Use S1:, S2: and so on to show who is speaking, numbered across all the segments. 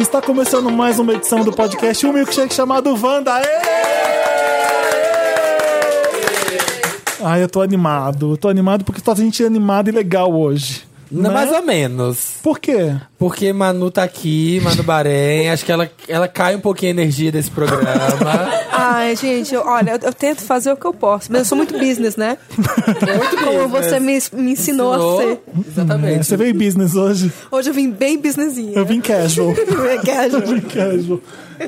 S1: Está começando mais uma edição do podcast Um Milkshake chamado Wanda. Ai, eu tô animado. Eu tô animado porque tá gente animada e legal hoje.
S2: Não,
S1: né?
S2: Mais ou menos.
S1: Por quê?
S2: Porque Manu tá aqui, Manu Bahrein. acho que ela, ela cai um pouquinho a energia desse programa.
S3: Ai, gente, eu- olha, eu, eu tento fazer o que eu posso, mas eu sou muito business, né? Como você me, me ensinou, a ser.
S1: É,
S2: Exatamente.
S1: Você veio em business hoje?
S3: Hoje eu vim bem businessinha.
S1: Eu vim casual.
S3: Casual.
S1: Bem casual.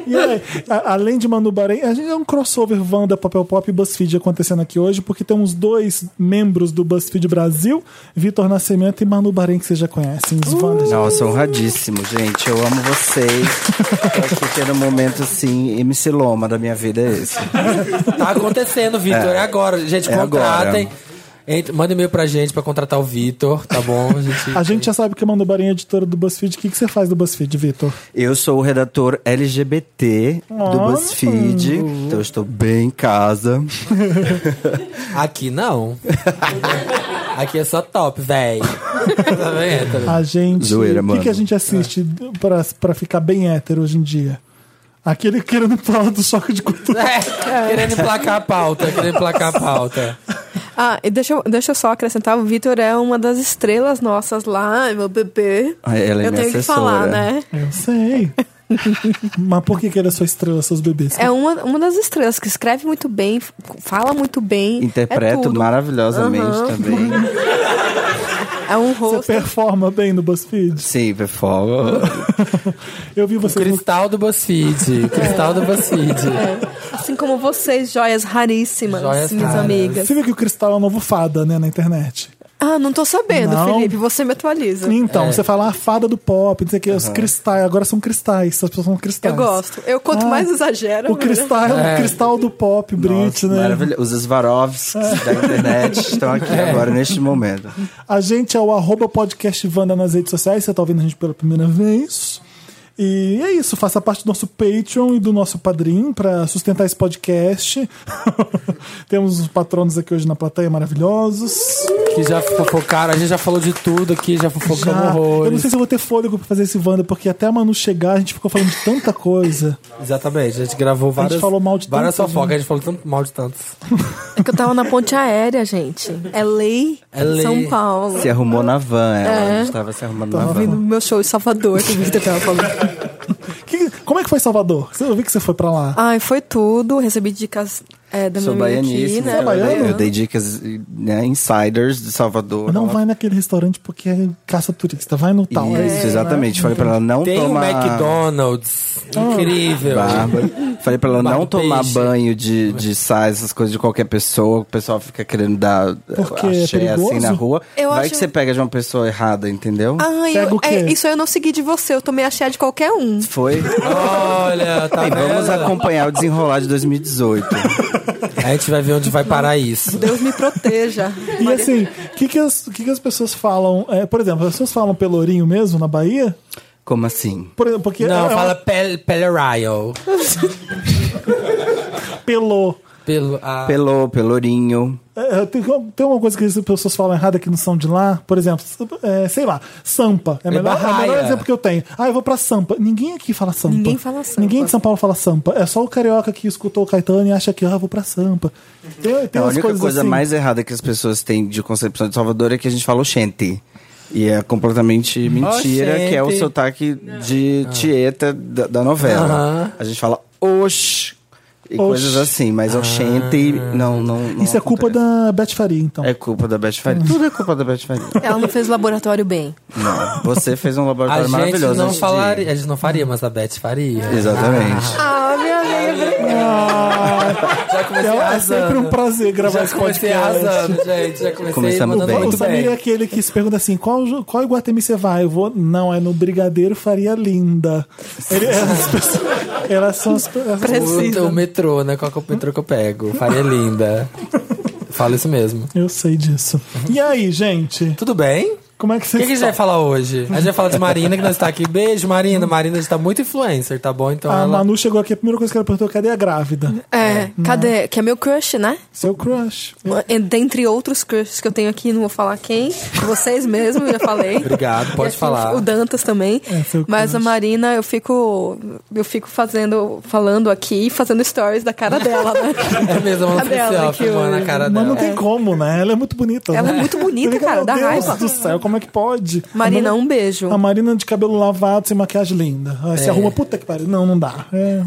S1: E aí, a- além de Manu Bahrein, a gente é um crossover Wanda, Papel Pop e BuzzFeed acontecendo aqui hoje, porque temos dois membros do BuzzFeed Brasil, Vitor Nascimento e Manu Bahrein, que vocês já conhecem, os Wanda.
S4: Nossa, honradíssimo, gente. Eu amo vocês. Eu acho que era um momento assim, MC Loma da minha vida é esse.
S2: Tá acontecendo, Vitor. É. agora. Gente,
S4: É
S2: contratem. Entra- manda e-mail pra gente pra contratar o Vitor, tá bom? A gente,
S1: A gente já sabe que a Manu Bahrein é editora do BuzzFeed. O que, que você faz do BuzzFeed, Vitor?
S4: Eu sou o redator LGBT do BuzzFeed. Então eu estou bem em casa.
S2: Aqui não. Aqui é só top, véi. Tá vendo?
S1: A gente.
S4: Zoeira,
S1: O que,
S4: mano.
S1: que a gente assiste pra, pra ficar bem hétero hoje em dia? Aquele querendo falar do choque de cultura.
S2: É, querendo emplacar a pauta, querendo emplacar a pauta.
S3: Ah, e deixa, eu- deixa eu só acrescentar, o Vitor é uma das estrelas nossas lá, é meu bebê.
S4: Ah, Ela é
S3: eu
S4: minha
S3: tenho que
S4: assessora.
S3: falar, né?
S1: Eu sei. Mas por que, que ele é sua estrela, seus bebês?
S3: É uma, uma das estrelas que escreve muito bem, f- fala muito bem. é
S4: Interpreto
S3: tudo.
S4: maravilhosamente
S3: Aham.
S4: também.
S3: É um
S1: Você
S3: rosto.
S1: performa bem no BuzzFeed?
S4: Sim, performa.
S1: Eu vi você no
S2: Cristal do BuzzFeed. Cristal do BuzzFeed.
S3: É. Assim como vocês, joias raríssimas,
S2: Joias
S3: minhas
S2: raras.
S3: amigas.
S1: Você viu que o Cristal é o novo fada, né, na internet.
S3: Ah, não tô sabendo,
S1: Não.
S3: Felipe. Você me atualiza.
S1: Então, você fala a fada do pop, não sei o que, os cristais, agora são cristais, as pessoas são cristais.
S3: Eu gosto. Eu quanto
S1: Ah,
S3: mais exagero.
S1: O cristal,
S2: É.
S1: o cristal do pop, Brit,
S4: Nossa,
S1: né?
S4: maravilha- Os Svarovskis da internet estão aqui
S3: É.
S4: agora, neste momento.
S1: A gente é o arroba podcast Wanda nas redes sociais, você tá ouvindo a gente pela primeira vez. E é isso, faça parte do nosso Patreon e do nosso Padrim para sustentar esse podcast. Temos os patronos aqui hoje na plateia maravilhosos.
S2: Que já fofocaram, a gente já falou de tudo aqui, já fofocamos
S1: Já. tá? Eu não
S2: horrores.
S1: sei se eu vou ter fôlego pra fazer esse Wanda, porque até a Manu chegar a gente ficou falando de tanta coisa.
S2: Exatamente, a gente gravou várias.
S1: falou mal de
S2: várias
S1: tantos, né?
S2: fofocas, a gente falou tanto mal de tantos.
S3: É que eu tava na ponte aérea, gente. É lei.
S2: LA.
S3: São Paulo.
S4: Se arrumou na van, ela. A gente tava se arrumando na
S3: É. Ouvindo
S4: van.
S3: meu show em Salvador, que o Victor tava falando.
S1: Que- como é que foi Salvador? Eu vi que você foi pra lá.
S3: Ai, foi tudo. Recebi dicas é, da
S4: Sou
S3: minha amiga aqui,
S4: baianíssimo.
S3: né?
S4: eu dei- Eu dei dicas, né, insiders de Salvador.
S1: Não
S4: Ela
S1: vai naquele restaurante porque é caça turista, vai no tal. é
S4: Isso,
S1: né?
S4: exatamente. Falei pra ela não
S2: Tem o
S4: tomar.
S2: McDonald's.
S1: Ah.
S2: Incrível.
S4: Bárbara. Falei pra ela
S2: Bar
S4: não
S2: do
S4: tomar
S2: peixe.
S4: banho de, de sais, essas coisas de qualquer pessoa. O pessoal fica querendo dar
S1: Porque é perigoso?
S4: assim na rua.
S3: Eu
S4: Vai
S3: acho-
S4: que você pega de uma pessoa errada, entendeu?
S3: Ai,
S1: Pega
S3: eu-
S1: o quê?
S3: é, isso aí eu não segui de você. Eu tomei a cheia de qualquer um.
S4: Foi.
S2: Olha, tá
S4: E
S2: vendo?
S4: vamos acompanhar o desenrolar de 2018.
S2: A gente vai ver onde vai parar isso.
S3: Deus me proteja.
S1: E assim, o que, que, as- que que as pessoas falam? é, por exemplo, as pessoas falam pelourinho mesmo na Bahia?
S4: Como assim?
S1: Por exemplo, porque
S2: Não,
S1: é,
S2: fala pel, Pelerial.
S1: é pelô.
S2: Pelo, ah,
S4: Pelô, pelourinho.
S1: É, é, tem, tem uma coisa que as pessoas falam errada que não são de lá. Por exemplo, é, sei lá, Sampa. É o melhor, é o
S2: Barraia.
S1: melhor exemplo que eu tenho. Ah, eu vou pra Sampa. Ninguém aqui fala Sampa.
S3: Ninguém fala Sampa.
S1: Ninguém de São Paulo fala Sampa. É só o carioca que escutou o Caetano e acha que, ah, eu vou pra Sampa. Tem, tem
S4: É a
S1: umas
S4: única
S1: coisas
S4: coisa
S1: assim.
S4: mais errada que as pessoas têm de concepção de Salvador é que a gente fala oxente. E é completamente mentira, que é o
S2: Oxente.
S4: sotaque de tieta da, da novela.
S2: Aham.
S4: A gente fala ox e
S1: Ox.
S4: coisas assim, mas oxente não, não, não
S1: Isso é culpa
S4: acontece.
S1: da Beth Faria, então.
S4: É culpa da Beth Faria. Tudo é culpa da Beth Faria.
S3: Ela não fez o laboratório bem.
S4: Não, você fez um
S2: a
S1: é
S4: laboratório
S2: gente
S4: maravilhoso.
S2: não
S1: né?
S4: antes de-
S2: falaria, a gente não faria, mas a Beth faria.
S4: Exatamente.
S3: Ah, minha amiga.
S2: Já
S1: É,
S2: comecei
S1: é
S2: arrasando.
S1: sempre um prazer gravar
S2: Já
S1: esse
S2: comecei
S1: podcast.
S2: arrasando, gente. Já comecei
S4: Começamos
S2: mandando
S4: bem.
S1: O
S2: muito
S1: Samir é
S2: bem.
S1: aquele que se pergunta assim: qual, ju- qual Iguatemi você vai? Eu vou. Não, é no Brigadeiro Faria Linda. Ele, elas, elas são as, as-
S3: Precisa.
S2: O, o metrô, né? Qual que é o metrô que eu pego? Faria linda. Fala isso mesmo.
S1: Eu sei disso. E aí, gente?
S2: Tudo bem?
S1: Como é que
S2: O que,
S1: vocês
S2: que a gente vai falar hoje? A gente vai falar de Marina, que nós está aqui. Beijo, Marina. Marina está muito influencer, tá bom? Então
S1: A
S2: ela.
S1: Manu chegou aqui, a primeira coisa que ela perguntou cadê a grávida?
S3: É, cadê? Que é meu crush, né?
S1: Seu crush.
S3: E Dentre outros crushes que eu tenho aqui, não vou falar quem. Vocês mesmo, eu já falei.
S2: Obrigado,
S3: E
S2: pode
S3: assim,
S2: falar.
S3: O Dantas também.
S1: É, seu
S3: Mas a
S1: crush.
S3: Marina, eu fico. Eu fico fazendo. falando aqui e fazendo stories da cara dela, né?
S2: É mesmo, a Manu
S3: Cadê ela
S2: oficial,
S3: que
S2: filmando
S3: hoje?
S2: a cara
S1: Mas não
S2: dela.
S1: tem como, né? Ela é muito bonita.
S3: Ela é
S1: né?
S3: muito bonita,
S1: Fica,
S3: cara,
S1: Meu
S3: dá
S1: Deus
S3: raiva.
S1: do céu, como é que pode?
S3: Marina,
S1: A
S3: um beijo.
S1: A Marina de cabelo lavado, sem maquiagem linda. Aí
S3: É.
S1: se arruma, puta que pariu. Não, não dá. É,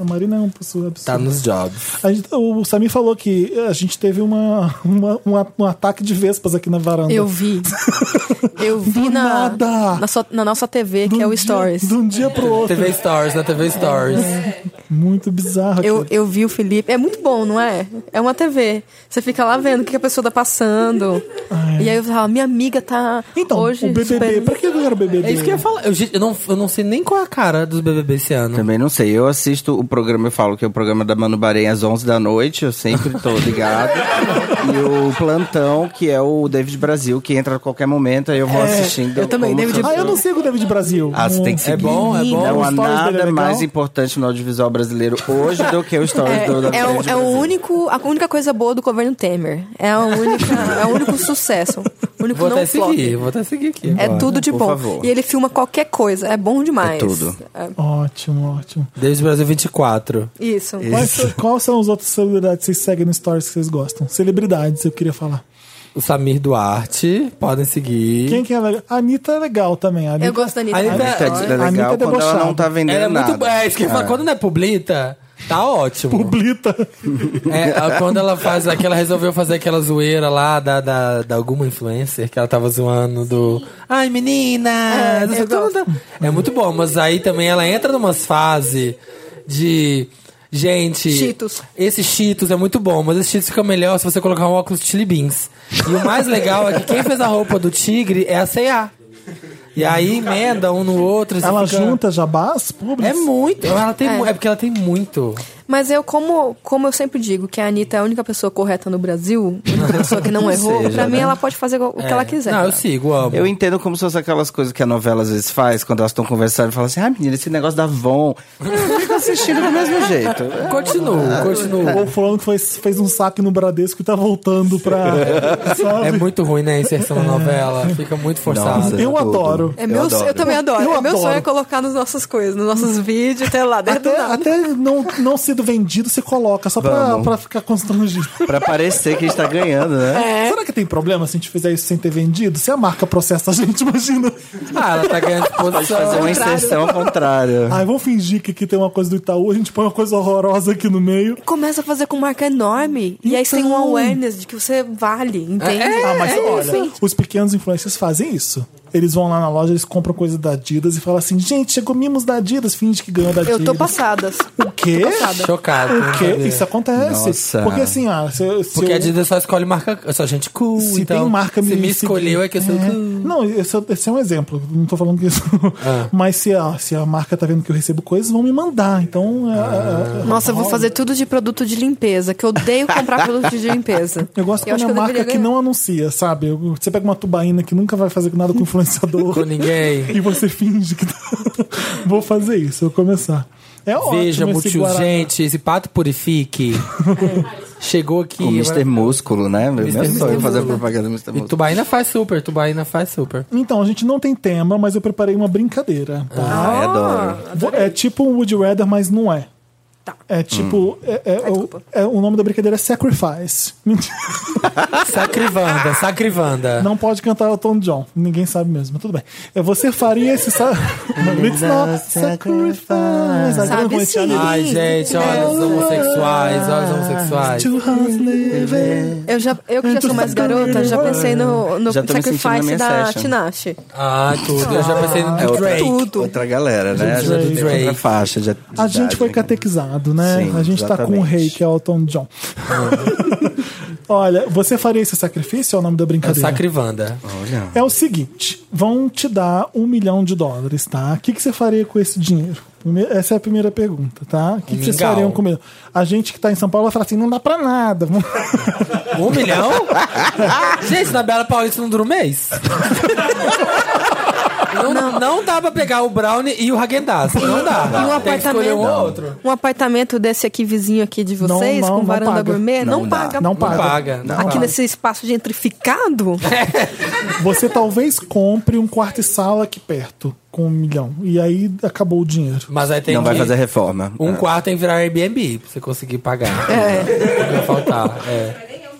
S1: a Marina é um absurdo. absurdo.
S2: Tá nos jobs.
S1: A gente- o Samir falou que a gente teve uma, uma- um, a- um ataque de vespas aqui na varanda.
S3: Eu vi. Eu vi
S1: Do
S3: na,
S1: nada.
S3: na, sua- na nossa TV,
S1: De um
S3: que é o
S1: dia-
S3: Stories.
S1: De um dia
S4: É.
S1: pro outro.
S2: TV Stories, na TV Stories.
S1: Muito bizarro.
S3: Eu,
S1: aquilo.
S3: eu vi o Felipe. É muito bom, não é? É uma TV. Você fica lá vendo o que que a pessoa tá passando. E aí eu falo, minha amiga tá
S1: Ah, é. Então,
S3: hoje.
S1: o BBB.
S3: super-
S1: Pra que eu quero BBB?
S2: É isso que eu ia falar. Eu, gente, eu não, eu não sei nem qual é a cara dos BBB esse ano.
S4: Também não sei. Eu assisto o programa, eu falo que é o programa da Manu Bahrein às 11 da noite, eu sempre tô ligado. e o Plantão, que é o David Brasil, que entra a qualquer momento, aí eu vou assistindo.
S3: eu também,
S4: como
S3: David
S4: se
S1: Ah, eu não sigo o David Brasil.
S4: Ah, você tem que
S2: É
S4: seguir.
S2: bom, é bom.
S4: Não
S1: Os stories
S4: há
S1: dele é
S4: nada
S1: legal?
S4: mais importante no audiovisual brasileiro hoje do que o stories do da
S3: É, é, o,
S4: David
S3: é o
S4: Brasil.
S3: único, a única coisa boa do governo Temer. É, a única, é o único sucesso. O único
S2: Vou
S3: não
S2: até
S3: flop.
S2: seguir, vou até seguir aqui.
S3: É
S2: agora.
S3: tudo de
S4: por
S3: bom.
S4: favor.
S3: E ele filma qualquer coisa. É bom demais.
S4: É tudo.
S3: É,
S1: Ótimo, ótimo.
S2: Desde o Brasil 24.
S3: isso.
S1: Quais, quais são os outros celebridades que vocês seguem no Stories que vocês gostam? Celebridades, eu queria falar.
S2: O Samir Duarte, podem seguir.
S1: Quem que é legal? A Anitta é legal também. A Anitta,
S3: Eu gosto da Anitta.
S2: Aí
S4: A Anitta
S2: Olha,
S4: é
S1: a Anitta
S4: legal
S1: é
S4: quando ela não tá
S1: debochada.
S4: vendendo
S2: Ela é muito
S4: nada.
S2: boa. É isso que eu falo. Quando não é publita, tá ótimo.
S1: Blita.
S2: É, a- quando ela faz aquela, resolveu fazer aquela zoeira lá da, da, da alguma influencer que ela tava zoando do. Ai, menina!
S3: É,
S2: não sei
S3: eu
S2: como tá." É muito bom, mas aí também ela entra numas fases de. Gente,
S3: Cheetos.
S2: esse Cheetos é muito bom, mas esse Cheetos fica melhor se você colocar um óculos Chili Beans. E o mais legal é que quem fez a roupa do tigre é a C&A. E aí emenda um no outro. você
S1: Ela
S2: fica-
S1: junta jabás públicos?
S2: É muito. Ela tem, mu- é porque ela tem muito.
S3: Mas eu, como, como eu sempre digo, que a Anitta é a única pessoa correta no Brasil, a única pessoa que não errou,
S4: seja,
S3: pra mim
S4: né?
S3: ela pode fazer o que ela
S2: É.
S3: quiser.
S2: Não, eu sigo, amo.
S4: Eu entendo como se fosse aquelas coisas que a novela às vezes faz, quando elas estão conversando e falam assim, ai menina, esse negócio da Von. Eu fico assistindo do mesmo jeito.
S2: Continuo, continuo.
S1: Ou fulano que fez, fez um saque no Bradesco e tá voltando pra. sabe?
S2: É muito ruim, né, a inserção na novela. Fica muito
S4: Nossa,
S2: forçado.
S1: Eu
S4: tudo.
S1: adoro.
S3: É meu, eu,
S4: adoro.
S3: também adoro.
S1: Eu
S3: é meu
S1: adoro.
S3: sonho é colocar nas nossas coisas, nos nossos vídeos, até lá, dentro do
S1: Até,
S3: nada.
S1: até não, não sendo vendido, você coloca, só pra,
S4: Vamos.
S1: pra ficar constrangido.
S4: Pra parecer que a gente tá ganhando, né?
S3: É.
S1: Será que tem problema se a gente fizer isso sem ter vendido? Se a marca processa a gente, imagina.
S2: Ah, ela tá ganhando
S4: Fazer
S2: posição.
S3: É,
S1: um
S2: É,
S4: uma inserção ao contrário.
S1: Ai, vamos fingir que aqui tem uma coisa do Itaú, a gente põe uma coisa horrorosa aqui no meio.
S3: Começa a fazer com marca enorme e aí você tem um
S1: Então.
S3: awareness de que você vale, entende?
S2: é,
S1: Ah, mas olha, os pequenos influencers fazem isso. Eles vão lá na loja, eles compram coisa da Adidas e falam assim: gente, chegou mimos da Adidas, finge que ganhou da Adidas.
S3: Eu tô passadas.
S1: O quê?
S2: Chocado. não
S1: O quê?
S2: sabia.
S1: Isso acontece.
S4: Nossa.
S1: Porque assim, ah, se, se
S2: Porque
S1: eu-
S2: a Adidas só escolhe marca. Só gente cool.
S1: se
S2: então,
S1: tem marca
S2: Se me
S1: se-
S2: escolheu é que eu sou cool.
S1: Não, esse é, esse é um exemplo. Não tô falando que isso.
S2: Ah.
S1: Mas se a, se a marca tá vendo que eu recebo coisas, vão me mandar. Então. é-
S2: Ah.
S1: é- é-
S3: Nossa, eu vou fazer tudo de produto de limpeza, que eu odeio comprar produto de limpeza.
S1: Eu gosto quando
S3: acho
S1: é
S3: eu
S1: marca
S3: deveria
S1: que
S3: ganhar.
S1: não anuncia, sabe? Eu- Você pega uma tubaína que nunca vai fazer nada com influenciador.
S2: Com ninguém.
S1: E você finge que. tá- Vou fazer isso, eu vou começar. É ótimo.
S2: Veja,
S1: esse
S2: multi
S1: Guaraná.
S2: gente, esse pato purifique. Chegou aqui.
S4: O Mr. Músculo, né? Meu
S2: Mr.
S4: sonho é fazer propaganda do Mr.
S2: E
S4: Músculo.
S2: Tubaína faz super, Tubaína faz super.
S1: Então, a gente não tem tema, mas eu preparei uma brincadeira. tá?
S4: Ai, Ah, adoro.
S1: Vo- É tipo um Would You Rather, mas não é.
S3: Tá.
S1: É tipo. É, é- o,
S3: desculpa.
S1: é- o nome da brincadeira é Sacrifice. Mentira.
S2: Sacrivanda, sacrivanda.
S1: Não pode cantar o Tom John. Ninguém sabe mesmo. mas Tudo bem. É, Você faria esse. Sa... It's not sacrifice. é A
S3: Sabe
S1: grande
S3: sim.
S2: Ai, gente, olha os homossexuais, olha os homossexuais.
S1: To us living.
S3: Eu, já, eu
S1: É,
S3: que já sou mais garota, já pensei no, no
S4: Já tô me sentindo na
S3: sacrifice
S4: minha
S3: da
S4: session.
S3: Tinashe.
S2: Ah, tudo. Eu já pensei
S4: É
S2: no
S4: outra,
S2: Drake.
S3: Tudo.
S4: outra galera, né? A
S2: Drake.
S4: gente tem outra faixa de, de
S1: A gente
S4: idade,
S1: foi
S4: né?
S1: catequizado, né?
S4: Sim,
S1: a gente tá com um
S4: exatamente.
S1: rei que é o Tom John. Olha, você faria esse sacrifício? É o nome da
S2: É o
S1: brincadeira.
S2: Sacrivanda.
S4: Olha.
S1: É o seguinte, vão te dar um milhão de dólares, tá? O que, que você faria com esse dinheiro? Prime- Essa é a primeira pergunta, tá? O que,
S2: Um
S1: que vocês
S2: mingau.
S1: fariam com o milhão? A gente que tá em São Paulo vai falar assim, não dá pra nada.
S2: Um milhão? Gente, na Bela Paulista não dura um mês. Não, não dá pra pegar o Brownie e o Hagendaz. Não dá.
S3: E
S4: Tá.
S3: um
S2: Tem que escolher um ou outro.
S3: apartamento, um apartamento desse aqui vizinho aqui de vocês,
S1: Não, não,
S3: com
S1: não
S3: varanda
S1: paga.
S3: gourmet, não,
S4: Não dá.
S3: paga.
S1: Não
S2: Não
S1: paga.
S2: paga. não
S3: Aqui
S2: paga.
S3: nesse espaço gentrificado?
S1: Você talvez compre um quarto e sala aqui perto com um milhão. E aí acabou o dinheiro.
S2: Mas aí tem
S4: Não
S2: que...
S4: vai fazer É. reforma. Ah.
S2: Um quarto tem que virar Airbnb pra você conseguir pagar. É. Vai faltar. É.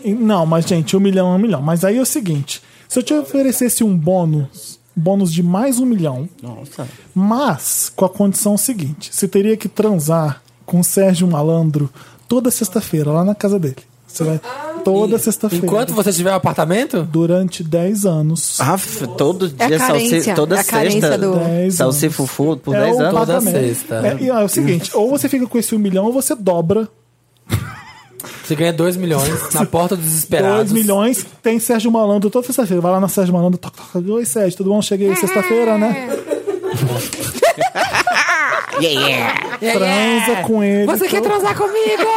S1: E- Não, mas gente, um milhão é um milhão. Mas aí é o seguinte, se eu te oferecesse um bônus, bônus de mais um milhão,
S4: Nossa.
S1: Mas com a condição seguinte: você teria que transar com o Sérgio Malandro toda sexta-feira, lá na casa dele. Você vai toda sexta-feira.
S2: Enquanto você tiver um apartamento,
S1: Durante 10 anos.
S4: Aff, todo
S3: É a
S4: dia salsi,
S3: carência,
S4: toda
S3: é a carência
S4: sexta.
S3: do-
S1: Dez
S4: Salsifufu por
S1: é
S4: 10
S1: o
S4: anos.
S1: pagamento.
S2: sexta.
S1: É, e, ó, é o seguinte: ou você fica com esse 1 milhão, ou você dobra
S2: você ganha 2 milhões na porta dos
S1: 2
S2: desesperados.
S1: milhões. Tem Sérgio Malandro toda sexta-feira. Vai lá na Sérgio Malandro, toca, toca. Oi, Sérgio, tudo bom?
S3: É.
S1: Cheguei sexta-feira, né? Transa com ele.
S2: Você quer transar comigo?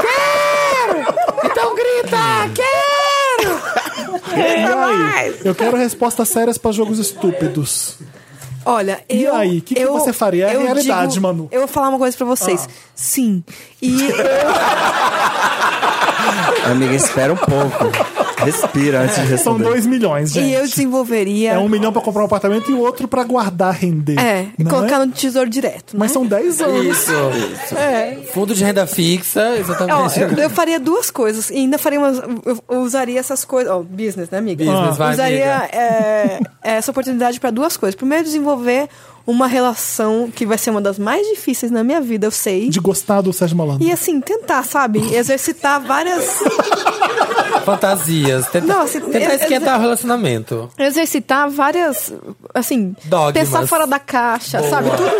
S2: Quero! Então grita! Quero!
S1: E aí? Eu quero respostas sérias pra jogos estúpidos.
S3: Olha,
S1: E
S3: eu,
S1: aí, o que que
S3: eu-
S1: você faria? É a
S3: eu
S1: realidade,
S3: digo-
S1: Manu. Ah.
S3: Eu vou falar uma coisa pra vocês. Sim. E
S4: Amiga, espera um pouco. Respira antes de responder.
S1: São 2 milhões,
S3: eu,
S1: gente.
S3: e eu desenvolveria.
S1: É um milhão pra comprar um apartamento e o outro pra guardar, render.
S3: É, e
S1: Não
S3: colocar
S1: é?
S3: no tesouro direto. né?
S1: Mas são 10 anos.
S2: Isso. Fundo de renda fixa,
S3: Ó,
S2: exatamente.
S3: eu, eu faria duas coisas. E ainda faria umas. Eu eu usaria essas coisas. Ó, business, né, amiga?
S2: Business, vai,
S3: usaria
S2: amiga.
S3: é, essa oportunidade para duas coisas. Primeiro, desenvolver uma relação que vai ser uma das mais difíceis na minha vida, eu sei.
S1: De gostar do Sérgio Malandro.
S3: E assim, tentar, sabe? Exercitar várias.
S2: Fantasias. Tenta,
S3: Não, assim,
S2: tentar
S3: eu-
S2: esquentar o relacionamento.
S3: exercitar várias, assim,
S2: Dogmas.
S3: pensar fora da caixa, sabe? Tudo,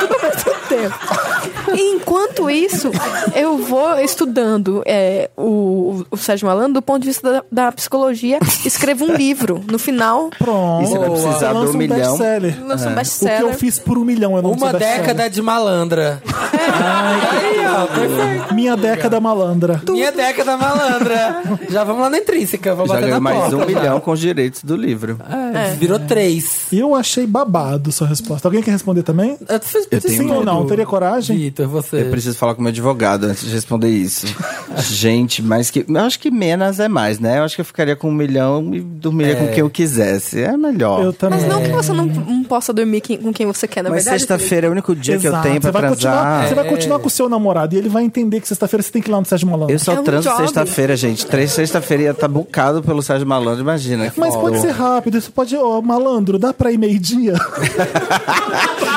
S3: tudo ao mesmo tempo. E enquanto isso, eu vou estudando é, o, o Sérgio Malandro do ponto de vista da, da psicologia, escrevo um livro. No final,
S1: Pronto.
S4: E você vai precisar
S1: Lança
S4: do
S1: um
S4: milhão.
S1: best-seller.
S3: lança um
S1: O que eu
S3: best-seller.
S1: fiz por um milhão é o nome
S2: Uma
S1: do best-seller.
S2: década de malandra. Aí, ó, perfeito.
S1: Minha década malandra.
S2: Minha década malandra. Já vamos lá na intrínseca, vamos
S4: Já
S2: bater na
S4: ganhou mais
S2: porta.
S4: um
S2: já.
S4: milhão com os direitos do livro.
S2: É, Virou três.
S1: Eu achei babado sua resposta. Alguém quer responder também?
S2: Eu, eu
S4: tenho
S1: Sim ou não? Teria coragem?
S2: Vitor, você.
S4: Eu preciso falar com o meu advogado antes de responder isso. Gente, mas que. Eu acho que menos é mais, né? Eu acho que eu ficaria com um milhão e dormiria com quem eu quisesse. É melhor.
S1: Eu também.
S3: Mas não que você não, não possa dormir quem- com quem você quer, na
S4: mas
S3: verdade.
S4: sexta-feira é o único dia que eu
S1: Exato.
S4: tenho pra
S1: você vai, continuar,
S4: transar.
S1: você vai continuar com o seu namorado e ele vai entender que sexta-feira você tem que ir lá no Sérgio Malandro.
S4: Eu só
S3: É um
S4: transo
S3: job.
S4: sexta-feira, gente. Três sexta-feira ia estar bucado pelo Sérgio Malandro, imagina.
S1: Mas
S4: Ó,
S1: pode ser rápido, isso pode. Ô, malandro, dá pra ir meio-dia?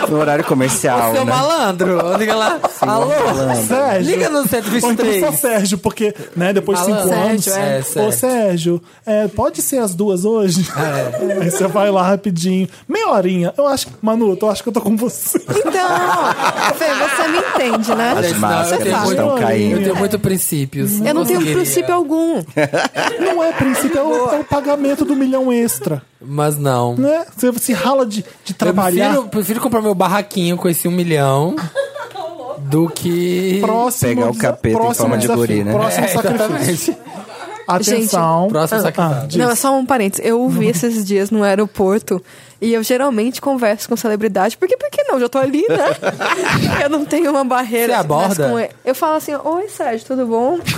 S4: No horário comercial,
S2: Seu
S4: né?
S2: malandro. Liga lá. Alô?
S1: Sérgio.
S2: Liga no
S1: Ou então só
S2: 123.
S1: Sérgio, porque, né, depois de cinco
S2: Malandro.
S1: anos.
S2: Sérgio, é. É, Sérgio.
S1: Ô, Sérgio, é, pode ser as duas hoje? Aí você vai lá rapidinho. Meia horinha. Eu acho. Manu, eu acho que eu tô com você.
S3: Então, Fê, você me entende, né?
S4: As
S2: Gente, não,
S4: máscaras
S2: eu tenho
S4: estão
S1: muito-
S2: Eu
S4: caindo.
S2: tenho muito princípios.
S3: Eu não tenho
S2: conseguiria.
S3: princípio algum.
S1: Não é princípio, é o, é o pagamento do milhão extra.
S2: Mas não.
S1: Né? Você se rala de, de
S2: Eu
S1: trabalhar.
S2: prefiro, prefiro comprar meu barraquinho com esse um milhão do que.
S1: Próximo,
S4: Pegar o
S1: desa-
S4: capeta em
S1: próximo
S4: forma de
S1: desafio,
S4: guri, né?
S1: Próximo
S2: É,
S1: sacrifício.
S2: exatamente.
S1: Atenção. Ah,
S2: Próximo sacrifício.
S1: diz.
S3: Não, é só um parênteses. Eu ouvi esses dias no aeroporto e eu geralmente converso com celebridade, porque por que não? Já tô ali, né? eu não tenho uma barreira.
S2: Você aborda?
S3: mas com ele- Eu falo assim, oi Sérgio, tudo bom?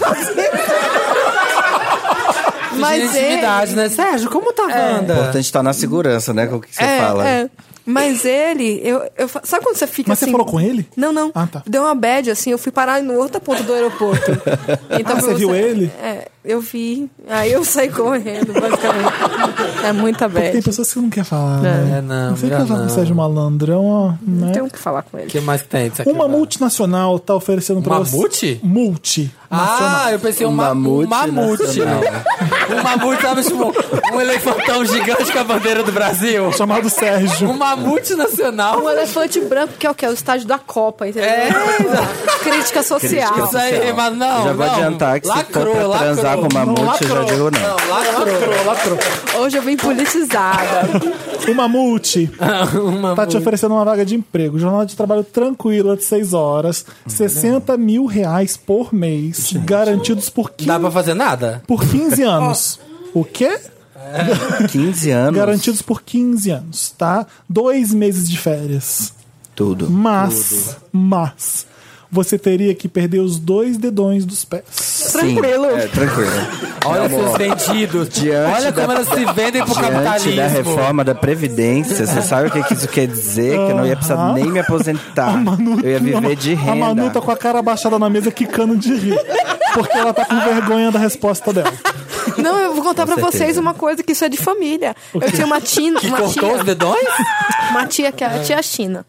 S2: Mas
S3: mas ele...
S2: intimidade, né? Sérgio, como tá a
S4: O
S2: Wanda?
S4: importante tá na segurança, né? Com o que você
S3: É,
S4: fala.
S3: é. Mas ele, eu, eu fa- sabe quando você fica
S1: Mas você
S3: assim...
S1: falou com ele?
S3: Não, não.
S1: Ah, tá.
S3: Deu uma bad, assim, eu fui parar no outro ponto do aeroporto. Então,
S1: Ah,
S3: pra
S1: você viu ele?
S3: É, Eu vi. Aí eu saí correndo, basicamente. É muita
S1: Tem
S3: bad.
S1: pessoas que não quer falar, né?
S2: É, não,
S1: Não fica
S2: melhor
S1: falando
S2: não.
S1: que seja malandrão, ó. Né?
S3: Não tenho o um que falar com
S2: O
S3: ele.
S2: que mais tem? Isso aqui é
S1: Uma
S2: vai.
S1: multinacional tá oferecendo pra
S2: Uma
S1: você.
S2: multi?
S1: Multi.
S2: Ah, eu pensei um
S4: Um
S2: mamute. Um
S4: mamute
S2: mamute. um mamute, sabe, tipo, um elefantão gigante com a bandeira do Brasil.
S1: Chamado Sérgio.
S2: Um mamute nacional.
S3: Um elefante branco, que é o que? É o estádio da Copa, entendeu?
S2: É.
S3: Crítica social.
S2: Isso aí, mas não.
S4: já vou
S2: não.
S4: adiantar que
S2: lacrou,
S4: se for pra
S2: lacrou.
S4: transar com mamute,
S2: não,
S4: eu
S2: lacrou.
S4: já digo não.
S2: Não, lacrou.
S3: Hoje eu vim politizada.
S1: Uma multi.
S2: Ah, Uma
S1: Tá te oferecendo uma vaga de emprego. Jornada de trabalho tranquila de 6 horas. 60 mil reais por mês. Garantidos por,
S2: Não dá
S1: 15,
S2: pra fazer nada?
S1: por 15 anos. O quê?
S4: 15 anos.
S1: Garantidos por 15 anos, tá? Dois meses de férias.
S4: Tudo.
S1: Mas, mas, você teria que perder os dois dedões dos pés.
S3: Tranquilo.
S4: É, tranquilo.
S2: Olha seus vendidos.
S4: Diante
S2: Olha como
S4: da-
S2: elas se vendem pro
S4: Diante
S2: capitalismo.
S4: da reforma da Previdência, você sabe o que, que isso quer dizer? Que eu não ia precisar nem me aposentar. eu ia viver de
S1: A Manu
S4: renda.
S1: tá com a cara baixada na mesa, quicando de rir. Porque ela tá com vergonha da resposta dela.
S3: Não, eu vou contar pra
S4: certeza.
S3: vocês uma coisa, que isso é de família. Eu tinha uma tina.
S2: Que
S3: uma
S2: cortou
S3: tia-
S2: os dedões?
S3: Uma tia que é a tia China.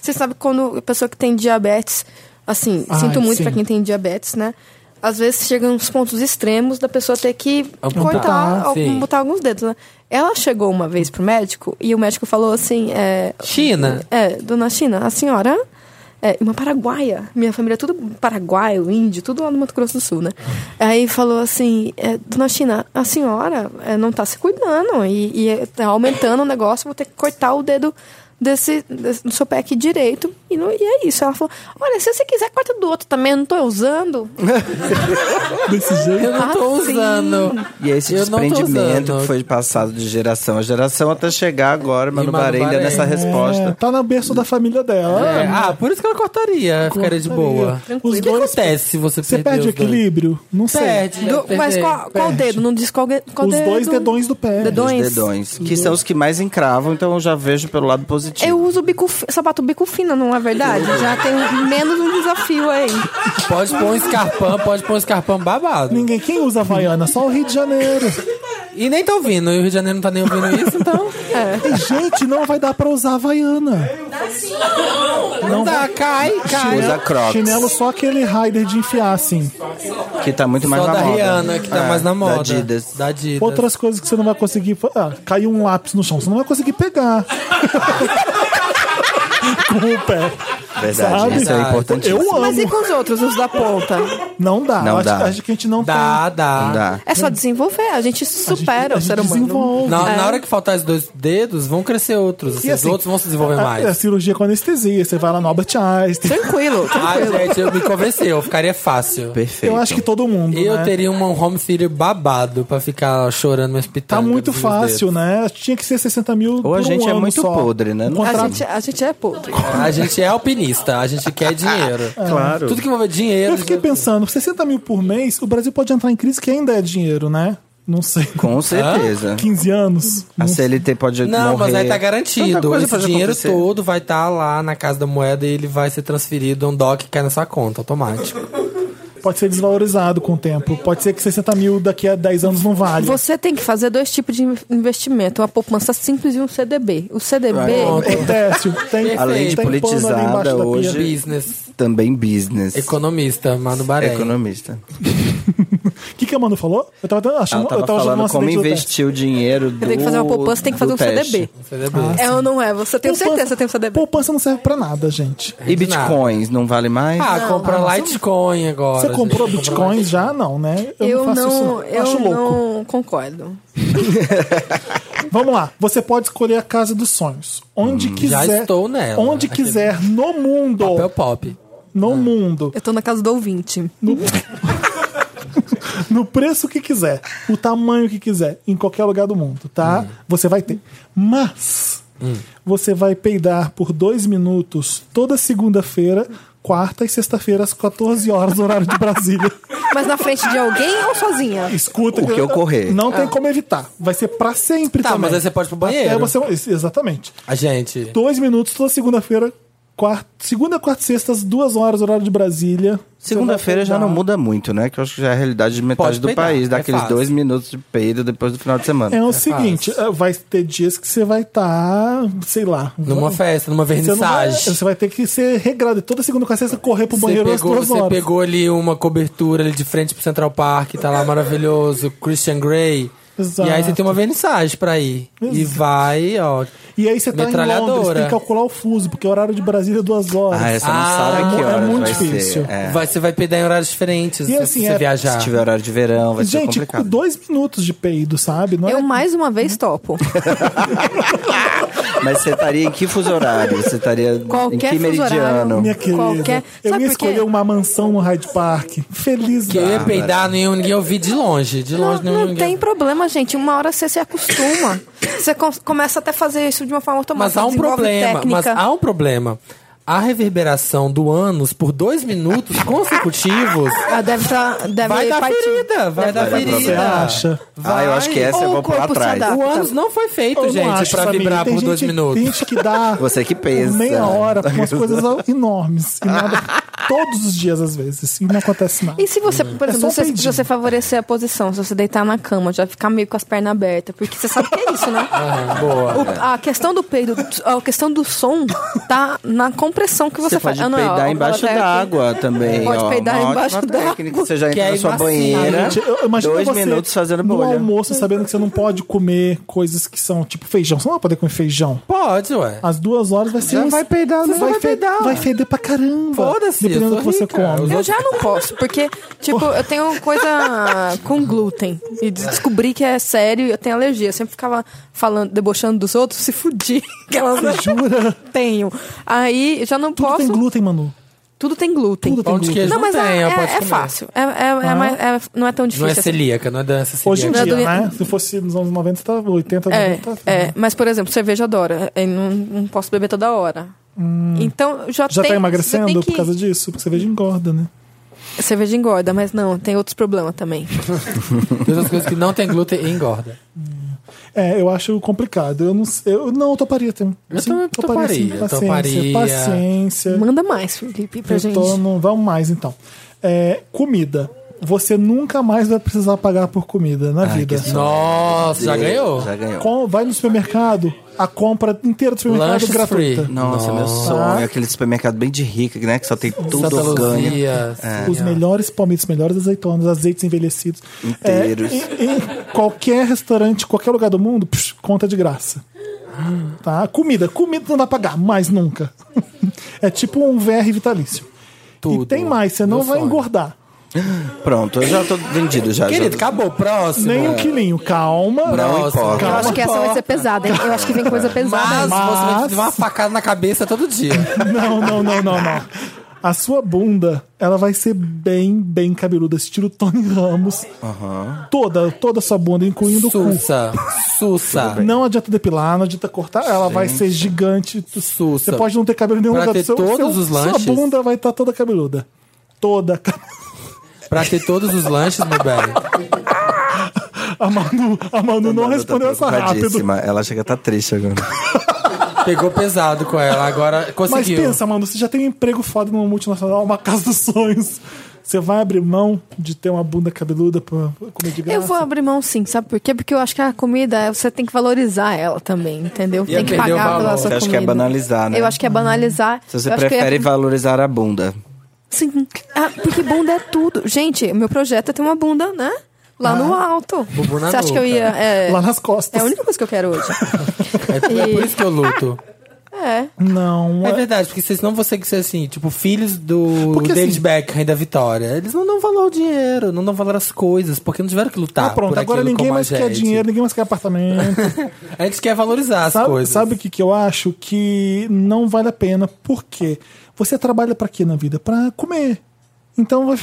S3: Você sabe quando a pessoa que tem diabetes, assim,
S1: Ai,
S3: sinto muito
S1: sim.
S3: pra quem tem diabetes, né? Às vezes chegam uns pontos extremos da pessoa ter que
S2: Amputar.
S3: cortar, algum-
S2: Sim.
S3: botar alguns dedos, né? Ela chegou uma vez pro médico e o médico falou assim: é,
S2: China.
S3: é, dona China, a senhora é uma paraguaia. Minha família é tudo paraguaio, índio, tudo lá no Mato Grosso do Sul, né? Aí falou assim, é, dona China, a senhora é, não tá se cuidando e, e é, tá aumentando o negócio, vou ter que cortar o dedo desse, desse- do seu pé aqui direito. E, não, e é isso. Ela falou, olha, se você quiser, corta do outro também, eu não tô usando.
S1: Desse jeito.
S2: Eu não tô
S3: Ah, sim.
S2: usando.
S4: E é esse
S2: Eu não tô
S4: desprendimento
S2: usando.
S4: que foi passado de geração a geração até chegar agora,
S2: Manu
S4: mano, Bahrein, ainda
S2: Bahrein.
S4: nessa
S1: É,
S4: resposta.
S1: tá no berço da família dela.
S2: É, ah, por isso que ela cortaria. Ficaria de boa.
S1: Tranquilo.
S2: O que acontece se você,
S1: Você
S2: perder
S1: perde o
S2: os dois?
S1: equilíbrio? Não sei.
S2: Perde.
S3: Do-
S2: deve
S3: mas
S2: perder.
S3: qual, qual dedo? Não diz qual, ge- qual
S1: Os
S3: dedo.
S1: dois dedões do pé.
S3: Dedões.
S4: Os dedões. Que são os que mais encravam, então eu já vejo pelo lado positivo.
S3: Eu uso bico, fi- sapato bico fino, não é verdade? Já tem menos um desafio aí.
S2: Pode pôr um escarpão, pode pôr um escarpão babado.
S1: Ninguém. Quem usa Havaiana? Só o Rio de Janeiro.
S2: E nem tá ouvindo, e o Rio de Janeiro não tá nem ouvindo isso, então.
S1: E, gente, não vai dar pra usar Havaiana.
S2: Não dá, cai, cai.
S4: Usa Crocs,
S1: Chinelo só aquele rider de enfiar, assim.
S4: que tá muito mais
S2: Só
S4: na
S2: da
S4: moda.
S2: Rihanna, que tá
S4: É,
S2: mais na moda.
S4: Da Adidas.
S2: Da Adidas.
S1: Outras coisas que você não vai conseguir. Ah, caiu um lápis no chão, você não vai conseguir pegar. Com o pé.
S4: Verdade,
S1: Sabe?
S4: isso é importante.
S1: Eu amo.
S3: Mas e com os outros, os da ponta?
S1: Não dá.
S4: Não
S1: acho,
S4: dá.
S1: acho que a gente não
S2: Dá, dá.
S4: Dá.
S3: É só desenvolver, a gente
S1: tem.
S3: supera
S1: a gente
S3: o ser humano.
S1: desenvolve.
S2: Na, na hora que faltar os dois dedos, vão crescer outros. assim, os
S1: assim,
S2: outros vão se desenvolver
S1: A, a
S2: mais.
S1: cirurgia com anestesia, você vai lá no Albert Einstein.
S3: Tranquilo,
S1: Ah,
S2: Ai,
S3: tranquilo.
S2: gente, eu me convenceu, ficaria fácil.
S4: Perfeito.
S1: Eu acho que todo mundo.
S2: Eu
S1: né?
S2: teria um home theater babado pra ficar chorando no hospital.
S1: Tá muito fácil, né? Tinha que ser 60 mil por
S4: Ou a gente
S1: um
S4: é
S1: ano
S4: muito
S1: só.
S4: podre, né?
S1: Um
S4: Não
S1: contrato-
S3: a, gente, a gente é podre.
S2: A gente é alpinista, a gente quer dinheiro.
S4: Claro.
S2: Tudo que envolve dinheiro.
S1: Eu fiquei pensando, 60 mil por mês, o Brasil pode entrar em crise que ainda é dinheiro, né? Não sei.
S4: Com certeza.
S1: 15 anos?
S4: A
S3: Tá
S1: Não sei.
S4: CLT pode
S2: Não,
S4: morrer.
S2: mas aí tá
S4: Tanta
S2: garantido.
S4: coisa
S2: Esse
S4: pode
S2: dinheiro
S4: acontecer.
S2: todo vai estar lá na Casa da Moeda e ele vai ser transferido a um DOC que cai na sua conta, automático.
S1: Pode ser desvalorizado com o tempo. Pode ser que 60 mil daqui a 10 anos não valha.
S3: Você tem que fazer dois tipos de investimento: uma poupança simples e um CDB. O CDB.
S1: Ô, Décio, tem,
S4: Além de
S1: tem pano ali
S4: politizada
S1: embaixo da pia.
S4: hoje.
S2: Business.
S4: Também business.
S2: Economista, Mano Bahrein.
S4: Economista.
S1: O que, que a Manu falou? Eu tava achando,
S4: Ela tava
S1: eu tava achando um
S4: falando como
S1: acidente do
S4: investir o dinheiro do.
S3: Você tem que fazer uma poupança, tem que fazer
S4: do
S3: um
S4: teste.
S3: CDB.
S2: CDB.
S3: É ou não é? Você tem
S1: teste.
S3: certeza que tem um CDB?
S1: Poupança não serve pra nada, gente.
S4: E bitcoins, não vale mais?
S2: Ah, compra Litecoin agora.
S1: Você
S2: gente.
S1: comprou
S2: Compra
S1: bitcoins já? Não, né? Eu,
S3: Eu
S1: não faço isso.
S3: não,
S1: Não.
S3: eu
S1: Acho louco.
S3: não concordo.
S1: Vamos lá. Você pode escolher a casa dos sonhos. Onde quiser.
S2: Hum, já estou nela.
S1: Onde quiser, no mundo.
S2: Papel Ah. pop.
S1: No mundo.
S3: Eu tô na casa do ouvinte.
S1: No preço que quiser, o tamanho que quiser, em qualquer lugar do mundo, tá? Você vai ter. Mas você vai peidar por dois minutos toda segunda-feira, quarta e sexta-feira, às 14 horas, horário de Brasília.
S3: Mas na frente de alguém ou sozinha?
S1: Escuta.
S4: O que ocorrer.
S1: Não tem como evitar. Vai ser pra sempre
S2: Tá,
S1: também. É,
S2: mas aí você pode ir pro
S1: Até
S2: banheiro.
S1: você- Exatamente.
S2: A gente.
S1: Dois minutos toda segunda-feira, quarta- segunda, quarta e sexta, às duas horas, horário de Brasília.
S4: Segunda-feira já não muda muito, né? Que eu acho que já é a realidade de metade
S2: Pode
S4: do
S2: peidar,
S4: país,
S2: é
S4: daqueles
S2: fácil. um
S4: dois minutos de peido depois do final de semana.
S1: É o seguinte, eh, vai ter dias que você vai estar, sei lá. um
S2: Numa festa, numa
S1: você, não vai,
S2: vernissagem.
S1: você vai ter que ser regrado. E Toda segunda, quarta e sexta, correr pro
S2: Você
S1: banheiro às
S2: pegou,
S1: duas
S2: você
S1: horas.
S2: pegou ali uma cobertura ali de frente pro Central Park, tá lá maravilhoso, Christian Grey.
S1: Exato.
S2: E aí você tem uma vernissagem pra ir. E vai, ó.
S1: E aí você tá em Londres,
S2: Metralhadora.
S1: tem que calcular o fuso, porque o horário de Brasília é duas horas.
S4: Ah, essa
S2: Ah,
S4: não
S2: é
S4: sabe
S2: mu-
S4: que
S2: é
S4: horas
S1: muito
S4: vai
S1: difícil.
S4: ser. É.
S2: Vai, você vai peidar em horários diferentes
S1: E
S2: se
S1: assim,
S2: você
S1: é-
S2: viajar.
S4: Se tiver horário de verão, vai ser
S1: Gente,
S4: complicado.
S1: dois minutos de peido, sabe? Não é-
S3: Eu mais uma vez topo.
S4: Mas você estaria em que fuso horário? Você estaria em
S3: Qualquer
S4: que
S3: fuso
S4: meridiano?
S3: horário.
S1: Minha querida,
S3: Qualquer-
S1: eu
S3: Sabe
S1: ia
S3: por quê?
S1: escolher uma mansão no Hyde Park. Feliz
S2: Que eu
S1: da-
S2: ia peidar, não
S4: né?
S2: ia ninguém ouvir de longe. De
S3: Não,
S2: longe não,
S3: não
S2: ninguém.
S3: tem problema, gente. Uma hora você se acostuma. Você com- começa até a fazer isso de uma forma automática.
S2: Mas há um
S3: desenvolve
S2: problema. Mas
S3: técnica.
S2: há um problema. A reverberação do ânus por dois minutos consecutivos
S3: Ah, deve tá, deve
S2: um- vai dar
S3: partir.
S2: ferida. Vai dar
S4: dar
S2: ferida.
S1: É Você acha?
S4: Ah, eu acho que essa eu
S3: Ou
S4: vou
S3: o
S4: pular
S3: corpo se
S4: atrás.
S3: adapta.
S2: O ânus não foi feito,
S1: Eu não
S2: gente,
S1: acho,
S2: pra
S1: Samir.
S2: vibrar
S1: Tem
S2: por dois
S1: gente-
S2: minutos.
S1: Tem gente que dá
S4: Você que pensa.
S1: meia hora com umas coisas enormes. E nada, todos os dias, às vezes. E não acontece nada.
S3: E se você,
S2: É
S3: por
S1: só
S3: exemplo,
S1: um
S3: se você,
S1: peidinho.
S3: se você favorecer a posição, se você deitar na cama, já ficar meio com as pernas abertas, porque você sabe que é isso, né?
S2: boa.
S3: O- a questão do peido, a questão do som tá na compressão que você,
S4: Você
S3: faz.
S4: pode
S3: Ah, não,
S4: peidar
S3: ó,
S4: embaixo
S3: ela tá aqui.
S4: d'água também.
S3: Pode
S4: ó,
S3: peidar
S4: uma ótima
S3: embaixo d'água.
S4: técnica. Você já
S2: Que
S4: entra
S2: é
S4: na sua
S2: macia,
S4: banheira,
S1: Gente, eu imagino
S4: dois
S1: você
S4: minutos fazendo
S1: no
S4: bolha.
S1: almoço, sabendo que você não pode comer coisas que são tipo feijão. Você não vai poder comer feijão.
S2: Pode, ué.
S1: Às duas horas vai ser.
S4: Já
S1: um-
S4: vai peidar,
S1: Você
S4: né?
S1: só Vai,
S4: Vai
S1: fe-
S4: peidar.
S1: vai feder pra caramba.
S2: Foda-se, eu
S1: Dependendo
S2: sou
S1: do que você
S2: rica.
S1: come.
S3: Eu já não posso, porque, tipo, eu tenho coisa com glúten. E des- descobri que é sério e eu tenho alergia. Eu sempre ficava falando, debochando dos outros, se fudir. Que elas não
S1: Jura?
S3: tenho. Aí eu já não
S1: Tudo
S3: posso.
S1: tem glúten, Manu.
S3: Tudo tem glúten.
S1: Tudo tem
S2: Pão de
S1: glúten.
S2: queijo
S3: Não,
S2: não,
S3: mas
S2: tem,
S3: é,
S2: eu
S3: é-
S2: posso
S3: é
S2: comer.
S3: fácil. É, é- é mais- é- não é tão difícil.
S2: Não é
S3: assim.
S2: celíaca, não é dança celíaca.
S1: Hoje em
S3: Não é
S1: dia,
S3: do-
S1: né? Se fosse nos anos 90, tá 80,
S3: É,
S1: 90, tá-
S3: é, mas por exemplo, cerveja adora. Eu não, não posso beber toda hora. Então já,
S1: Hum. Já
S3: tem,
S1: tá
S3: já tem
S1: emagrecendo
S3: que-
S1: por causa disso? Porque cerveja engorda, né?
S3: Cerveja engorda, mas não, tem outros problemas também.
S2: Tem outras coisas que não tem glúten e engorda.
S1: É, eu acho complicado. Eu não sei- eu não eu toparia tem.
S2: Eu também
S1: sim.
S2: toparia,
S1: Paciência,
S2: toparia.
S1: paciência.
S3: Manda mais, Felipe, pra
S1: Eu
S3: gente.
S1: tô no- vamos mais então. É, comida. Você nunca mais vai precisar pagar por comida na vida.
S2: Nossa, já ganhou?
S4: Já ganhou.
S1: Com- vai no supermercado, a compra inteira do supermercado é
S2: Lanches
S1: gratuita.
S2: free.
S4: Nossa, meu sonho. É aquele supermercado bem de rico, né? Que só tem tudo É.
S2: Santa
S4: orgânico.
S2: Luzia. sim,
S1: Os
S2: ó.
S1: melhores palmitos, os melhores azeitonas, azeites envelhecidos.
S4: Inteiros.
S1: É, em, em qualquer restaurante, qualquer lugar do mundo, psh, conta de graça. Tá? Comida. Comida não dá pra pagar, mais nunca. é tipo um VR vitalício.
S2: Tudo.
S1: E tem mais, você não
S2: Meu
S1: vai
S2: sonho.
S1: engordar.
S4: Pronto, eu já tô vendido já.
S2: Querido,
S4: já...
S2: acabou. Próximo.
S1: Nem um quilinho. Calma.
S4: Não
S2: Nossa,
S4: importa.
S3: Eu
S2: calma.
S3: acho que essa vai ser pesada, hein? Eu acho que vem coisa pesada.
S2: Mas,
S3: aí.
S1: é Mas-
S2: você vai te dar uma facada na cabeça todo dia.
S1: Não, não, não, não, não. A sua bunda, ela vai ser bem, bem cabeluda, estilo Tony Ramos. Toda, toda a sua bunda, incluindo o cu.
S2: Sussa. Sussa.
S1: Não adianta depilar, não adianta cortar, ela vai ser gigante.
S2: Sussa.
S1: Você pode não ter cabelo em nenhum
S2: Pra
S1: lugar
S2: ter
S1: do seu,
S2: todos
S1: seu-
S2: os lanches?
S1: Sua bunda vai estar toda cabeluda. Toda. ca-
S2: Pra ter todos os lanches, meu bem.
S1: A Manu, a Manu não
S4: Ela tá
S1: respondeu essa rápido.
S4: preocupadíssima. Ela chega a tá triste agora.
S2: Pegou pesado com ela. Agora
S1: Mas
S2: conseguiu.
S1: pensa, Manu, você já tem um emprego foda numa multinacional, uma casa dos sonhos. Você vai abrir mão de ter uma bunda cabeluda pra comer de graça?
S3: Eu vou abrir mão sim, sabe por quê? Porque eu acho que a comida, você tem que valorizar ela também, entendeu?
S2: Ia
S3: Tem que
S2: perder o
S3: pagar pela
S2: valor.
S3: sua
S4: Você
S3: comida.
S4: acha que é banalizar, né?
S3: Eu acho que é banalizar.
S4: Se você
S3: Eu acho que é- eu ia-
S4: prefere valorizar a bunda.
S3: Sim. Ah, porque bunda é tudo. Gente, meu projeto é ter uma bunda, né? Lá no alto.
S2: Bubu na
S3: Você acha que eu
S2: nuca.
S3: ia. É,
S1: Lá nas costas.
S3: é a única coisa que eu quero hoje.
S2: É, é por isso que eu luto.
S3: É.
S1: Não,
S2: É
S1: é-
S2: verdade, porque senão você que ser assim, tipo, filhos do
S1: Porque,
S2: David
S1: assim-
S2: Beckham e da Vitória, eles não dão valor ao dinheiro, não dão valor às coisas, porque não tiveram que lutar.
S1: Ah, pronto,
S2: tá, por
S1: agora
S2: aquilo
S1: ninguém
S2: como a
S1: mais quer
S2: gente.
S1: dinheiro, ninguém mais quer apartamento.
S2: A gente quer valorizar as
S1: sabe,
S2: coisas.
S1: sabe o que, que eu acho? Que não vale a pena. Por quê? Você trabalha pra quê na vida? Pra comer. Então vai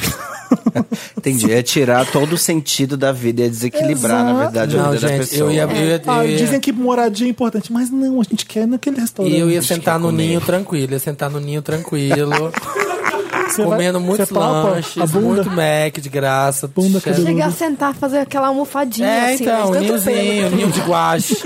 S4: Entendi. É tirar todo o sentido da vida e é desequilibrar,
S1: Exato.
S4: na verdade, a
S2: Não,
S4: vida da
S2: gente,
S4: pessoa.
S2: eu ia, eu ia, eu
S1: Ah,
S2: ia-
S1: dizem que moradia é importante, mas não, a gente quer ir naquele restaurante.
S2: e eu ia sentar no
S4: comer.
S2: ninho tranquilo, ia sentar no ninho tranquilo,
S1: Você vai-
S2: comendo muitos
S1: você topa a
S2: lanches,
S1: bunda.
S2: muito Mac de graça.
S1: Bunda
S2: chefe.
S1: cabeluda.
S3: Chegar a sentar, fazer aquela almofadinha
S2: É,
S3: assim,
S2: então,
S3: mas tanto
S2: ninhozinho,
S3: pelo.
S2: ninho de guache.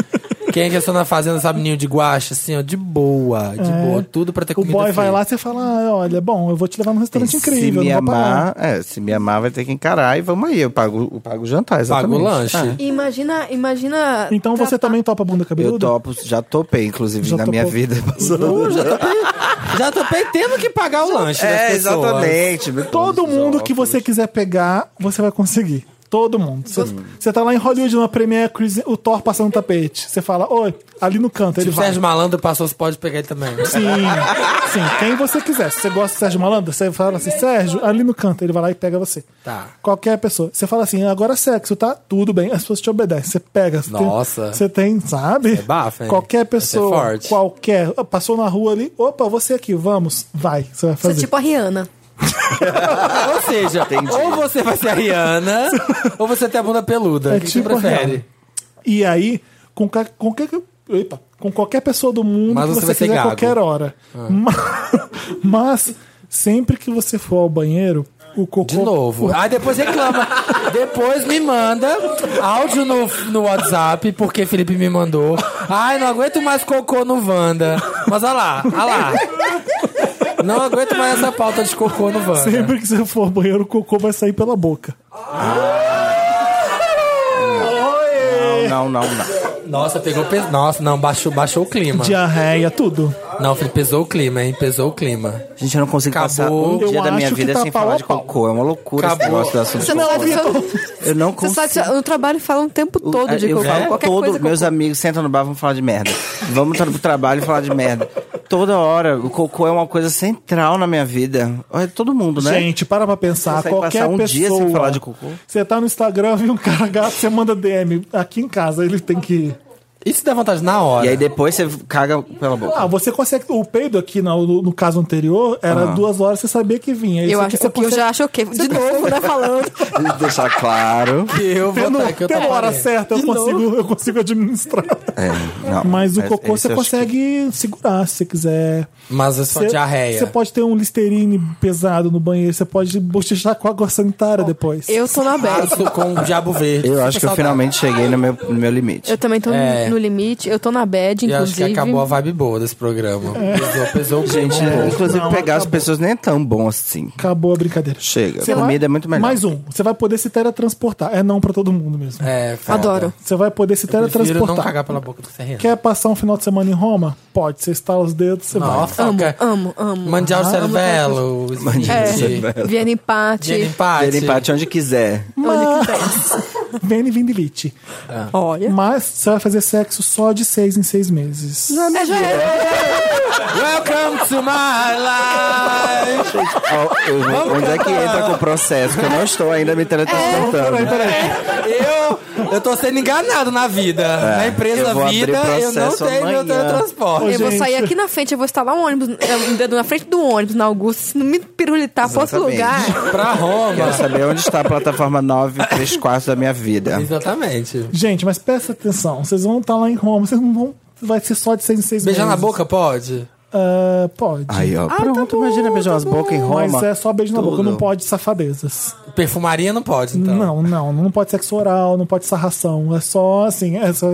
S2: Quem é que só na fazenda sabe ninho de guache, assim, ó, de boa, de
S1: É.
S2: boa, tudo pra ter
S1: O
S2: comida.
S1: boy vai
S2: fresca.
S1: lá e você fala: ah, olha, bom, eu vou te levar num restaurante
S4: se
S1: Então, é incrível,
S4: me
S1: não vou parar.
S4: amar, é, se me amar, vai ter que encarar e vamos aí. Eu pago, eu pago o jantar, exatamente.
S2: Paga o lanche.
S4: Ah,
S3: Imagina, imagina.
S1: Então você
S3: tratar-
S1: também topa a bunda cabeluda?
S4: eu topo, já topei, inclusive,
S1: Já
S4: na minha
S1: topou.
S4: vida.
S2: Eu já tô, já tô bem tendo que pagar o lanche. das
S4: É,
S2: pessoas.
S4: exatamente.
S1: Todo mundo que você quiser pegar, você vai conseguir. Todo mundo. Você- Você tá lá em Hollywood, numa Premiere, Chris- o Thor passando tapete. Você fala, oi, ali no canto, ele
S2: Se o
S1: vai.
S2: Sérgio Malandro passou, você pode pegar ele também.
S1: Sim, sim, quem você quiser. Se você gosta do Sérgio Malandro, você fala assim, Sérgio, ali no canto, ele vai lá e pega você.
S2: Tá.
S1: Qualquer pessoa. Você fala assim, agora é sexo, tá? Tudo bem, as pessoas te obedecem. Você pega. Você tem-
S2: Nossa.
S1: você tem, sabe? É
S2: bafo, hein?
S1: Qualquer
S2: Vai ser
S1: pessoa,
S2: forte.
S1: qualquer. Passou na rua ali, opa, você aqui, vamos, vai. Você vai
S3: Você é
S1: fazer.
S3: tipo a Rihanna.
S2: Ou seja, ou você vai ser a Rihanna, ou você tem a bunda peluda.
S1: É
S2: Quem
S1: tipo
S2: você prefere?
S1: real. E aí, com, ca- com, que- epa, com qualquer pessoa do mundo
S2: Mas
S1: que
S2: você
S1: você,
S2: vai ser
S1: quiser a
S2: gago.
S1: qualquer hora.
S4: Ah.
S1: Ma- Mas, sempre que você for ao banheiro, o cocô.
S2: De novo. Aí depois reclama. depois me manda áudio no, no WhatsApp, porque Felipe me mandou. Ai, não aguento mais cocô no Wanda. Mas olha lá, olha lá. Não aguento mais essa pauta de cocô no
S4: né?
S2: Wanda.
S1: Sempre que você for ao banheiro, o cocô vai sair pela boca.
S4: Não, não, não.
S2: Nossa, pegou peso. Nossa, não, baixou, baixou o clima.
S1: Diarreia, tudo.
S4: Ah.
S2: Não, Felipe, pesou o clima, hein? Pesou o clima.
S4: Gente, eu não consigo
S2: Acabou.
S4: passar um
S1: Eu
S4: dia da minha
S1: acho que
S4: vida
S1: tá
S4: sem
S1: pau
S4: falar
S1: a
S4: de
S1: pau.
S4: cocô. É uma loucura esse
S2: Acabou.
S4: negócio do assunto.
S3: Você não, sabe,
S4: Eu não
S3: você
S4: consigo.
S3: sabe,
S1: é
S3: que no trabalho fala um tempo todo de
S4: é, eu
S3: cocô.
S4: falo
S3: Qualquer
S4: todo,
S3: coisa,
S4: meus amigos sentam no bar vamos falar de merda. Vamos tra- pro trabalho e falar de merda. Toda hora, o cocô é uma coisa central na minha vida. Olha, todo mundo, né?
S1: Gente, para pra pensar.
S4: Consegue
S1: Qualquer
S4: passar um dia
S1: pessoa.
S4: sem falar de cocô?
S1: Você tá no Instagram, viu um cara gato, você manda DM. Aqui em casa, ele tem que.
S2: Isso dá vontade na hora.
S4: E aí depois você caga pela boca.
S1: Ah, você consegue. O peido aqui no, no caso anterior era
S4: Ah.
S1: duas horas, você sabia que vinha. Isso
S3: eu,
S1: aqui
S3: acho,
S1: tipo você
S3: que eu
S1: consegue-
S3: já acho ok. De novo, né, falando.
S4: Deixar claro.
S2: eu vou
S1: Tendo,
S2: tá, que eu
S1: tendo a hora
S2: taparei.
S1: certa, eu consigo, eu consigo administrar.
S4: É, não.
S1: Mas o
S4: Mas
S1: cocô
S4: esse
S1: você
S4: eu acho
S1: consegue segurar se você quiser.
S2: Mas é só
S1: Você-
S2: diarreia.
S1: Você pode ter um listerine pesado no banheiro, você pode bochechar com água sanitária depois.
S3: Eu tô na bad.
S2: Arço com o diabo verde.
S4: Eu
S2: Super
S4: acho que eu
S2: saudável.
S4: finalmente cheguei no meu, no meu limite.
S3: Eu também tô
S2: É.
S3: no limite. Eu tô na bad,
S2: E acho que
S3: inclusive.
S2: acabou a vibe boa desse programa.
S1: É.
S2: Pesou, pesou o clima.
S4: Gente, né?
S2: um pouco.
S4: inclusive
S1: não,
S4: pegar as
S1: acabou.
S4: pessoas nem é tão bom assim.
S1: Acabou a brincadeira.
S4: Chega,
S1: Você
S4: comida
S1: vai-
S4: é muito melhor.
S1: Mais um. Você vai poder se teletransportar. É não pra todo mundo mesmo.
S2: É, foda.
S3: Adoro.
S1: Você vai poder se
S2: Prefiro não
S1: teletransportar.
S2: cagar pela boca do que ser renda.
S1: Quer passar um final de semana em Roma? Pode. Você estala os dedos, você vai.
S2: Nossa,
S3: Amo,
S2: cara.
S3: amo, amo.
S2: Mandiar
S1: Ah,
S2: o cervelo, o
S1: é.
S4: Mandiar
S3: o
S2: esguinche,
S3: Viena empate.
S2: dinheiro empate.
S4: Ter é empate onde quiser.
S1: Vene Vindilite.
S2: Ah.
S3: Olha.
S1: Mas você vai fazer sexo só de seis em seis meses.
S3: É, já é.
S2: Welcome to my life.
S4: Ó, eu- onde é que entra com o processo? Que eu não estou ainda me
S1: É,
S4: teletransportando.
S2: Eu, eu tô sendo enganado na vida. na
S4: É, eu
S2: empresa
S4: vou abrir
S2: vida, eu não
S4: processo
S2: tenho meu
S4: amanhã.
S2: teletransporte.
S1: Ô,
S3: Eu vou
S1: gente.
S3: sair aqui na frente, eu vou instalar um ônibus, é, um dedo na frente do ônibus, na Augusta, se não me pirulitar pra outro lugar.
S4: Exatamente.
S2: Pra Roma.
S4: Quero saber onde está a plataforma 934 da minha vida.
S2: Exatamente.
S1: Gente, mas presta atenção. Vocês vão estar lá em Roma, vocês não vão. Vai ser só de seis em seis
S2: Beijar na
S1: meses.
S2: boca pode?
S1: Ah, pode.
S4: Aí, ó. pronto, imagina beijar as bocas em Roma.
S1: mas é só beijo na boca,
S4: Tudo.
S1: não pode safadezas.
S2: Perfumaria não pode, então.
S1: Não, não, não pode sexo oral, não pode sarração. É só assim, é só.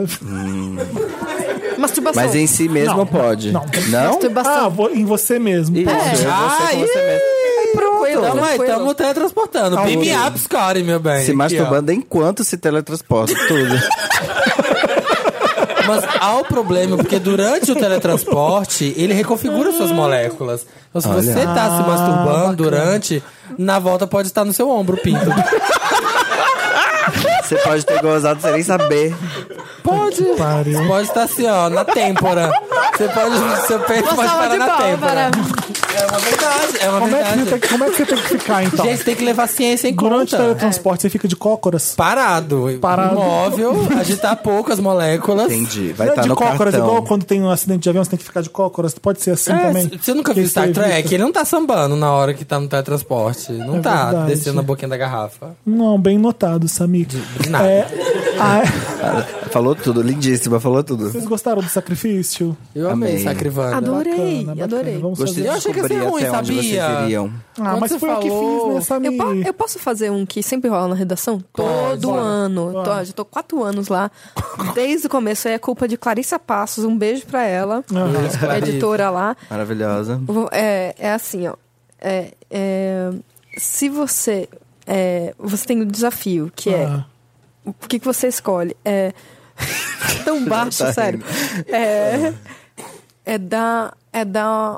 S3: Masturbação.
S4: Mas em si mesmo
S1: Não,
S4: pode.
S1: não.
S4: Não?
S1: Ah,
S3: Masturbação.
S1: vo- em você mesmo.
S4: Isso,
S3: É.
S4: eu vou ser com
S2: Ai,
S4: você mesmo.
S2: Tranquilo, tamo aí,
S3: tranquilo.
S2: tamo teletransportando.
S1: Tá
S2: Beam me up, Scotty, meu bem.
S4: Se
S2: Aqui,
S4: masturbando enquanto se teletransporta. Tudo.
S2: ó. Mas há o problema, porque durante o teletransporte, ele reconfigura suas moléculas. Então, se
S4: Olha.
S2: você tá se
S1: Ah,
S2: masturbando durante, na volta pode estar no seu ombro, o pinto.
S4: Você pode ter gozado sem nem saber.
S2: Pode.
S1: Pariu.
S2: Pode estar assim, ó, na têmpora. Você pode, seu peito
S3: Uma
S2: pode
S3: salva
S2: parar
S3: de né?
S2: na têmpora.
S3: pálvora.
S2: É uma verdade, é uma
S1: Como é, que você
S2: verdade.
S1: tem, que- como é que você tem que ficar então?
S2: Gente, tem que levar a ciência em
S1: Durante
S2: conta.
S1: o teletransporte, você fica de cócoras.
S2: Parado,
S1: Parado.
S2: imóvel, agitar pouco as moléculas.
S4: Entendi. Vai
S1: Não é
S4: estar
S1: de
S4: no
S1: cócoras,
S4: cartão.
S1: igual quando tem um acidente de avião, você tem que ficar de cócoras. Pode ser assim
S2: É,
S1: também.
S2: c- Você nunca viu
S1: Isso
S2: Star
S1: evita.
S2: Trek? Ele não tá sambando na hora que tá no teletransporte. Não
S1: É
S2: tá
S1: verdade.
S2: descendo a boquinha da garrafa.
S1: É. Não, bem notado, Samir.
S2: De nada.
S1: É, a-
S4: falou tudo, lindíssima, falou tudo.
S1: Vocês gostaram do sacrifício?
S2: Eu amei,
S4: Amei.
S2: Sacrivanda.
S3: Adorei,
S1: Bacana, bacana.
S3: adorei.
S1: Vamos
S4: Gostei de
S1: fazer.
S2: Eu achei que ia ser
S4: descobrir
S2: ruim,
S4: até onde vocês
S2: sabia?
S4: iriam.
S1: Ah,
S2: Quando
S1: mas
S2: você
S1: foi o que
S2: falou-
S1: fiz nessa
S3: Eu, po-
S1: minha.
S3: eu posso fazer um que sempre rola na redação? Todo
S2: bora.
S3: ano.
S1: Bora.
S3: Tô, ó, já tô quatro anos lá. Desde o começo. Aí é culpa de Clarissa Passos. Um beijo pra ela,
S1: Ah,
S3: É
S2: Clarissa.
S3: editora lá.
S4: Maravilhosa.
S3: Vou- É, é assim, ó. É, é, se você. é, você tem um desafio, que é.
S1: Ah,
S3: O que, que você escolhe? É. tão baixo,
S4: Tá Ah.
S3: sério. É. É dar. É dar.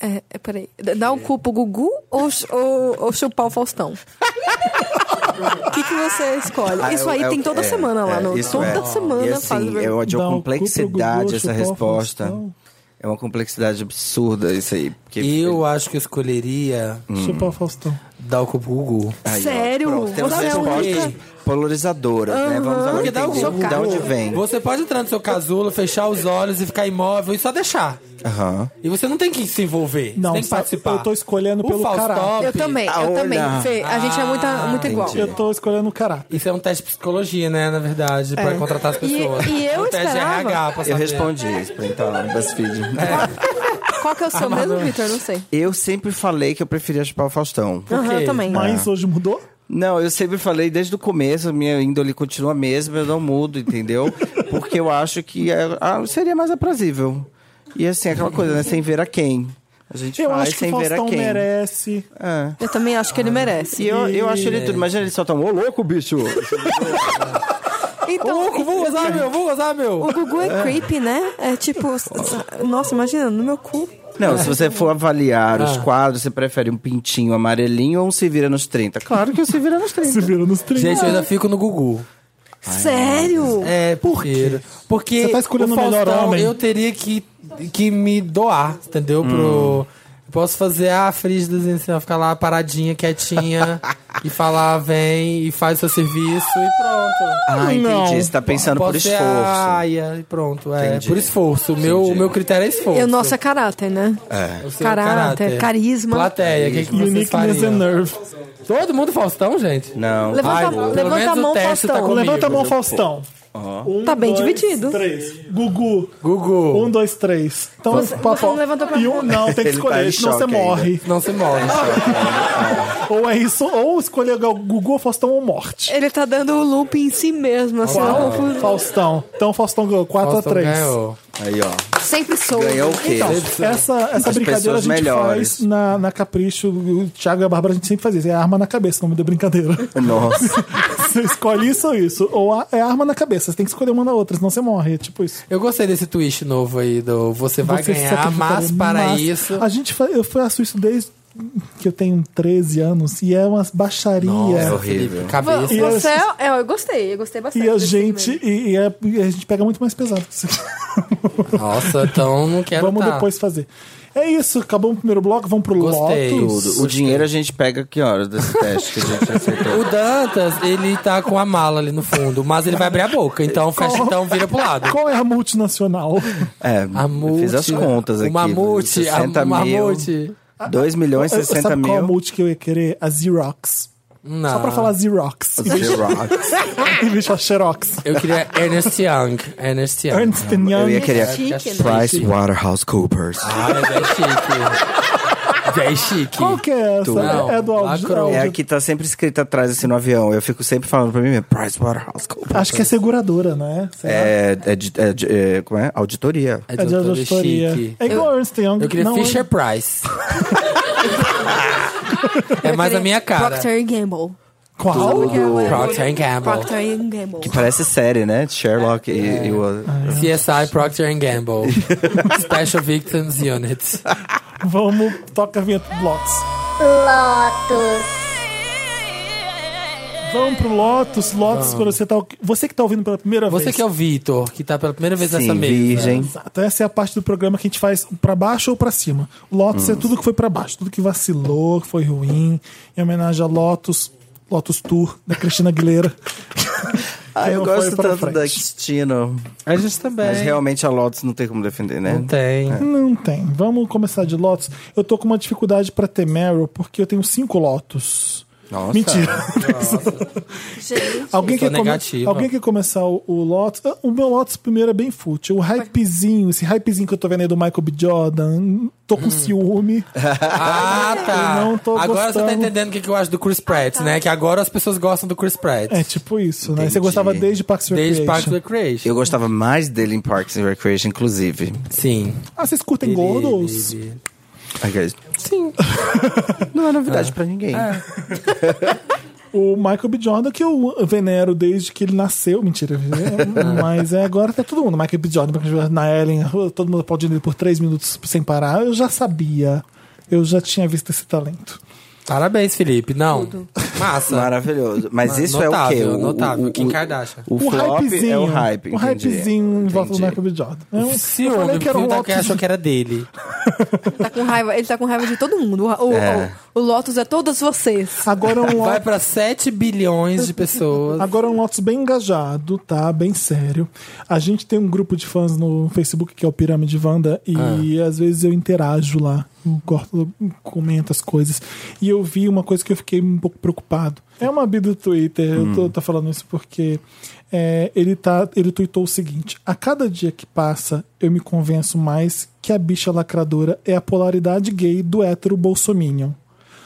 S3: É, é, peraí. É Dar o cu pro Gugu ou, ch- ou, ou chupar o Faustão? O que, que você escolhe?
S4: Ah,
S3: isso
S4: eu-
S3: aí
S4: eu-
S3: tem toda
S4: é,
S3: semana lá.
S4: é,
S3: no,
S4: isso
S3: toda
S4: é.
S3: semana
S4: E
S3: faz.
S4: assim, eu odio
S1: Dá
S4: a
S1: um cu pro
S4: complexidade
S1: Gugu,
S4: essa
S1: chupar o
S4: resposta.
S1: Faustão.
S4: É uma complexidade absurda isso aí. Porque
S2: Eu acho que eu escolheria
S4: Hum.
S1: Chupar o Faustão.
S2: dar o cu pro Gugu.
S4: Aí, ó,
S3: Sério?
S4: pronto, um temos
S3: Você é a
S4: respostas
S2: única?
S4: polarizadoras, né? Vamos agora
S2: Porque
S3: um
S2: dá o
S4: entender
S2: Gugu.
S4: de onde vem.
S2: Você pode entrar no seu casulo, fechar os olhos e ficar imóvel e só deixar.
S4: Aham.
S2: E você não tem que se envolver.
S1: Não,
S2: você tem que
S1: sabe,
S2: participar.
S1: eu tô escolhendo
S2: o
S1: pelo
S2: Faustop,
S1: caráter.
S3: Eu também,
S4: Ah,
S3: eu também.
S4: olha.
S3: Fê, a gente é muito, muito igual.
S4: Ah, entendi.
S1: Eu tô escolhendo o caráter.
S2: Isso é um teste de psicologia, né? Na verdade, pra contratar as
S3: É. E-
S2: pessoas.
S3: e eu
S2: um teste de
S3: esperava-
S2: RH pra
S4: Eu
S2: saber.
S4: respondi isso pra entrar lá no BuzzFeed.
S3: Qual que é o seu mesmo, Vitor? Não sei.
S4: Eu sempre falei que eu preferia chupar o Faustão.
S3: Aham,
S2: quê?
S3: eu também.
S4: Ah.
S1: Mas hoje mudou?
S4: Não, eu sempre falei desde o começo, minha índole continua a mesma, eu não mudo, entendeu? Porque eu acho que é- ah, seria mais aprazível. E assim, aquela coisa, né? Sem ver a quem. A gente
S1: Eu
S4: faz
S1: acho que
S4: sem
S1: o
S4: ver a
S1: Faustão
S4: quem.
S1: merece.
S4: É.
S3: Eu também acho que ele merece.
S4: E eu, eu acho ele tudo. Imagina ele só tão, ô louco, bicho!
S2: Ô,
S3: Então,
S2: louco, vou usar meu, vou usar meu.
S3: o Gugu é creepy, né? É tipo, s- s- nossa, imagina, no meu cu.
S4: Não, se você for avaliar
S2: Ah.
S4: os quadros, você prefere um pintinho amarelinho ou um se vira nos 30? Claro que o se vira nos 30.
S1: Se vira nos 30.
S2: Gente, eu ainda fico no Gugu.
S3: Sério?
S2: É, por quê? Porque
S1: Você tá escolhendo
S2: o
S1: o melhor
S2: Faustão,
S1: homem.
S2: eu teria que, que me doar, entendeu?
S4: Hum.
S2: Pro... Eu posso fazer a frígida, assim, ó, ficar lá paradinha, quietinha, e falar, vem, e faz seu serviço, e pronto.
S4: Ah, entendi.
S1: Não.
S4: Você tá pensando
S2: Pode
S4: por
S2: ser a
S4: esforço.
S2: aia, e pronto. É,
S4: Entendi.
S2: por esforço. O meu, o meu critério é esforço.
S3: Eu, nossa, é caráter, né?
S2: O seu
S3: caráter, carisma.
S2: Plateia, o que, que vocês
S1: Uniqueness and
S2: fariam?
S1: nerve.
S2: Todo mundo Faustão, gente?
S4: Não.
S3: Levanta,
S2: Ai, pelo
S3: levanta a
S2: menos o
S3: mão,
S2: teste tá
S3: Faustão.
S2: comigo.
S1: Levanta a mão, Faustão. Um,
S3: Tá bem
S1: dois,
S3: dividido.
S1: Três. Gugu.
S2: Gugu.
S1: Um, dois, três. Então,
S3: Você-
S1: papo-
S3: você não levantou pra
S1: E um, não, tem que
S4: Ele tá
S1: escolher,
S4: em
S1: senão você
S4: choque ainda.
S1: morre.
S2: Não se move.
S1: Ou é isso, ou escolher o Gugu, Faustão ou morte.
S3: Ele tá dando o loop em si mesmo, assim, uma confusão.
S1: Faustão. Então, Faustão ganhou 4 a
S2: Faustão
S1: 3
S2: ganhou.
S4: Aí, ó.
S3: Sempre sou.
S4: Ganhou o quê?
S1: Essa, essa
S4: As
S1: brincadeira a
S4: pessoas
S1: gente
S4: melhores.
S1: faz na, na Capricho. O Thiago e a Bárbara a gente sempre faz isso. É arma na cabeça, o nome da brincadeira.
S4: Então, Nossa.
S1: você escolhe isso ou isso. Ou a- é arma na cabeça. Você tem que escolher uma na outra, senão você morre. É tipo isso.
S2: Eu gostei desse twist novo aí do Você vai
S1: Você se
S2: ganhar,
S1: sacrificaria,
S2: mas para
S1: mas-
S2: isso.
S1: A gente, fa- eu faço isso desde que eu tenho 13 anos. E é umas baixaria.
S4: É horrível.
S2: Cabeça.
S1: E
S3: Você
S1: as-
S3: é, eu gostei, eu gostei bastante.
S1: E a
S3: desse
S1: gente,
S3: segmento.
S1: e, e é- e a gente pega muito mais pesado. que isso aqui.
S2: Nossa, então não quero.
S1: Vamos
S2: tá.
S1: depois fazer. É isso, acabou o primeiro bloco, vamos pro
S2: Gostei.
S1: Lotus.
S4: Tudo. O dinheiro a gente pega que horas desse teste que a gente aceitou?
S2: O Dantas, ele tá com a mala ali no fundo, mas ele vai abrir a boca. Então fecha, então vira pro lado.
S1: Qual é a multinacional?
S4: É,
S2: A multi,
S4: fiz as contas
S2: o
S4: aqui.
S2: mamute, a-
S4: 60
S2: o
S4: mil,
S2: mamute.
S4: 2 milhões e
S1: Eu-
S4: 60
S1: Sabe qual
S4: mil.
S1: multi que eu ia querer? A Xerox.
S2: Não.
S1: Só pra falar Xerox.
S4: é
S1: Em vez-
S4: Xerox.
S1: Em vez de falar Xerox.
S2: Eu queria Ernest Young. Ernest Young.
S1: Ernst Young.
S4: Eu ia querer
S3: Chique, né?
S4: Price Waterhouse Coopers.
S2: Ah, é bem chique. Bem chique.
S1: Qual que é essa?
S2: Não,
S1: é do áudio.
S2: lacrou.
S1: áudio.
S4: É a que tá sempre escrita atrás, assim, no avião. Eu fico sempre falando pra mim mesmo, Price Waterhouse Coopers.
S1: Acho que é seguradora, né? Sei lá.
S4: É, é, de- é, de- é, como é? Auditoria.
S2: É
S1: É de
S2: doutor
S1: auditoria.
S2: chique.
S1: É igual Ernst Young.
S2: Eu queria
S1: não,
S2: Fisher Price. é mais a minha cara. Tá
S3: Procter Gamble.
S1: é- Qual?
S2: Procter and Gamble.
S3: Procter and Gamble.
S4: Parece série, né? Sherlock
S1: É.
S4: e, e
S1: Ah,
S4: o...
S2: CSI Procter and Gamble. Special Victims Unit.
S1: Vamos, toca a vinheta do Lotus.
S5: Lotus.
S1: Vamos pro Lotus. Lotus, pra você, tá, você que tá ouvindo pela primeira
S2: Você
S1: vez.
S2: que é o Vitor, que tá pela primeira vez nessa
S4: Sim,
S2: mesa.
S4: virgem.
S1: Exato. Essa é a parte do programa que a gente faz pra baixo ou pra cima. Lotus
S2: Hum.
S1: é tudo que foi pra baixo, tudo que vacilou, que foi ruim. Em homenagem a Lotus, Lotus Tour, da Cristina Aguilera.
S4: Ah,
S1: Que
S4: eu
S1: não foi
S4: gosto
S1: pra
S4: tanto
S1: frente.
S4: da Cristino.
S2: A gente também.
S4: Mas realmente a Lotus não tem como defender, né?
S2: Não tem.
S1: Não tem. Vamos começar de Lotus. Eu tô com uma dificuldade pra ter Meryl, porque eu tenho cinco Lotus.
S4: Nossa.
S1: Mentira.
S3: Gente.
S1: Alguém
S2: Eu tô
S1: quer, come-
S2: negativa.
S1: alguém quer começar o, o Lotus? Ah, O meu Lotus primeiro é bem fútil. O hypezinho, esse hypezinho que eu tô vendo aí do Michael B. Jordan, hum, tô
S2: Hum.
S1: com ciúme.
S2: Ah, tá.
S1: Eu não tô
S2: agora você
S1: gostando.
S2: tá entendendo o que que eu acho do Chris Pratt, né? Que agora as pessoas gostam do Chris Pratt.
S1: É tipo isso, né? Você
S4: Entendi.
S1: gostava desde Parks and
S2: Desde
S1: Recreation.
S2: Parks and Recreation.
S4: Eu gostava mais dele em Parks and Recreation, inclusive.
S2: Sim.
S1: Ah, vocês curtem gordos?
S2: Ele- ele-
S4: Aqueles- Sim. Não é novidade pra ninguém.
S2: É.
S1: O Michael B. Jordan, que eu venero desde que ele nasceu. Mentira. é, mas é, agora tá todo mundo. Michael B. Jordan, Michael B. Jordan, na Ellen, todo mundo aplaudindo ele por três minutos sem parar. Eu já sabia. Eu já tinha visto esse talento.
S2: Parabéns, Felipe. Não. Massa.
S4: Maravilhoso. Mas
S2: Mano,
S4: isso
S2: notável,
S4: é o quê? O,
S2: notável.
S4: o,
S2: Kim
S4: o-
S2: Kardashian.
S4: O, flop é o hype.
S1: O
S4: entendi.
S1: hypezinho em volta do
S4: Entendi.
S1: Michael B. Jordan. Eu, eu
S2: Se o homem
S1: um
S2: tá- que
S1: Lotus
S2: achou que era dele.
S3: Tá com raiva, ele tá com raiva de todo mundo. O, o-
S4: É.
S3: o- o Lotus é todos vocês.
S1: Agora é um
S2: Vai
S1: Lotus,
S2: pra 7 bilhões de pessoas.
S1: agora é um Lotus bem engajado, tá? Bem sério. A gente tem um grupo de fãs no Facebook que é o Pirâmide Wanda e às vezes eu interajo lá, eu gosto, eu comento as coisas. E eu vi uma coisa que eu fiquei um pouco preocupado. É uma bi do Twitter, eu tô, tô falando isso porque é, ele, tá, ele tweetou o seguinte: A cada dia que passa, eu me convenço mais que a bicha lacradora é a polaridade gay do hétero Bolsominion.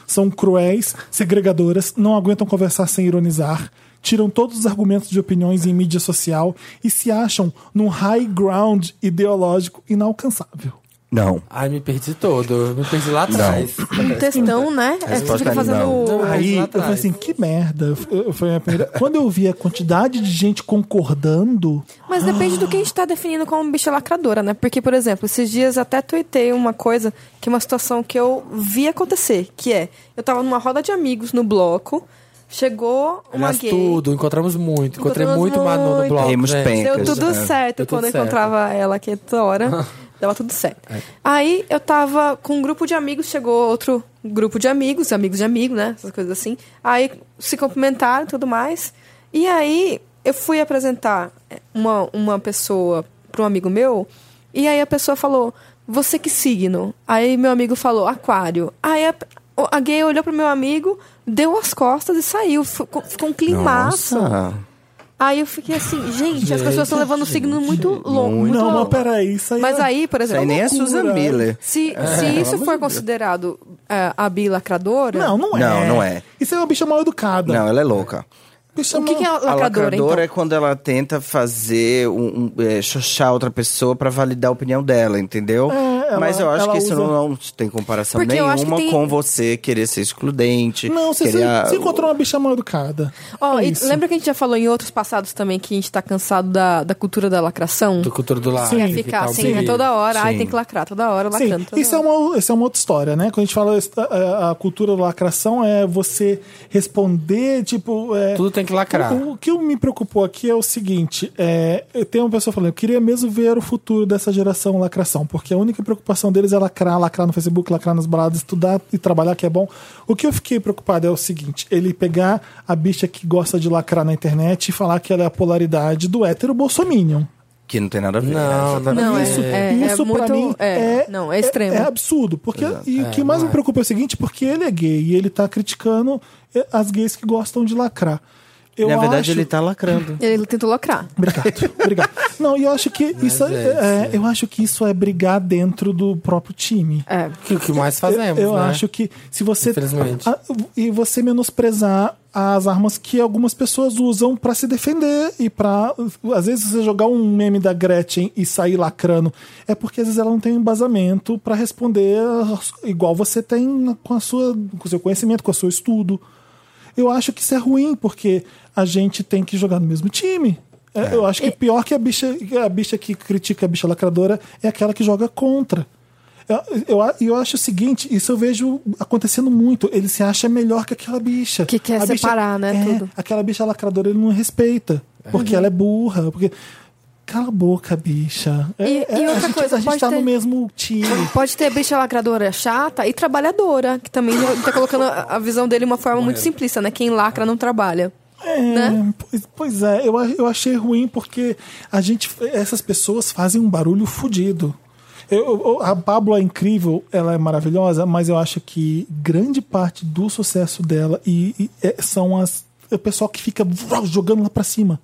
S1: São cruéis, segregadoras, não aguentam conversar sem ironizar, tiram todos os argumentos de opiniões em mídia social e se acham num high ground ideológico inalcançável.
S4: Não.
S2: Ai, me perdi todo. Me perdi lá atrás.
S3: Um textão, né? É, você
S4: resposta
S3: fica
S4: é
S3: fazendo.
S4: não.
S2: Não.
S1: Aí
S2: lá
S1: eu falei
S2: atrás.
S1: assim, que merda. Eu- Foi a primeira... Quando eu vi a quantidade de gente concordando,
S3: Mas depende do que a gente tá definindo como bicha lacradora, né? Porque, por exemplo, esses dias até tuitei uma coisa, que é uma situação que eu vi acontecer, que é, eu tava numa roda de amigos no bloco, chegou uma
S2: Aliás,
S3: gay.
S2: tudo. Encontramos muito. Encontrei
S3: Encontramos
S2: muito Manu no
S3: muito.
S2: blog.
S4: Rimos
S2: gente.
S4: bem.
S3: Deu
S4: Pencas,
S3: tudo
S4: né?
S3: certo
S2: Deu tudo
S3: quando eu
S2: certo.
S3: encontrava ela aqui toda hora. Dava tudo certo.
S4: É.
S3: Aí eu tava com um grupo de amigos, chegou outro grupo de amigos, amigos de amigo, né? Essas coisas assim. Aí se cumprimentaram e tudo mais. E aí eu fui apresentar uma, uma pessoa para um amigo meu. E aí a pessoa falou: Você que signo? Aí meu amigo falou: Aquário. Aí a, a gay olhou pro meu amigo, deu as costas e saiu. Ficou, ficou um climaço.
S4: Nossa.
S3: Aí eu fiquei assim, gente, as pessoas estão levando o signo muito longo. Muito
S1: não, mas
S3: longo.
S1: peraí, isso aí
S3: Mas
S1: é-
S3: aí, por
S4: Isso aí
S3: exemplo,
S4: nem é Susan Miller.
S3: se, se isso for considerado é, a bi lacradora,
S1: Não, não é.
S4: Não, não é.
S1: Isso é uma bicha mal educada.
S4: Não, ela é louca.
S1: Bicha
S3: o que,
S1: mal-
S3: que é lacradora,
S4: a lacradora
S3: então?
S4: é quando ela tenta fazer um, um é, xoxar outra pessoa pra validar a opinião dela, entendeu?
S1: É, ela-
S4: Mas eu acho
S1: ela
S4: que isso
S1: usa-
S4: não, não tem comparação
S3: Porque eu acho que
S4: nenhuma
S3: tem-
S4: com você querer ser excludente.
S1: Não, você,
S4: querer a-
S1: você encontrou uma bicha mal educada.
S3: Ó,
S1: É
S3: e
S1: isso.
S3: lembra que a gente já falou em outros passados também que a gente tá cansado da, da cultura da lacração?
S2: Do tá cultura do lar.
S1: Sim.
S3: Que é
S1: Sim,
S3: ficar
S2: Tal,
S3: assim, é
S2: sim.
S3: toda hora, ai,
S4: Sim.
S3: tem que lacrar, toda hora lacrando.
S1: Sim,
S3: toda
S1: isso é,
S3: hora.
S1: uma, isso é uma outra história, né? Quando a gente fala esta- a, a cultura da lacração, é você responder, tipo. é,
S2: Tudo tem que lacrar.
S1: O, o que me preocupou aqui é o seguinte: é, tem uma pessoa falando, eu queria mesmo ver o futuro dessa geração lacração, porque a única preocupação deles é lacrar, lacrar no Facebook, lacrar nas baladas, estudar e trabalhar, que é bom. O que eu fiquei preocupado é o seguinte: ele pegar a bicha que gosta de lacrar na internet e falar que ela é a polaridade do hétero bolsominion.
S4: Que não tem nada a ver.
S2: Não,
S4: né?
S2: não.
S3: Não, é-
S1: Isso,
S3: é,
S1: isso
S3: é muito,
S1: pra mim
S3: é, não, é extremo.
S1: É, absurdo. Porque, e o que mais me preocupa é o seguinte, porque ele é gay e ele tá criticando eh, as gays que gostam de lacrar. Eu
S4: Na
S1: acho...
S4: verdade, ele tá lacrando.
S3: Ele tentou lacrar.
S1: Obrigado, obrigado. Não, e eu acho que isso é,
S2: é isso,
S1: é, eu acho que isso é brigar dentro do próprio time.
S3: É.
S2: Que o que mais fazemos,
S1: eu eu
S2: né?
S1: acho que se você
S2: Infelizmente.
S1: a- e você menosprezar as armas que algumas pessoas usam pra se defender e pra às vezes você jogar um meme da Gretchen e sair lacrando é porque às vezes ela não tem um embasamento pra responder igual você tem com a sua com o seu conhecimento, com o seu estudo. Eu acho que isso é ruim porque a gente tem que jogar no mesmo time. É, Eu acho que pior que a bicha, a bicha que critica a bicha lacradora é aquela que joga contra. Eu, eu, eu acho o seguinte, isso eu vejo acontecendo muito. Ele se acha melhor que aquela bicha.
S3: Que quer
S1: A bicha-
S3: separar, né,
S1: é,
S3: tudo.
S1: Aquela bicha lacradora ele não respeita. Porque ela é burra. Porque. Cala a boca, bicha. É-
S3: E-
S1: é-
S3: e outra
S1: a gente,
S3: coisa,
S1: a gente
S3: pode
S1: tá
S3: ter-
S1: no mesmo time.
S3: Pode ter bicha lacradora chata e trabalhadora, que também tá colocando a a visão dele de uma forma muito simplista, né? Quem lacra não trabalha.
S1: É,
S3: Né?
S1: pois, pois é, eu, a- eu achei ruim porque a gente, essas pessoas fazem um barulho fudido. Eu- eu- a Pablo é incrível, ela é maravilhosa, mas eu acho que grande parte do sucesso dela e, e, é- são as o pessoal que fica vrau, jogando lá pra cima,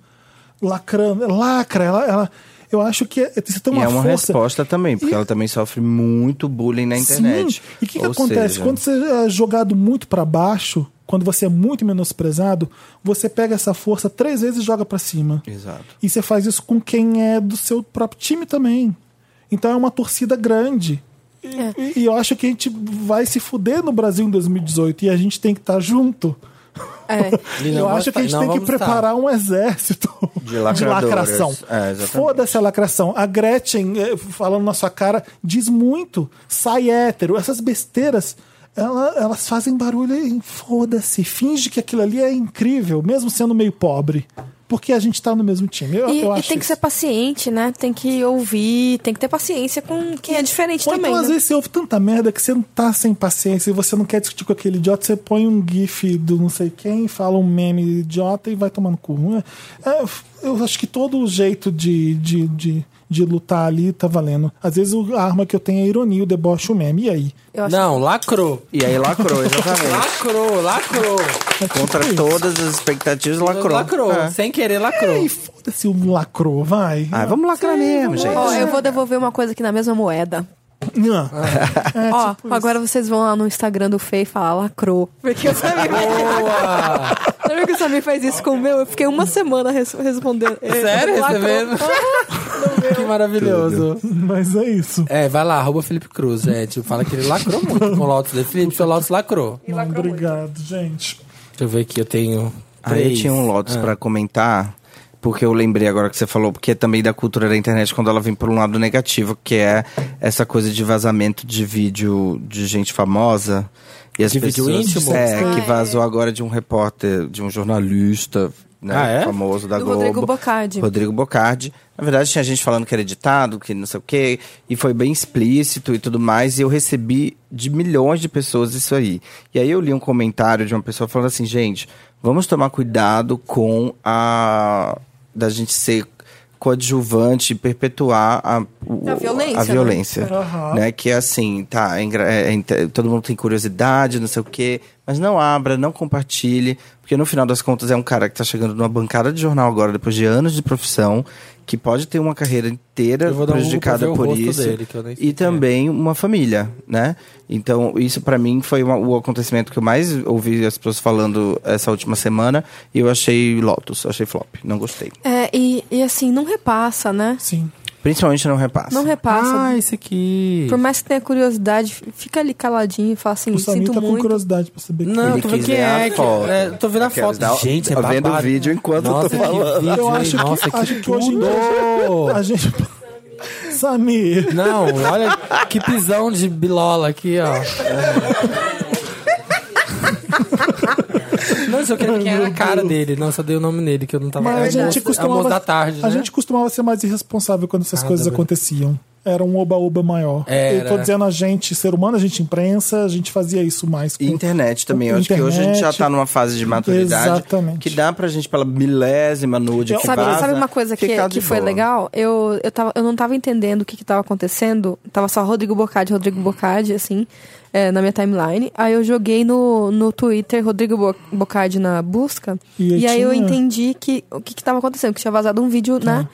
S1: lacrando, lacra, ela, ela- eu acho que é, você tem
S4: E
S1: uma
S4: é uma
S1: força.
S4: resposta também, porque
S1: E-
S4: ela também sofre muito bullying na internet.
S1: Sim. E o que, que
S4: Ou
S1: acontece?
S4: seja,
S1: Quando você é jogado muito pra baixo, quando você é muito menosprezado, você pega essa força três vezes e joga pra cima.
S4: Exato.
S1: E você faz isso com quem é do seu próprio time também. Então é uma torcida grande. E, e- e eu acho que a gente vai se fuder no Brasil em 2018 e a gente tem que estar junto.
S3: É.
S2: E não
S1: eu
S2: vai
S1: acho que a gente
S2: estar-
S1: tem
S2: não
S1: que
S2: vamos estar.
S1: preparar um exército
S4: De lacradores.
S1: lacração.
S4: É, exatamente.
S1: Foda-se a lacração. A Gretchen, eh, falando na sua cara, diz muito. Sai hétero. Essas besteiras, ela- elas fazem barulho e foda-se. Finge que aquilo ali é incrível, mesmo sendo meio pobre. Porque a gente tá no mesmo time. Eu,
S3: E,
S1: eu
S3: e
S1: acho
S3: tem que
S1: isso.
S3: ser paciente, né? Tem que ouvir, tem que ter paciência com quem é diferente
S1: Ou
S3: também.
S1: então, às
S3: né?
S1: vezes, você ouve tanta merda que você não tá sem paciência e você não quer discutir com aquele idiota, você põe um gif do não sei quem, fala um meme idiota e vai tomando cu. É, é, eu acho que todo o jeito de, de, de, de lutar ali tá valendo. Às vezes o- a arma que eu tenho é a ironia, o deboche, o meme, e aí?
S3: Eu acho
S2: Não, lacrou.
S4: E aí lacrou, exatamente.
S2: Lacrou, lacrou.
S4: Contra todas as expectativas, lacrou.
S2: Lacrou,
S4: É.
S2: sem querer lacrou.
S1: Ei, foda-se o lacro, vai.
S4: Ah, vamos lacrar mesmo, gente.
S3: Ó, eu vou devolver uma coisa aqui na mesma moeda.
S1: Não. É,
S3: Ó,
S1: tipo
S3: agora vocês vão lá no Instagram do Fê e falar lacrou. Porque o Samir
S2: Boa!
S3: Sabe que o Samir faz isso com o meu? Eu fiquei uma semana res- respondendo. É,
S2: Sério?
S3: lacrou.
S2: Recebendo? que maravilhoso.
S1: isso. Mas é isso.
S2: É, vai lá, arroba Felipe Cruz, gente. Fala que ele lacrou muito com o Lotus. Felipe, seu Lotus lacrou.
S1: Obrigado, gente.
S2: Deixa eu ver aqui, eu tenho.
S4: Aí eu
S2: três. Ah.
S4: tinha um Lotus pra comentar, porque eu lembrei agora que você falou, porque é também da cultura da internet quando ela vem por um lado negativo, que é essa coisa de vazamento de vídeo de gente famosa. E as
S2: De vídeo
S4: pessoas,
S2: íntimo?
S4: É,
S3: Ah,
S4: que
S3: é.
S4: vazou agora de um repórter, de um jornalista, né,
S2: Ah, é?
S4: famoso da
S3: Do
S4: Globo.
S3: Rodrigo Bocardi.
S4: Rodrigo Bocardi. Na verdade, tinha gente falando que era editado, que não sei o quê, e foi bem explícito e tudo mais, e eu recebi de milhões de pessoas isso aí. E aí eu li um comentário de uma pessoa falando assim, gente, vamos tomar cuidado com a. da gente ser coadjuvante e perpetuar a, o-
S3: A violência,
S4: a
S3: né?
S4: violência,
S1: Aham.
S4: né? Que é assim, tá, é engra- é- é inte- todo mundo tem curiosidade, não sei o quê, mas não abra, não compartilhe, porque no final das contas é um cara que tá chegando numa bancada de jornal agora, depois de anos de profissão, que pode ter uma carreira inteira
S2: Eu vou dar um Google pra
S4: prejudicada
S2: ver o
S4: por
S2: rosto
S4: isso.
S2: dele, que eu nem sei
S4: e
S2: quem é.
S4: também uma família, né? Então, isso pra mim foi uma- o acontecimento que eu mais ouvi as pessoas falando essa última semana, e eu achei Lotus, achei flop, não gostei.
S3: É, e, e assim, não repassa, né?
S1: Sim.
S4: Principalmente não repassa.
S3: Não repassa.
S2: Ah, esse aqui.
S3: Por mais que tenha curiosidade, fica ali caladinho e fala assim,
S1: O Samir
S3: sinto
S1: tá com
S3: muito.
S1: curiosidade pra saber
S2: Não,
S4: Ele
S2: tô vendo
S4: quis
S2: que
S4: ver a
S2: é. que-
S4: foto.
S2: é, tô vendo a
S4: Aquelas
S2: foto.
S4: da-
S2: Gente, é
S4: tá vendo
S2: babado.
S4: o vídeo enquanto eu tô
S2: Nossa, que
S4: falando.
S2: vídeo,
S1: é. Eu
S2: hein?
S1: acho
S2: Nossa,
S1: que, acho que hoje em
S2: tudo.
S1: dia a gente. Samir,
S2: Não, olha que pisão de bilola aqui, ó. Não, eu só queria ver quem era a cara dele. Não, só dei o nome nele, que eu não tava...
S1: mas a
S2: É,
S1: gente
S2: moço- é moço
S1: costumava.
S2: da tarde,
S1: a
S2: né?
S1: gente costumava ser mais irresponsável quando essas
S2: Ah,
S1: coisas
S2: tá bem.
S1: aconteciam. Era um oba-oba maior.
S2: Era.
S1: Eu tô dizendo a gente, ser humano, a gente imprensa, a gente fazia isso mais. com-
S4: E internet também. Eu acho que hoje a gente
S1: internet.
S4: já tá numa fase de maturidade.
S1: Exatamente.
S4: Que dá pra gente, pela milésima nude
S1: Eu-
S4: que
S3: Sabe,
S4: vaza,
S3: sabe uma coisa que, é
S4: ficar de
S3: que foi
S4: boa.
S3: legal? Eu, eu, tava, eu não tava entendendo o que, que tava acontecendo. Tava só Rodrigo Bocardi,
S1: Uhum.
S3: Rodrigo Bocardi, assim, é, na minha timeline. Aí eu joguei no, no Twitter Rodrigo Bo- Bocardi na busca.
S1: E
S3: E, aí eu
S1: tinha- Tá.
S3: entendi que, o que, que tava acontecendo, que tinha vazado um vídeo, né?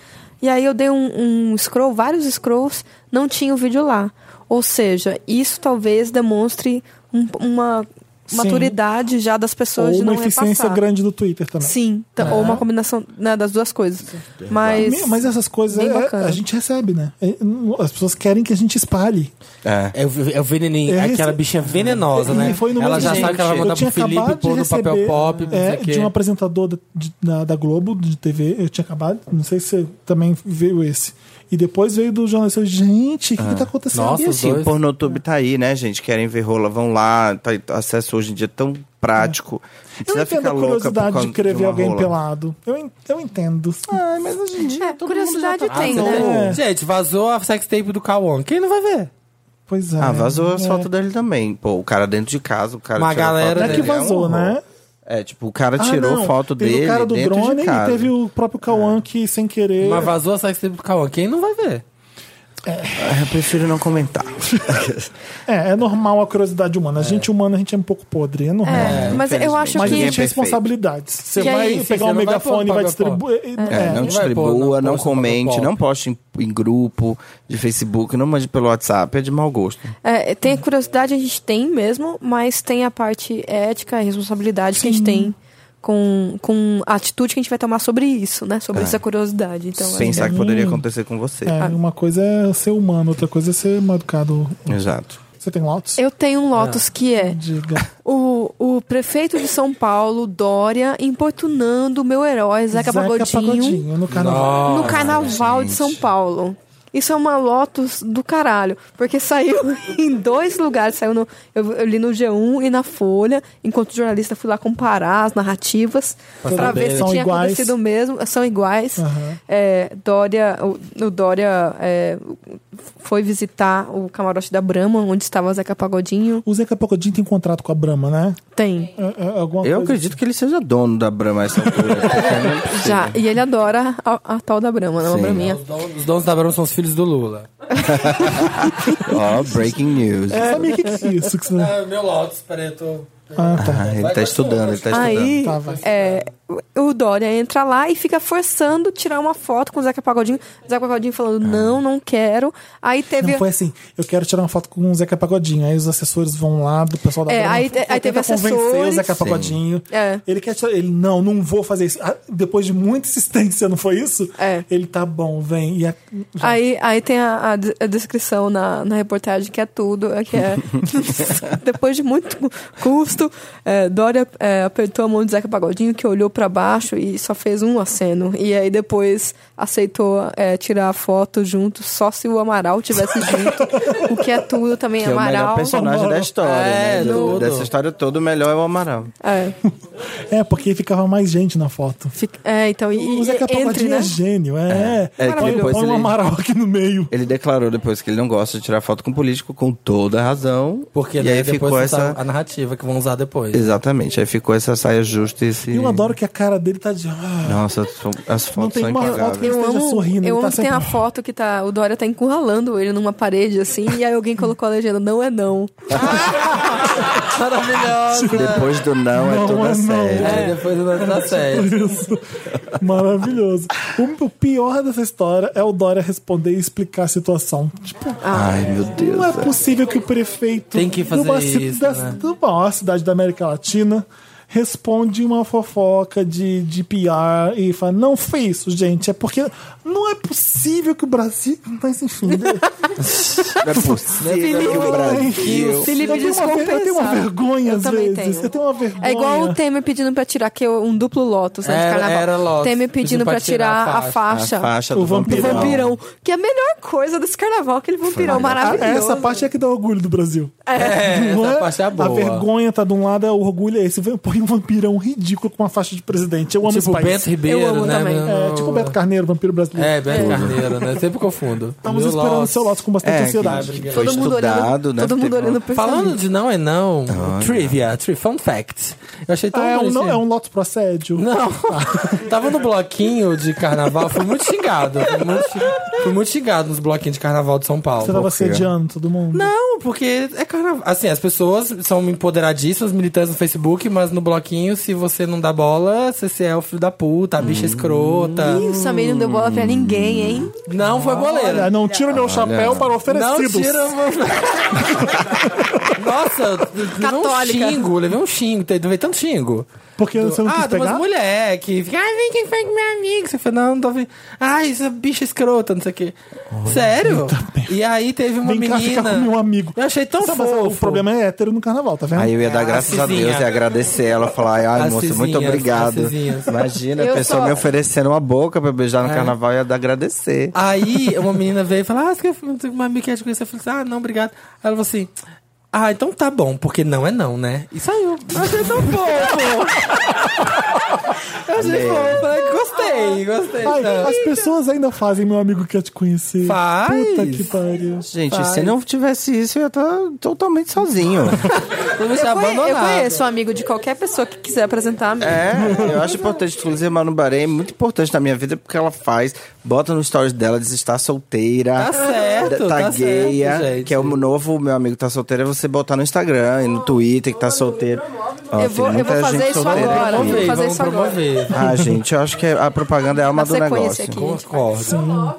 S3: E aí eu dei um, um scroll, vários scrolls, não tinha o vídeo lá. Ou seja, isso talvez demonstre um- uma
S1: Sim.
S3: maturidade já das pessoas
S1: Ou
S3: de
S1: uma
S3: não
S1: eficiência
S3: repassar.
S1: grande do Twitter também.
S3: Sim, tá- ou uma combinação né, das duas coisas. Mas,
S1: Mas essas coisas
S3: Bem
S1: é-
S3: bacana.
S1: a gente recebe, né? É, não- As pessoas querem que a gente espalhe.
S4: É.
S2: É o, é o veneninho,
S1: É,
S2: aquela
S1: esse-
S2: bichinha venenosa,
S1: E
S2: né?
S1: foi no
S2: ela
S1: mesmo
S2: já
S1: dia.
S2: sabe que ela vai
S1: Eu
S2: mandar pro
S1: tinha
S2: Felipe
S1: acabado de
S2: pôr no papel
S1: receber,
S2: pop, não sei
S1: é,
S2: o quê.
S1: de um apresentador da, de- na- da Globo, de TV, eu tinha acabado, não sei se você também veio esse. E depois veio do jornalista, eu, gente, o que, que tá acontecendo?
S2: Ah, Nossa,
S4: E assim,
S2: dois.
S4: o pornotube tá aí, né, gente? Querem ver rola, vão lá. Tá, acesso hoje em dia é tão
S1: É.
S4: prático. Não
S1: Eu
S4: precisa
S1: entendo
S4: ficar
S1: a
S4: louca por
S1: curiosidade
S4: causa
S1: de querer ver
S4: uma
S1: alguém
S4: rola.
S1: pelado. Eu, en- eu entendo.
S2: Ah,
S1: Ai, mas hoje em dia.
S3: é, curiosidade
S2: tá
S3: tem,
S1: Ah,
S3: né?
S1: não. É.
S2: Gente, vazou a sex tape do Kawan. Quem não vai ver?
S1: Pois é.
S4: Ah, vazou
S1: é.
S4: as fotos dele também. Pô, o cara dentro de casa, o cara
S2: Uma
S4: tirou
S2: galera
S4: foto
S1: É que
S4: dele, um
S1: vazou,
S4: horror.
S1: né?
S4: É, tipo, o cara
S1: Ah,
S4: tirou
S1: não,
S4: foto
S1: teve
S4: dele
S1: o cara do
S4: dentro
S1: drone
S4: de casa. É.
S1: e teve o próprio Cauã que, sem querer.
S2: Mas vazou a sex tape do Kawan. Quem não vai ver?
S4: Ah, Eu prefiro não comentar.
S1: É, é normal a curiosidade humana. A gente humana, a gente é um pouco podre, é normal.
S3: É, mas eu
S4: infelizmente.
S3: acho
S1: Mas a
S3: que.
S1: gente
S4: ninguém é
S1: tem
S4: perfeito.
S1: responsabilidades. Você
S3: E aí,
S1: vai
S3: sim,
S1: pegar
S2: você
S1: um
S2: não vai
S1: megafone e
S2: pôr
S1: vai
S2: no
S1: distribuir.
S4: É,
S1: É.
S4: não
S2: Não vai pôr, não
S4: distribua, não,
S2: posta, não
S4: comente,
S2: posta.
S4: não poste em, em grupo de Facebook, não mande pelo WhatsApp, é de mau gosto.
S3: É, tem a curiosidade, a gente tem mesmo, mas tem a parte ética e responsabilidade que a gente tem com, com a atitude que a gente vai tomar sobre isso, né? Sobre essa curiosidade. Então,
S4: Pensar
S3: é.
S4: que poderia acontecer com você.
S1: É, uma coisa é ser humano, outra coisa é ser mal educado.
S4: Exato.
S1: Você tem Lotus?
S3: Eu tenho um Lotus que é
S1: Diga.
S3: o, o prefeito de São Paulo, Dória, importunando o meu herói, Zeca, Pagodinho,
S1: no carnaval.
S3: no carnaval de São Paulo. Isso é uma Lotus do caralho, porque saiu em dois lugares, saiu no, eu, eu li no G1 e na Folha, enquanto jornalista fui lá comparar as narrativas
S2: Pra
S3: pra
S2: saber.
S3: ver se
S1: São
S3: tinha
S1: iguais.
S3: acontecido mesmo, são iguais.
S1: Aham.
S3: É, Dória, o, o Dória é, foi visitar o camarote da Brahma, onde estava Zeca Pagodinho.
S1: O Zeca Pagodinho tem contrato com a Brahma, né?
S3: Tem.
S1: É- é alguma
S4: Eu
S1: coisa
S4: acredito que ele seja dono da Brahma a essa altura. porque não é possível.
S3: Já, e ele adora a, a tal da Brahma, não é
S4: Sim.
S3: uma braminha.
S2: Os donos, os donos da Brahma são os filhos do Lula.
S4: é um, Ó, breaking news.
S1: assim. Sabia o que, que é isso? Que você...
S2: meu Lotus, peraí, eu tô...
S1: Ah, tá.
S4: Ah, ele tá estudando, ele tá estudando.
S3: Aí,
S1: Tá, vai.
S3: é, o Dória entra lá e fica forçando tirar uma foto com o Zeca Pagodinho. O Zeca Pagodinho falando, não, não quero. Aí teve...
S1: Não, foi assim, eu quero tirar uma foto com o Zeca Pagodinho. Aí os assessores vão lá do pessoal da
S3: É,
S1: Brahma,
S3: aí te- aí
S1: tenta
S3: teve
S1: convencer o
S3: assessores.
S1: Zeca Pagodinho.
S3: É.
S1: Ele quer tirar, ele, não, não vou fazer isso. Ah, depois de muita insistência, não foi isso?
S3: É.
S1: Ele, tá bom, vem. E a-
S3: Aí, aí tem a, a de- a descrição na, na reportagem que é tudo, é que é depois de muito custo, é, Dória é, apertou a mão de Zeca Pagodinho que olhou pra baixo e só fez um aceno. E aí depois aceitou é, tirar a foto junto, só se o Amaral tivesse junto, o que é tudo também
S4: Que é o melhor
S3: Amaral.
S4: personagem da história,
S2: É,
S4: né? Do-
S2: tudo.
S4: Dessa história toda, o melhor é o Amaral.
S3: É,
S1: é, porque ficava mais gente na foto.
S3: fica- é, então, e,
S1: o
S3: e
S1: Zeca
S3: entre,
S1: Pagodinho
S3: né?
S1: é gênio, é.
S4: É, que
S1: Põe-
S4: depois
S1: põe um
S4: ele-
S1: amaral aqui no meio.
S4: Ele declarou depois que ele não gosta de tirar foto com político, com toda a razão.
S2: Porque
S4: e
S2: né,
S4: aí
S2: depois
S4: ficou
S2: você
S4: essa.
S2: sabe a narrativa que vão usar depois.
S4: Exatamente, aí ficou essa saia justa e esse.
S1: E eu adoro que a cara dele tá de. Ah,
S4: Nossa, as fo- as
S1: Não
S4: fotos
S1: tem
S4: são
S1: uma foto
S4: impagáveis.
S1: que ele
S3: Eu
S1: esteja
S3: amo,
S1: sorrindo,
S3: eu
S1: ele
S3: amo
S1: tá
S3: que tem
S1: sempre-
S3: a foto que tá, o Dória tá encurralando ele numa parede, assim, e aí alguém colocou a legenda, não é não.
S2: Maravilhosa!
S4: Depois do não,
S1: Não,
S4: é toda
S1: é
S4: a
S1: não.
S4: série.
S2: É, depois do Lotus da série.
S1: Isso. Maravilhoso. O, o pior dessa história é o Dória responder e explicar a situação. Tipo,
S4: Ai, meu Deus.
S1: não é possível que o prefeito
S2: Tem que fazer
S1: de uma, cida-
S2: isso,
S1: da-
S2: né?
S1: de uma maior cidade da América Latina responde uma fofoca de, de PR e fala, não foi isso, gente, é porque não é possível que o Brasil... Mas enfim... né?
S4: Não é possível que o Brasil.
S3: Felipe
S1: eu, tenho uma, ver- eu tenho uma
S3: descompensado.
S1: vergonha
S3: Eu
S1: às
S3: também
S1: vezes.
S3: tenho.
S1: Eu tenho uma vergonha. Ah,
S3: É igual o Temer pedindo pra tirar que eu- um duplo Lotus, né, de
S2: Era-
S3: carnaval.
S2: era Lotus.
S3: Temer pedindo pra tirar a
S4: A
S3: faixa,
S4: faixa
S1: O
S4: do
S1: vampirão.
S4: vampirão.
S3: do vampirão, que é a melhor coisa desse carnaval, aquele vampirão
S1: Ah,
S3: maravilhoso. né?
S1: Essa parte é que dá orgulho do Brasil.
S2: É,
S1: Não
S2: essa parte é boa.
S1: A vergonha tá de um lado, o orgulho é esse. Vem- Põe um vampirão ridículo com uma faixa de presidente. Eu amo
S2: Tipo
S1: esse país.
S2: Beto Ribeiro,
S3: Eu amo
S2: né?
S3: também.
S2: meu-
S1: É, tipo o Beto Carneiro, vampiro brasileiro.
S2: É, Beto Carneiro, né? Sempre confundo.
S1: Estamos
S2: Meu
S1: esperando
S2: Lotus.
S1: seu lote com bastante
S4: É,
S1: ansiedade.
S4: que foi
S3: todo mundo
S4: estudado,
S3: olhando,
S4: né?
S3: todo mundo
S4: Teve uma-
S3: olhando pra esse
S2: Falando
S3: amigo.
S2: de não é não, trivia, tri, fun fact. Eu achei tão
S1: Ah, é, um, não,
S2: bonitinho.
S1: é um lote pro assédio.
S2: Não. Tava no bloquinho de carnaval, fui muito xingado. Fui muito, xi- fui muito xingado nos bloquinhos de carnaval de São Paulo.
S1: Você tava assediando todo mundo.
S2: Não, porque é carnaval. Assim, as pessoas são empoderadíssimas, militantes no Facebook, mas no bloquinho, se você não dá bola, você, você é o filho da puta, a
S1: Hum.
S2: bicha é escrota.
S3: Ih, o Samir não deu bola pra ninguém, hein?
S2: Não foi
S1: Olha,
S2: boleira.
S1: não tira meu chapéu para
S2: Não
S1: oferecidos.
S2: tira. Nossa, levei
S3: Católica.
S2: um xingo, levei um xingo, te- levei tanto xingo.
S1: Porque você não
S2: ah,
S1: quis
S2: tem umas
S1: pegar?
S2: mulher que fica, ai, vem quem foi com meu amigo. Você fala, não, não tô vendo. Ai, essa bicha é escrota, não sei o quê. Sério? E aí teve uma
S1: Vem cá
S2: menina.
S1: ficar com meu amigo.
S2: Eu achei tão
S1: Sabe, mas
S2: fofo.
S1: O problema é hétero no carnaval, tá vendo?
S4: Aí eu ia dar graças a
S2: Cizinha.
S4: Deus e agradecer ela, falar, ai,
S2: As
S4: moça, muito
S2: Cizinhas,
S4: obrigado.
S2: as Cizinhas.
S4: Imagina, a
S3: Eu
S4: pessoa
S3: só-
S4: me oferecendo uma boca pra beijar no carnaval, eu ia dar agradecer.
S2: "Ah, Aí uma menina veio e falou: Ah, você quer fazer uma amiga que é de conhecer? Eu falei assim, ah, não, obrigado. Aí Ela falou assim: Ah, então tá bom, porque não é não, né? E saiu. Eu achei tão fofo. Eu achei fofo. Falei, Gostei, gostei.
S1: Ai,
S2: tá.
S1: as pessoas ainda fazem meu amigo quer te conhecer.
S2: Faz.
S1: Puta que pariu.
S4: Gente, se não tivesse isso, eu ia estar totalmente sozinho.
S2: Tudo se
S3: Eu, conhe- eu
S2: abandonado.
S3: conheço um amigo de qualquer pessoa que quiser apresentar amigo.
S4: É, eu acho importante, inclusive, a Manu Baré é muito importante na minha vida porque ela faz, bota nos stories dela, diz está solteira.
S2: Tá certo,
S4: tá,
S2: tá
S4: gaya,
S2: certo, gente.
S4: que é o novo, meu amigo tá solteiro, é você botar no Instagram e no Twitter que tá solteiro. Ó,
S3: Eu
S4: tem
S3: vou- eu
S4: muita
S3: vou fazer
S4: gente
S3: isso
S4: solteira
S3: agora.
S4: aqui.
S3: Vamos
S2: Promovei,
S3: fazer
S2: vamos
S3: isso agora.
S2: promover.
S4: Ah, gente, eu acho que a propaganda é a alma
S3: Na
S4: do
S3: sequência
S4: negócio.
S3: aqui.
S2: Concordo.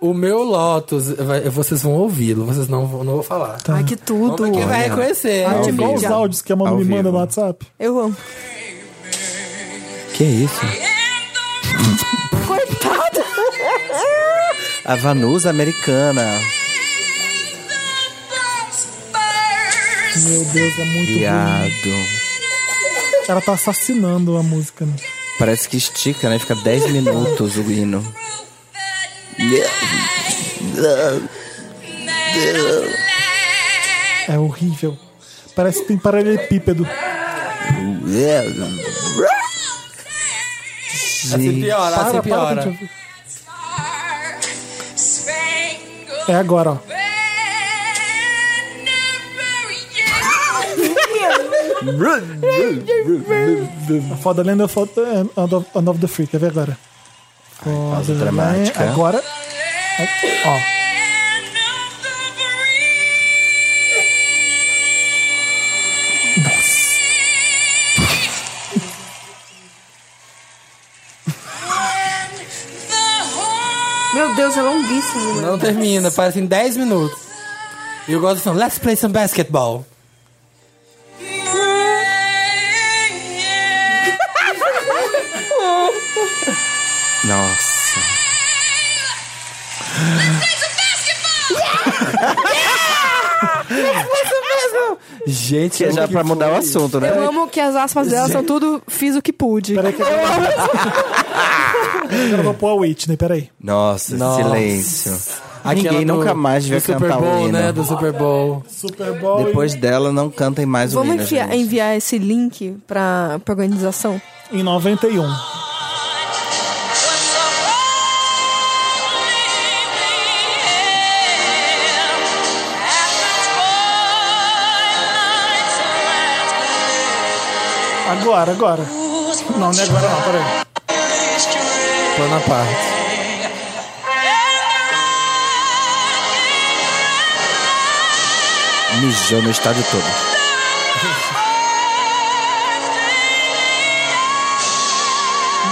S2: O meu Lotus, vai- vocês vão ouvi-lo, vocês não, vão- não vou falar.
S3: Ai, que tudo.
S2: Quem é vai reconhecer?
S1: Ah,
S2: Tá Ao
S1: é igual
S2: vivo.
S1: os áudios que a Manu
S4: Ao
S1: me
S4: vivo.
S1: manda no WhatsApp.
S3: Eu amo.
S4: Que isso?
S3: Coitado.
S4: A Vanusa americana.
S1: Meu Deus, é muito bonito.
S4: Viado.
S1: Ela tá assassinando a música. Né?
S4: Parece que estica, né? Fica 10 minutos o hino.
S1: É horrível. Parece que tem paralelepípedo.
S2: Assim
S4: Gente,
S2: piora, assim
S1: Para, para pra
S2: piora.
S1: te ouvir. É agora, ó. For the Land of, and of, and of the Free, quer ver agora? For
S4: pausa
S1: the
S4: dramática.
S1: land- Agora. Ó,
S6: Meu Deus, é longuíssimo. né?
S2: Não termina, parece em 10 minutos. E eu gosto de falar, let's play some basketball.
S4: nossa. Gente, que é já pra mudar o assunto, né?
S3: Eu amo que as aspas dela são tudo fiz o que pude.
S1: peraí que agora. Agora eu vou pôr a Whitney, peraí.
S4: Nossa,
S2: Nossa.
S4: silêncio.
S2: Aquela
S4: Ninguém
S2: do-
S4: nunca mais vai
S2: do Super
S4: cantar o
S2: Bowl,
S4: hino.
S2: né? Do Super Bowl.
S1: Super Bowl.
S4: Depois dela, não cantem mais o
S3: Vamos
S2: né,
S4: hino,
S3: enfiar-
S4: gente.
S3: enviar esse link pra, pra organização?
S1: Em 91. Agora, agora. Não, não é agora não, peraí.
S2: Põe na parte.
S4: Mijou no estádio todo.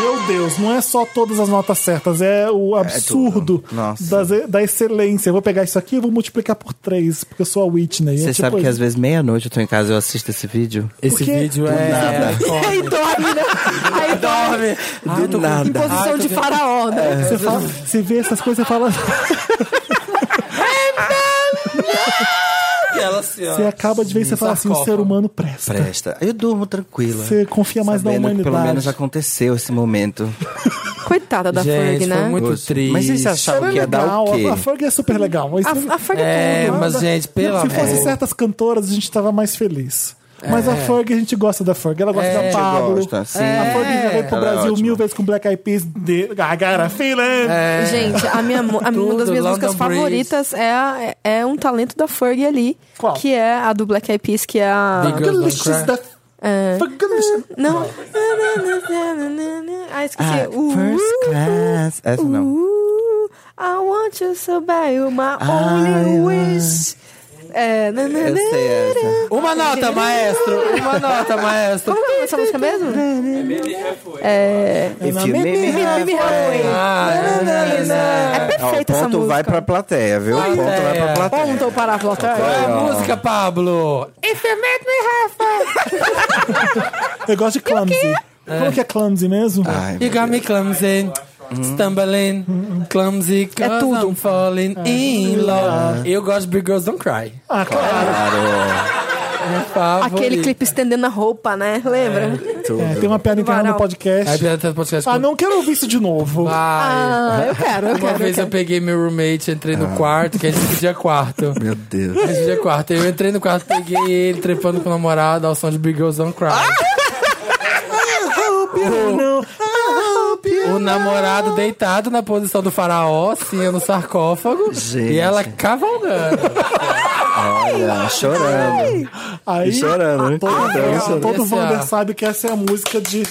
S1: Meu Deus, não é só todas as notas certas, é o absurdo
S4: tudo. Nossa.
S1: das- da excelência. Eu vou pegar isso aqui e vou multiplicar por três, porque eu sou a Whitney.
S4: Você
S1: é tipo
S4: sabe que
S1: isso.
S4: às vezes meia-noite eu tô em casa e eu assisto esse vídeo?
S2: Esse
S1: Porque-
S2: vídeo é...
S3: Aí dorme, né? Aí dorme.
S2: Dorme.
S1: Ah,
S4: Do
S3: Em
S4: nada.
S3: posição de faraó, né?
S1: Você, fala, você vê essas coisas e fala.
S2: E ela assim, ó.
S1: Você é acaba de ver e você fala assim: o ser
S2: sarcófago.
S1: humano presta.
S4: Presta. Eu durmo tranquila.
S1: Você confia mais na
S4: sabendo que
S1: humanidade.
S4: Pelo menos aconteceu esse momento.
S6: É.
S3: Coitada da
S2: Gente,
S3: Ferg, né?
S2: foi muito
S4: Poxa,
S2: triste.
S4: Mas vocês achavam
S1: Era
S4: que ia dar
S1: legal,
S4: o quê? Ah,
S1: a- a Ferg é super legal. Mas
S3: A, a Ferg é
S2: É,
S3: tudo.
S2: mas, gente, pelo
S1: se
S2: amor...
S1: fosse certas cantoras, a gente tava mais feliz.
S4: É.
S1: Mas a Ferg, a gente gosta da Ferg. Ela gosta da Pablo.
S4: gosta, sim.
S1: A Ferg já veio pro
S4: Ela é
S1: Brasil
S4: ótima. É.
S1: mil vezes com Black Eyed Peas. De... I got a feeling.
S2: É.
S3: Gente, a minha, mu- a minha- uma das
S2: Tudo,
S3: minhas
S2: London
S3: músicas
S2: Bridge.
S3: favoritas é, a- é um talento da Ferg ali.
S1: Qual?
S3: Que é a do Black Eyed Peas, que é a...
S2: Big Girls Don't Cry.
S1: Delicious da...
S3: é-
S1: Fergalicious.
S3: Não. Ah, esqueci.
S4: Ah,
S3: Uh,
S4: first class. Essa não.
S3: uh, I want you so bad, you're my only
S4: Ah,
S3: wish. É, na, na,
S4: Eu
S3: na.
S4: sei essa.
S2: Uma nota, maestro! Uma nota, maestro!
S3: Como é o nome dessa música mesmo? É.
S4: If you
S1: Maybe
S4: made me
S3: Baby Halfway.
S2: Ah,
S3: É
S4: Ó, o
S3: perfeita essa
S4: ponto vai
S3: música.
S4: pra plateia, viu? O ponto vai pra
S1: é.
S2: Plateia.
S4: plateia.
S3: Ponto para a
S2: Qual é
S3: plateia.
S2: a música, Pablo?
S3: If you make me halfway.
S1: Eu gosto de Clumsy. Como que é Clumsy mesmo?
S4: Ai,
S2: You got me clumsy, stumbling, clumsy, cause
S3: É tudo.
S2: I'm falling in love. Eu gosto de Big Girls Don't Cry.
S1: Ah, claro.
S2: Favorito.
S3: Aquele clipe estendendo a roupa, né? Lembra?
S4: tudo.
S1: É, tem uma piada interna no
S3: Varal.
S1: podcast.
S2: Aí piada do podcast.
S1: Ah, não quero ouvir isso de novo.
S2: Vai.
S3: Ah, eu quero, eu
S2: Uma
S3: quero. Eu
S2: vez eu
S3: quero.
S2: peguei meu roommate, entrei no quarto, que a gente dividia quarto.
S4: Meu Deus.
S2: A gente dividia quarto. Eu entrei no quarto, peguei ele trepando com o namorado ao som de Big Girls Don't Cry.
S3: Ah,
S1: Não.
S2: O namorado deitado na posição do faraó, assim, no sarcófago.
S4: Gente.
S2: E ela cavalgando.
S4: Olha, chorando.
S1: Aí
S4: E chorando, né?
S1: todo,
S4: Então,
S1: todo,
S4: chorando.
S2: Esse,
S1: Wander
S2: ó.
S1: sabe que essa é a música de.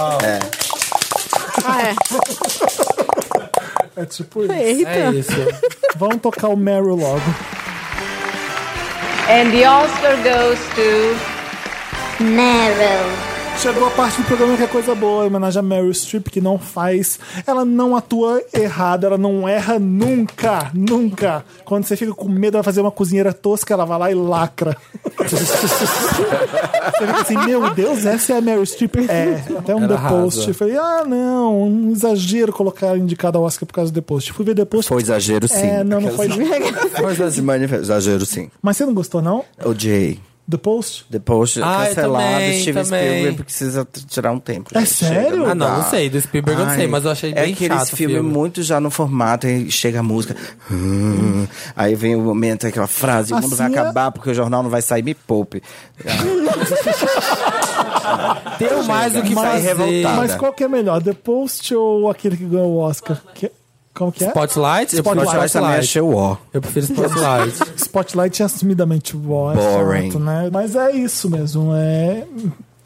S3: Ah, é.
S1: É tipo isso.
S2: É
S3: Eita.
S2: isso.
S1: Vamos tocar o Meryl logo.
S7: And the Oscar goes to.
S5: Meryl.
S1: Chegou a parte do programa que é coisa boa, em homenagem a Meryl Streep, que não faz. Ela não atua errado, ela não erra nunca, nunca. Quando você fica com medo, ela fazer uma cozinheira tosca, ela vai lá e lacra. Você fica assim, meu Deus, essa é a Meryl Streep? É. Até um
S2: Ela
S1: The Post.
S2: arrasa.
S1: Eu falei, ah, não, um exagero colocar indicado ao Oscar por causa do The Post. Fui ver The Post.
S4: Foi exagero, sim.
S1: É, não, não foi.
S4: Coisas de manifesto. Exagero, sim.
S1: Mas você não gostou, não?
S4: Odiei.
S1: The Post?
S4: Depois
S2: Ai,
S4: cancelado,
S2: Ah, também,
S4: Steven
S2: também.
S4: Spielberg precisa t- tirar um tempo.
S1: É
S4: gente. Chega,
S1: sério?
S2: Ah, não,
S4: dá.
S2: não sei. Do Spielberg eu não
S4: Ai,
S2: sei, mas eu achei
S4: é
S2: bem
S4: aqueles
S2: chato o
S4: filme,
S2: filme.
S4: muito já no formato, aí chega a música. hum, aí vem o momento, aquela frase, o mundo vai
S1: Assim é-
S4: acabar porque o jornal não vai sair, me poupe.
S2: Deu mais o que
S4: Mas-
S2: fazer.
S4: revoltado.
S1: Mas qual que é melhor, The Post ou aquele que ganhou o Oscar? Que... Qual que é?
S2: Spotlight? Eu prefiro
S1: Spotlight.
S4: Mas também
S2: Spotlight.
S4: achei o ó.
S2: Eu prefiro Spotlight.
S1: Spotlight é assumidamente boa, é
S4: Boring.
S1: chato, né? Mas é isso mesmo, é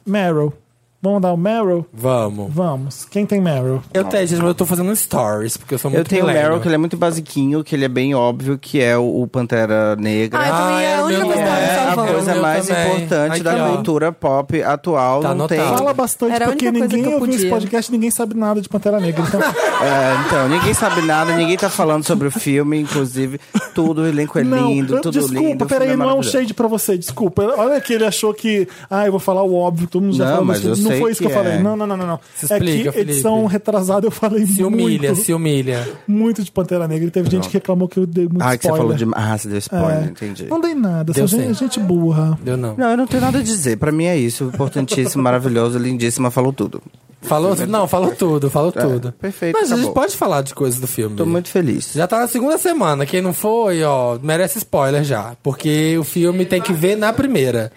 S1: Meryl. Vamos dar o Meryl?
S2: Vamos.
S1: Vamos. Quem tem Meryl?
S2: Eu tenho, gente, mas eu tô fazendo stories, porque eu sou muito
S4: Eu tenho o
S2: millennial.
S4: Meryl, que ele é muito basiquinho, que ele é bem óbvio, que é o, o Pantera Negra.
S3: Ai,
S2: Ah,
S3: é a
S2: era
S3: única
S2: meu
S3: coisa que tava me
S2: é,
S4: é a
S3: salvando.
S4: coisa
S2: eu
S4: mais
S2: também.
S4: importante
S2: Aqui,
S4: da
S2: ó.
S4: cultura pop atual.
S2: é, Tá
S4: não tem.
S2: anotado.
S1: Fala bastante,
S3: Era a
S1: porque
S3: única coisa
S1: ninguém
S3: que eu
S1: ouviu esse
S3: podia.
S1: podcast, ninguém sabe nada de Pantera Negra. Então,
S4: É, então, ninguém sabe nada, ninguém tá falando sobre o filme, inclusive, tudo, o elenco é
S1: não,
S4: lindo,
S1: eu-
S4: tudo
S1: desculpa,
S4: lindo. o filme
S1: peraí, não é um
S4: maravilhoso.
S1: shade pra você, desculpa. Olha que ele achou que, ah, eu vou falar o óbvio, todo mundo já
S4: Não,
S1: falou
S4: mas
S1: isso.
S4: eu
S1: Não
S4: sei
S1: foi isso que,
S4: que
S1: eu
S4: é.
S1: falei, não, não, não, não. não.
S2: Se
S1: é
S2: explica,
S1: que edição
S2: Felipe.
S1: retrasada eu falei
S2: Se humilha,
S1: muito,
S2: se humilha.
S1: muito de Pantera Negra. E Teve gente que reclamou que eu dei muito
S4: Ah, que
S1: spoiler.
S4: você falou de. Ah, você deu spoiler,
S1: É.
S4: entendi.
S1: Não dei nada,
S2: Deu
S1: sou gente,
S2: sim.
S1: gente burra.
S2: Deu não.
S4: Não, eu não tenho nada a dizer. Pra mim é isso. Importantíssimo, maravilhoso, lindíssima, falou tudo.
S2: Falou, não, falou tudo, falou tudo.
S4: perfeito,
S2: Mas a gente
S4: acabou.
S2: pode falar de coisas do filme.
S4: Tô muito feliz.
S2: Já tá na segunda semana. Quem não foi, ó, merece spoiler já. Porque o filme tem que ver na primeira.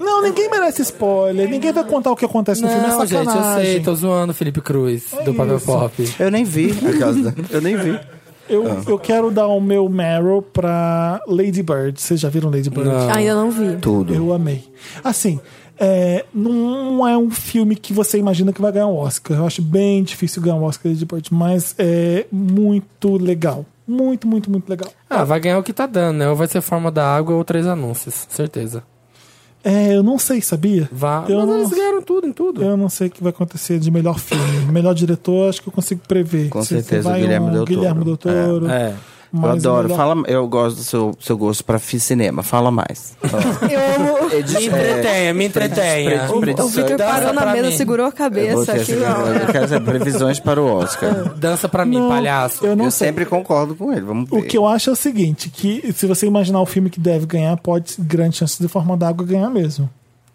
S1: Não, ninguém merece spoiler. Ninguém vai contar o que acontece no filme. É
S2: não, gente, eu
S1: sacanagem.
S2: sei, tô zoando o Felipe Cruz, do Papel Pop.
S4: Eu nem vi. aquelas da- Eu nem vi.
S1: eu,
S2: Ah.
S1: eu quero dar o meu Meryl pra Lady Bird. Vocês já viram Lady Bird?
S2: Não.
S3: Ainda não vi.
S4: Tudo.
S1: Eu amei. Assim, é, não é um filme que você imagina que vai ganhar um Oscar. Eu acho bem difícil ganhar um Oscar de Bird, mas é muito legal. Muito, muito, muito legal.
S2: Ah, vai ganhar o que tá dando, né? Ou vai ser Forma da Água ou Três Anúncios, certeza.
S1: É, eu não sei, sabia?
S2: Vá.
S1: Eu
S2: Mas
S1: não-
S2: eles ganharam tudo em tudo.
S1: Eu não sei o que vai acontecer de melhor filme. Melhor diretor, acho que eu consigo prever.
S4: Com
S1: Se- se
S4: certeza,
S1: vai
S4: Guilherme
S1: um
S4: Del Toro.
S1: Guilherme Del Toro.
S2: É.
S4: Eu
S1: mas
S4: adoro.
S1: melhor-
S4: Fala, eu gosto do seu, seu gosto pra fi- cinema. Fala mais.
S3: Eu amo.
S2: Me
S4: é,
S2: entretenha, me entretenha.
S3: O Victor
S4: Dança
S3: parou na
S2: pra
S3: mesa,
S2: mim.
S3: segurou a
S4: Eu, vou
S3: cabeça
S4: ter
S3: aqui.
S4: essa- eu quero saber previsões para o Oscar.
S2: Dança pra mim,
S1: Não,
S2: palhaço.
S1: Eu
S4: Eu,
S1: não sei.
S4: sempre concordo com ele. Vamos ver.
S1: O que eu acho é o seguinte, que se você imaginar o filme que deve ganhar, pode grande chance de Forma d'Água ganhar mesmo.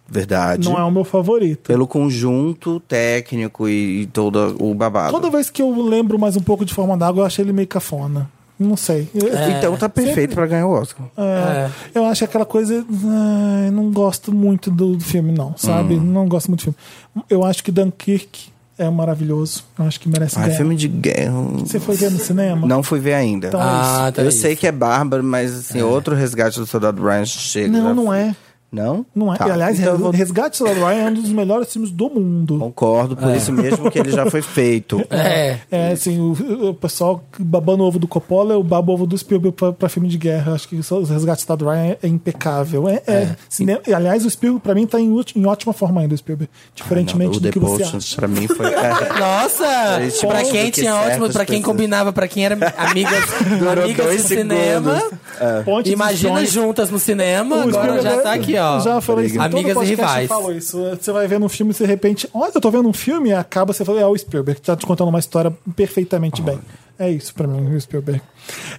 S4: Verdade.
S1: Não é o meu favorito.
S4: Pelo conjunto técnico e, e todo o babado.
S1: Toda vez que eu lembro mais um pouco de Forma d'Água, eu acho ele meio cafona. Não sei. Eu-
S4: Então tá perfeito pra ganhar o Oscar.
S1: É.
S2: É.
S1: Eu acho aquela coisa. ah, eu não gosto muito do filme, não,
S4: Hum.
S1: sabe? Não gosto muito do filme. Eu acho que Dunkirk é maravilhoso. Eu acho que merece
S4: Ah,
S1: ganhar.
S4: filme de guerra.
S1: Você foi ver no cinema?
S4: Não fui ver ainda.
S1: Então é
S2: Ah,
S1: isso.
S2: tá
S4: eu
S2: isso.
S4: sei que é bárbaro, mas assim, outro resgate do soldado Ryan chega.
S1: Não,
S4: já
S1: não
S4: fui.
S1: é.
S4: Não?
S1: Não é.
S4: Tá.
S1: E, aliás,
S4: Então eu vou-
S1: Resgate do Soldado Ryan é um dos melhores filmes do mundo.
S4: concordo, por isso mesmo que ele já foi feito.
S2: É.
S1: É, assim, o, o pessoal babando o ovo do Coppola, eu babo o ovo do Spielberg pra, pra filme de guerra. Acho que o Resgate do Soldado Ryan é, é impecável. É, é. Cinema- e, aliás, o Spielberg, pra mim, tá em, ulti- em ótima forma ainda, o Spielberg. Diferentemente do
S4: o The
S1: que você acha.
S4: Potions, pra mim, foi. É,
S2: Nossa!
S4: Eles
S2: Pra
S4: falam
S2: quem
S4: do que
S2: tinha
S4: certas
S2: ótimo, pra quem
S4: pessoas.
S2: combinava, pra quem era amigas,
S4: Durou
S2: amigas
S4: dois
S2: no cinema.
S4: segundos.
S1: Ponte dos
S2: Imagina
S1: Sonhos.
S2: juntas no cinema,
S1: O
S2: agora
S1: Spielberg
S2: já tá aqui, ó.
S1: Já falei isso. em todo
S2: Amigas e
S1: podcast eu
S2: rivais.
S1: falo isso. Você vai vendo um filme e de repente, olha, eu tô vendo um filme e acaba, você fala, é o Spielberg, tá te contando uma história perfeitamente bem. É isso pra mim, o Spielberg.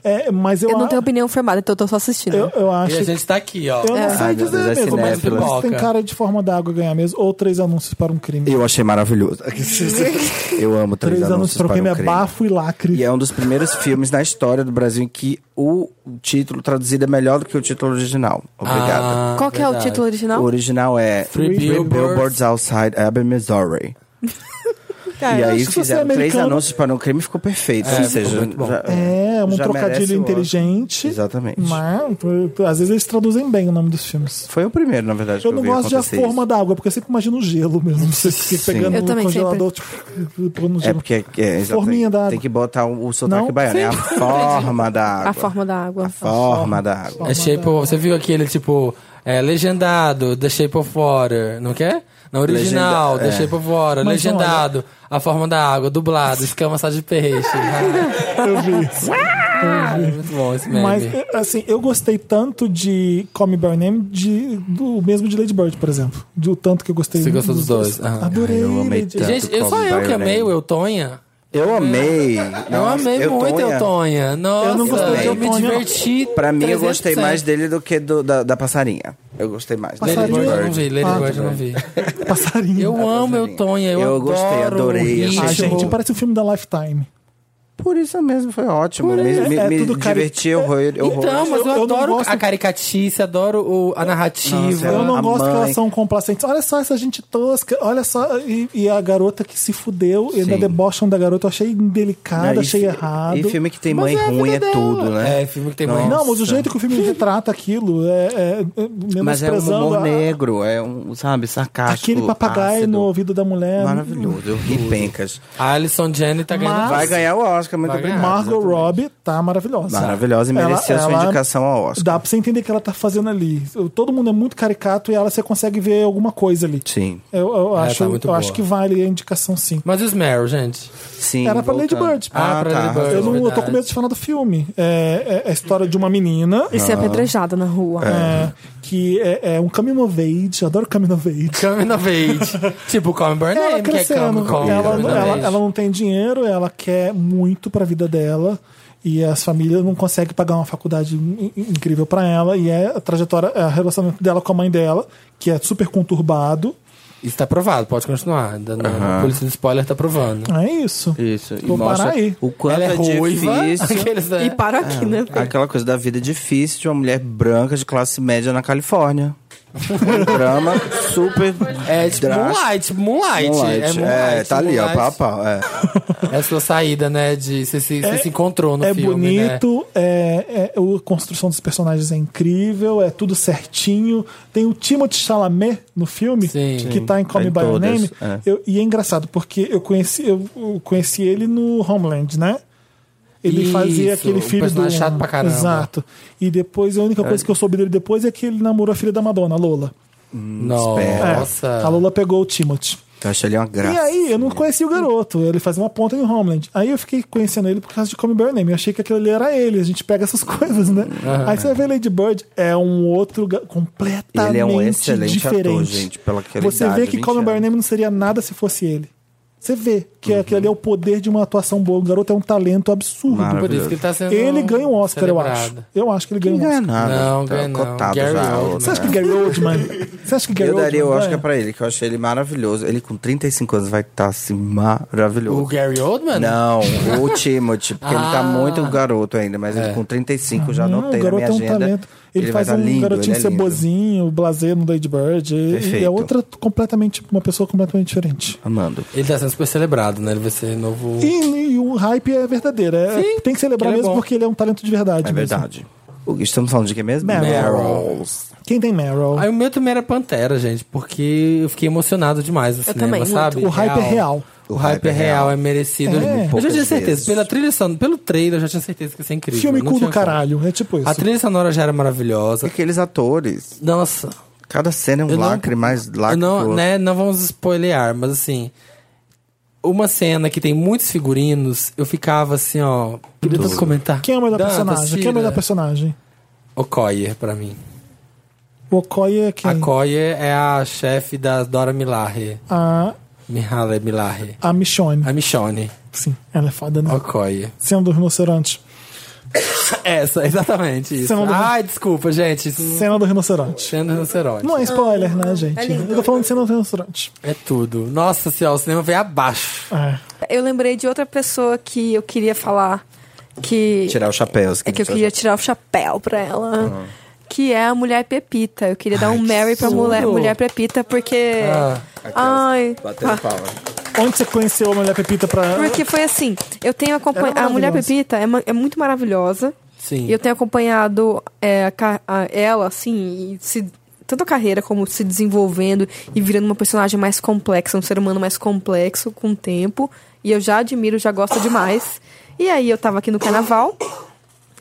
S1: É, mas eu,
S3: Eu não
S1: a-
S3: tenho opinião formada, então eu tô só assistindo.
S1: eu, eu
S2: E a
S1: acho.
S2: gente tá aqui, ó.
S1: Eu não sei
S4: Ai, meu
S1: dizer
S4: Deus, é
S1: mesmo, mas
S4: cinéfilo.
S1: isso tem cara de forma d'água ganhar mesmo. Ou três anúncios para um crime.
S4: Eu achei maravilhoso. Eu amo três,
S1: três
S4: anúncios
S1: para um crime é
S4: crime.
S1: bafo e lacre.
S4: E é um dos primeiros filmes na história do Brasil em que o título traduzido é melhor do que o título original. Obrigada.
S2: Ah,
S3: Qual que é o título original?
S4: O original é
S2: Three Billboards-
S4: Billboards Outside Abbey, Missouri.
S3: Cara,
S4: e
S3: eu
S4: aí
S1: acho que se você é
S4: fizeram três
S1: americano-
S4: anúncios para um crime e ficou perfeito. Ou seja, já-
S1: É, um
S4: já merece
S1: trocadilho
S4: o Oscar.
S1: inteligente.
S4: Exatamente.
S1: Mas, uh, às vezes eles traduzem bem o nome dos filmes.
S4: Foi o primeiro, na verdade,
S1: Eu
S4: que
S1: não
S4: eu vi
S1: gosto de a
S4: acontecer isso.
S1: forma da água, porque eu sempre imagino gelo mesmo. Você fica
S4: Sim.
S1: pegando
S3: Eu
S1: no
S3: também
S1: congelador, tipo, pôr no
S4: É
S1: gelo.
S4: porque
S1: Forminha da
S4: é, exatamente.
S1: água.
S4: tem que botar o, o sotaque
S1: Não?
S4: baiano. É a forma da água.
S3: A forma da água.
S4: A forma da água.
S2: É Shape of... Você viu aquele, tipo, é, legendado, The Shape of Water, não quer? Não, original,
S4: Legenda-
S2: The
S4: é.
S2: Shape of Water,
S1: Mas
S2: legendado, A Forma da Água, dublado, Escama Sá de Peixe. Ah,
S1: Eu vi isso.
S2: muito bom esse meme.
S1: Mas, assim, eu gostei tanto de Call Me By Your Name, de, do mesmo de Lady Bird, por exemplo. Do tanto que eu gostei.
S2: Você gostou dos dois? Aham.
S1: Adorei.
S4: Ai, Ah, eu amei
S1: Lady
S4: tanto.
S2: Gente, eu,
S4: Call
S2: só
S4: Me
S2: eu
S4: By
S2: que
S4: Your
S2: amei o
S4: Name.
S2: Eutonha.
S4: Eu amei.
S2: Eu amei muito
S4: Tonha.
S2: Eutonha. Nossa, eu,
S1: não gostei de
S2: me
S1: Eutonha, não.
S2: diverti.
S4: Pra mim, eu gostei
S2: 300%.
S4: mais dele do que do- da, da passarinha. Eu gostei mais. da
S2: Lady
S1: Passarinho.
S2: Bird, eu não
S1: Bird.
S2: vi, Lady
S1: Ah, Tá
S2: Bird, eu não vi.
S1: Passarinho.
S2: Eu amo Eutonha, eu,
S4: Eu gostei,
S2: adoro o
S4: adorei, achei
S1: Ah,
S2: ritmo.
S1: gente, parece um filme da Lifetime.
S4: Por isso mesmo, foi ótimo. Me, me,
S1: é
S4: me
S1: tudo cari-
S4: diverti horror. horror.
S2: Então, mas eu,
S1: Eu- eu não
S2: adoro
S1: gosto-
S2: a caricatice, adoro o- a narrativa.
S4: Nossa,
S1: Eu não
S4: é A
S1: gosto que
S4: mãe.
S1: elas são complacentes. Olha só essa gente tosca, olha só. E, e a garota que se fudeu, e ainda
S4: Sim.
S1: debocham da garota. Eu achei indelicada,
S4: Não, e
S1: achei
S4: fi-
S1: errado.
S4: E filme que tem
S2: Mas
S4: mãe
S2: é a
S4: ruim
S2: vida
S4: é
S2: dela.
S4: tudo, né?
S2: É, filme que tem mãe.
S1: Não, mas o jeito que o filme retrata aquilo é, é, é
S4: Mas é um
S1: menosprezando
S4: humor
S1: a-
S4: negro, é um, sabe, sarcástico.
S1: aquele papagaio né?
S4: ácido.
S1: no ouvido da mulher.
S4: Maravilhoso, eu ri pencas.
S2: A Alison Jenny tá ganhando.
S4: Vai ganhar o Oscar, muito
S2: Vai ganhar.
S4: obrigado.
S1: Margot
S4: exatamente.
S1: Robbie tá maravilhosa.
S4: Maravilhosa e
S1: Ela-
S4: mereceu sua
S1: ela-
S4: indicação ao Oscar.
S1: Dá pra você entender o que ela tá fazendo ali. Todo mundo é muito caricato e ela você consegue ver alguma coisa ali.
S4: Sim.
S1: Eu, eu
S2: É,
S1: acho,
S2: tá muito
S1: eu
S2: boa.
S1: acho que vale a indicação sim.
S2: Mas os Meryl, gente.
S4: Sim.
S1: Era pra Lady
S4: voltando. tá.
S1: Bird.
S2: Ah, pra Lady Bird.
S1: Eu, não, eu tô
S2: verdade.
S1: com medo de falar do filme. É, é a história de uma menina
S3: E ser apedrejada na rua.
S1: é, que é, é um coming of age. Adoro coming of age.
S2: Coming of Age. tipo, Come Burn
S1: Ela
S2: Name, que é Come,
S1: crescendo.
S2: come
S1: ela,
S2: Coming of
S1: ela,
S2: Age.
S1: ela não tem dinheiro, ela quer muito pra vida dela. E as famílias não conseguem pagar uma faculdade in- in- incrível pra ela. E é a trajetória, é o relacionamento dela com a mãe dela, que é super conturbado.
S2: Isso tá provado, pode continuar. Ainda não- A polícia do spoiler tá provando.
S1: É isso.
S4: Isso. E
S1: Vou
S4: mostra
S1: parar aí.
S4: o quanto
S2: ela é
S4: é
S2: ruiva.
S4: difícil.
S2: Aqueles, né?
S3: E para
S1: É.
S3: aqui, né?
S4: Aquela coisa da vida difícil de uma mulher branca de classe média na Califórnia. um drama super.
S2: É tipo
S4: drástico.
S2: Moonlight, Moonlight. É, Moonlight,
S4: É, tá ali, ó, pau a
S2: Moonlight.
S4: pau.
S2: É
S4: É.
S2: a sua saída, né? De, você, se, você se encontrou no
S1: é
S2: filme, né?
S1: bonito, é, é- o- a construção dos personagens é incrível, é tudo certinho. Tem o Timothée Chalamet no filme,
S2: Sim.
S1: que tá em Come
S4: Tá em
S1: By Your
S4: todas,
S1: Name.
S4: é.
S1: Eu- e é engraçado, porque eu conheci, eu, eu conheci ele no Homeland, né? Ele
S2: Isso,
S1: fazia
S2: o
S1: aquele filho do...
S2: personagem chato pra caramba.
S1: Exato. E depois, a única coisa que eu soube dele depois é que ele namorou a filha da Madonna, a Lola. É,
S2: Nossa.
S1: a Lola pegou o Timothée.
S4: Eu achei ele uma graça.
S1: E aí, eu não conhecia o garoto. Ele fazia uma ponta em Homeland. Aí eu fiquei conhecendo ele por causa de Come By Your Name. Eu achei que aquilo ali era ele. A gente pega essas coisas, né? Aí você vê Lady Bird, é um outro ga- completamente
S4: Ele é um excelente
S1: diferente.
S4: ator, gente, pela aquela
S1: Você
S4: idade,
S1: vê que
S4: 20
S1: Come By Your
S4: anos. Uhum.
S1: Name não seria nada se fosse ele. Você vê que aquilo ali é o poder de uma atuação boa. O garoto é um talento absurdo.
S4: Maravilhoso.
S2: Por isso que ele tá sendo.
S1: Ele ganha um Oscar, eu
S2: celebrado.
S1: acho. Eu acho que ele ganha um
S4: Não ganha
S1: Oscar.
S4: nada. tá
S2: Não, ganha não.
S4: cotado
S2: Gary
S4: já.
S2: Oldman.
S1: Você acha que Gary Oldman... Você acha que Gary
S4: né? Eu daria o
S1: Oldman
S4: Oscar
S1: ganha?
S4: pra ele, que é eu achei ele maravilhoso. Ele com 35 anos vai estar assim maravilhoso.
S2: O Gary Oldman?
S4: Não, o Timothy, porque ele
S2: Ah.
S4: tá muito garoto ainda, mas ele com 35 já
S1: Não,
S4: anotei
S1: o
S4: na
S1: garoto é
S4: minha
S1: um
S4: agenda.
S1: talento. Ele,
S4: vai
S1: faz
S4: tá
S1: um
S4: lindo,
S1: garotinho
S4: ele é lindo.
S1: cebozinho, o blazer no Lady Bird. E, e é
S4: Perfeito.
S1: outra completamente, uma pessoa completamente diferente.
S4: Amando.
S2: Ele tá sendo super celebrado, né? Ele vai ser novo.
S1: E, e o hype é verdadeiro. é-
S2: Sim,
S1: tem que celebrar
S2: ele é
S1: mesmo
S2: bom.
S1: porque ele é um talento de verdade.
S4: É
S1: mesmo.
S4: verdade. O- Estamos falando de quem mesmo?
S1: Meryl.
S4: Meryl's.
S1: Quem tem Meryl?
S2: Aí o meu também era Pantera, gente, porque eu fiquei emocionado demais no
S3: Eu
S2: cinema,
S3: também, muito.
S2: sabe?
S1: o hype é real.
S2: O hype é real, é merecido.
S1: É.
S2: Eu já
S4: Poucas
S2: tinha certeza,
S4: vezes.
S2: pela trilha sonora, pelo trailer, eu já tinha certeza que ia ser incrível.
S1: Filme
S2: não
S1: cu do
S2: tinha como.
S1: caralho. É tipo isso.
S2: A trilha sonora já era maravilhosa.
S4: Tá. Aqueles atores.
S2: Nossa,
S4: Cada cena é um
S2: Eu não-
S4: lacre, mais
S2: eu
S4: lacre. que o
S2: não,
S4: outro.
S2: né, não vamos spoilear, mas assim, uma cena que tem muitos figurinos, eu ficava assim, ó, queria tanto comentar.
S1: Quem é o melhor
S2: Dantas,
S1: personagem? Quem é o melhor
S2: Cira.
S1: personagem?
S2: O Coyer, pra mim.
S1: O Okoye é quem?
S2: A Coyer é a chefe da Dora Milaje.
S1: A-
S2: Mihaly Milahe.
S1: A Michonne.
S2: A Michonne.
S1: Sim, ela é foda, né?
S2: Okoye.
S1: Cena do rinoceronte.
S2: Essa, exatamente isso.
S1: Cena do-
S2: Ai, desculpa, gente.
S1: Cena do rinoceronte.
S2: Sendo rinoceronte.
S1: Não é spoiler, né, gente? Eu tô falando de cena do rinoceronte.
S2: É tudo. Nossa senhora, o cinema veio abaixo.
S1: É.
S3: Eu lembrei de outra pessoa que eu queria falar que
S4: Tirar o chapéu.
S3: é que eu queria tirar o chapéu pra ela. Que é a mulher Pepita. Eu queria dar um Mary pra mulher, mulher Pepita, porque.
S4: Ah,
S3: Ai.
S2: Ah.
S4: Bateu palma.
S1: Onde você conheceu a mulher Pepita pra.
S3: Porque foi assim, eu tenho acompanhado.
S1: Ela é
S3: A mulher
S1: maravilhosa.
S3: Pepita é, ma- é muito maravilhosa.
S2: Sim.
S3: E eu tenho acompanhado é, a ca- a- ela, assim, e se, tanto a carreira como se desenvolvendo e virando uma personagem mais complexa, um ser humano mais complexo com o tempo. E eu já admiro, já gosto demais. E aí eu tava aqui no carnaval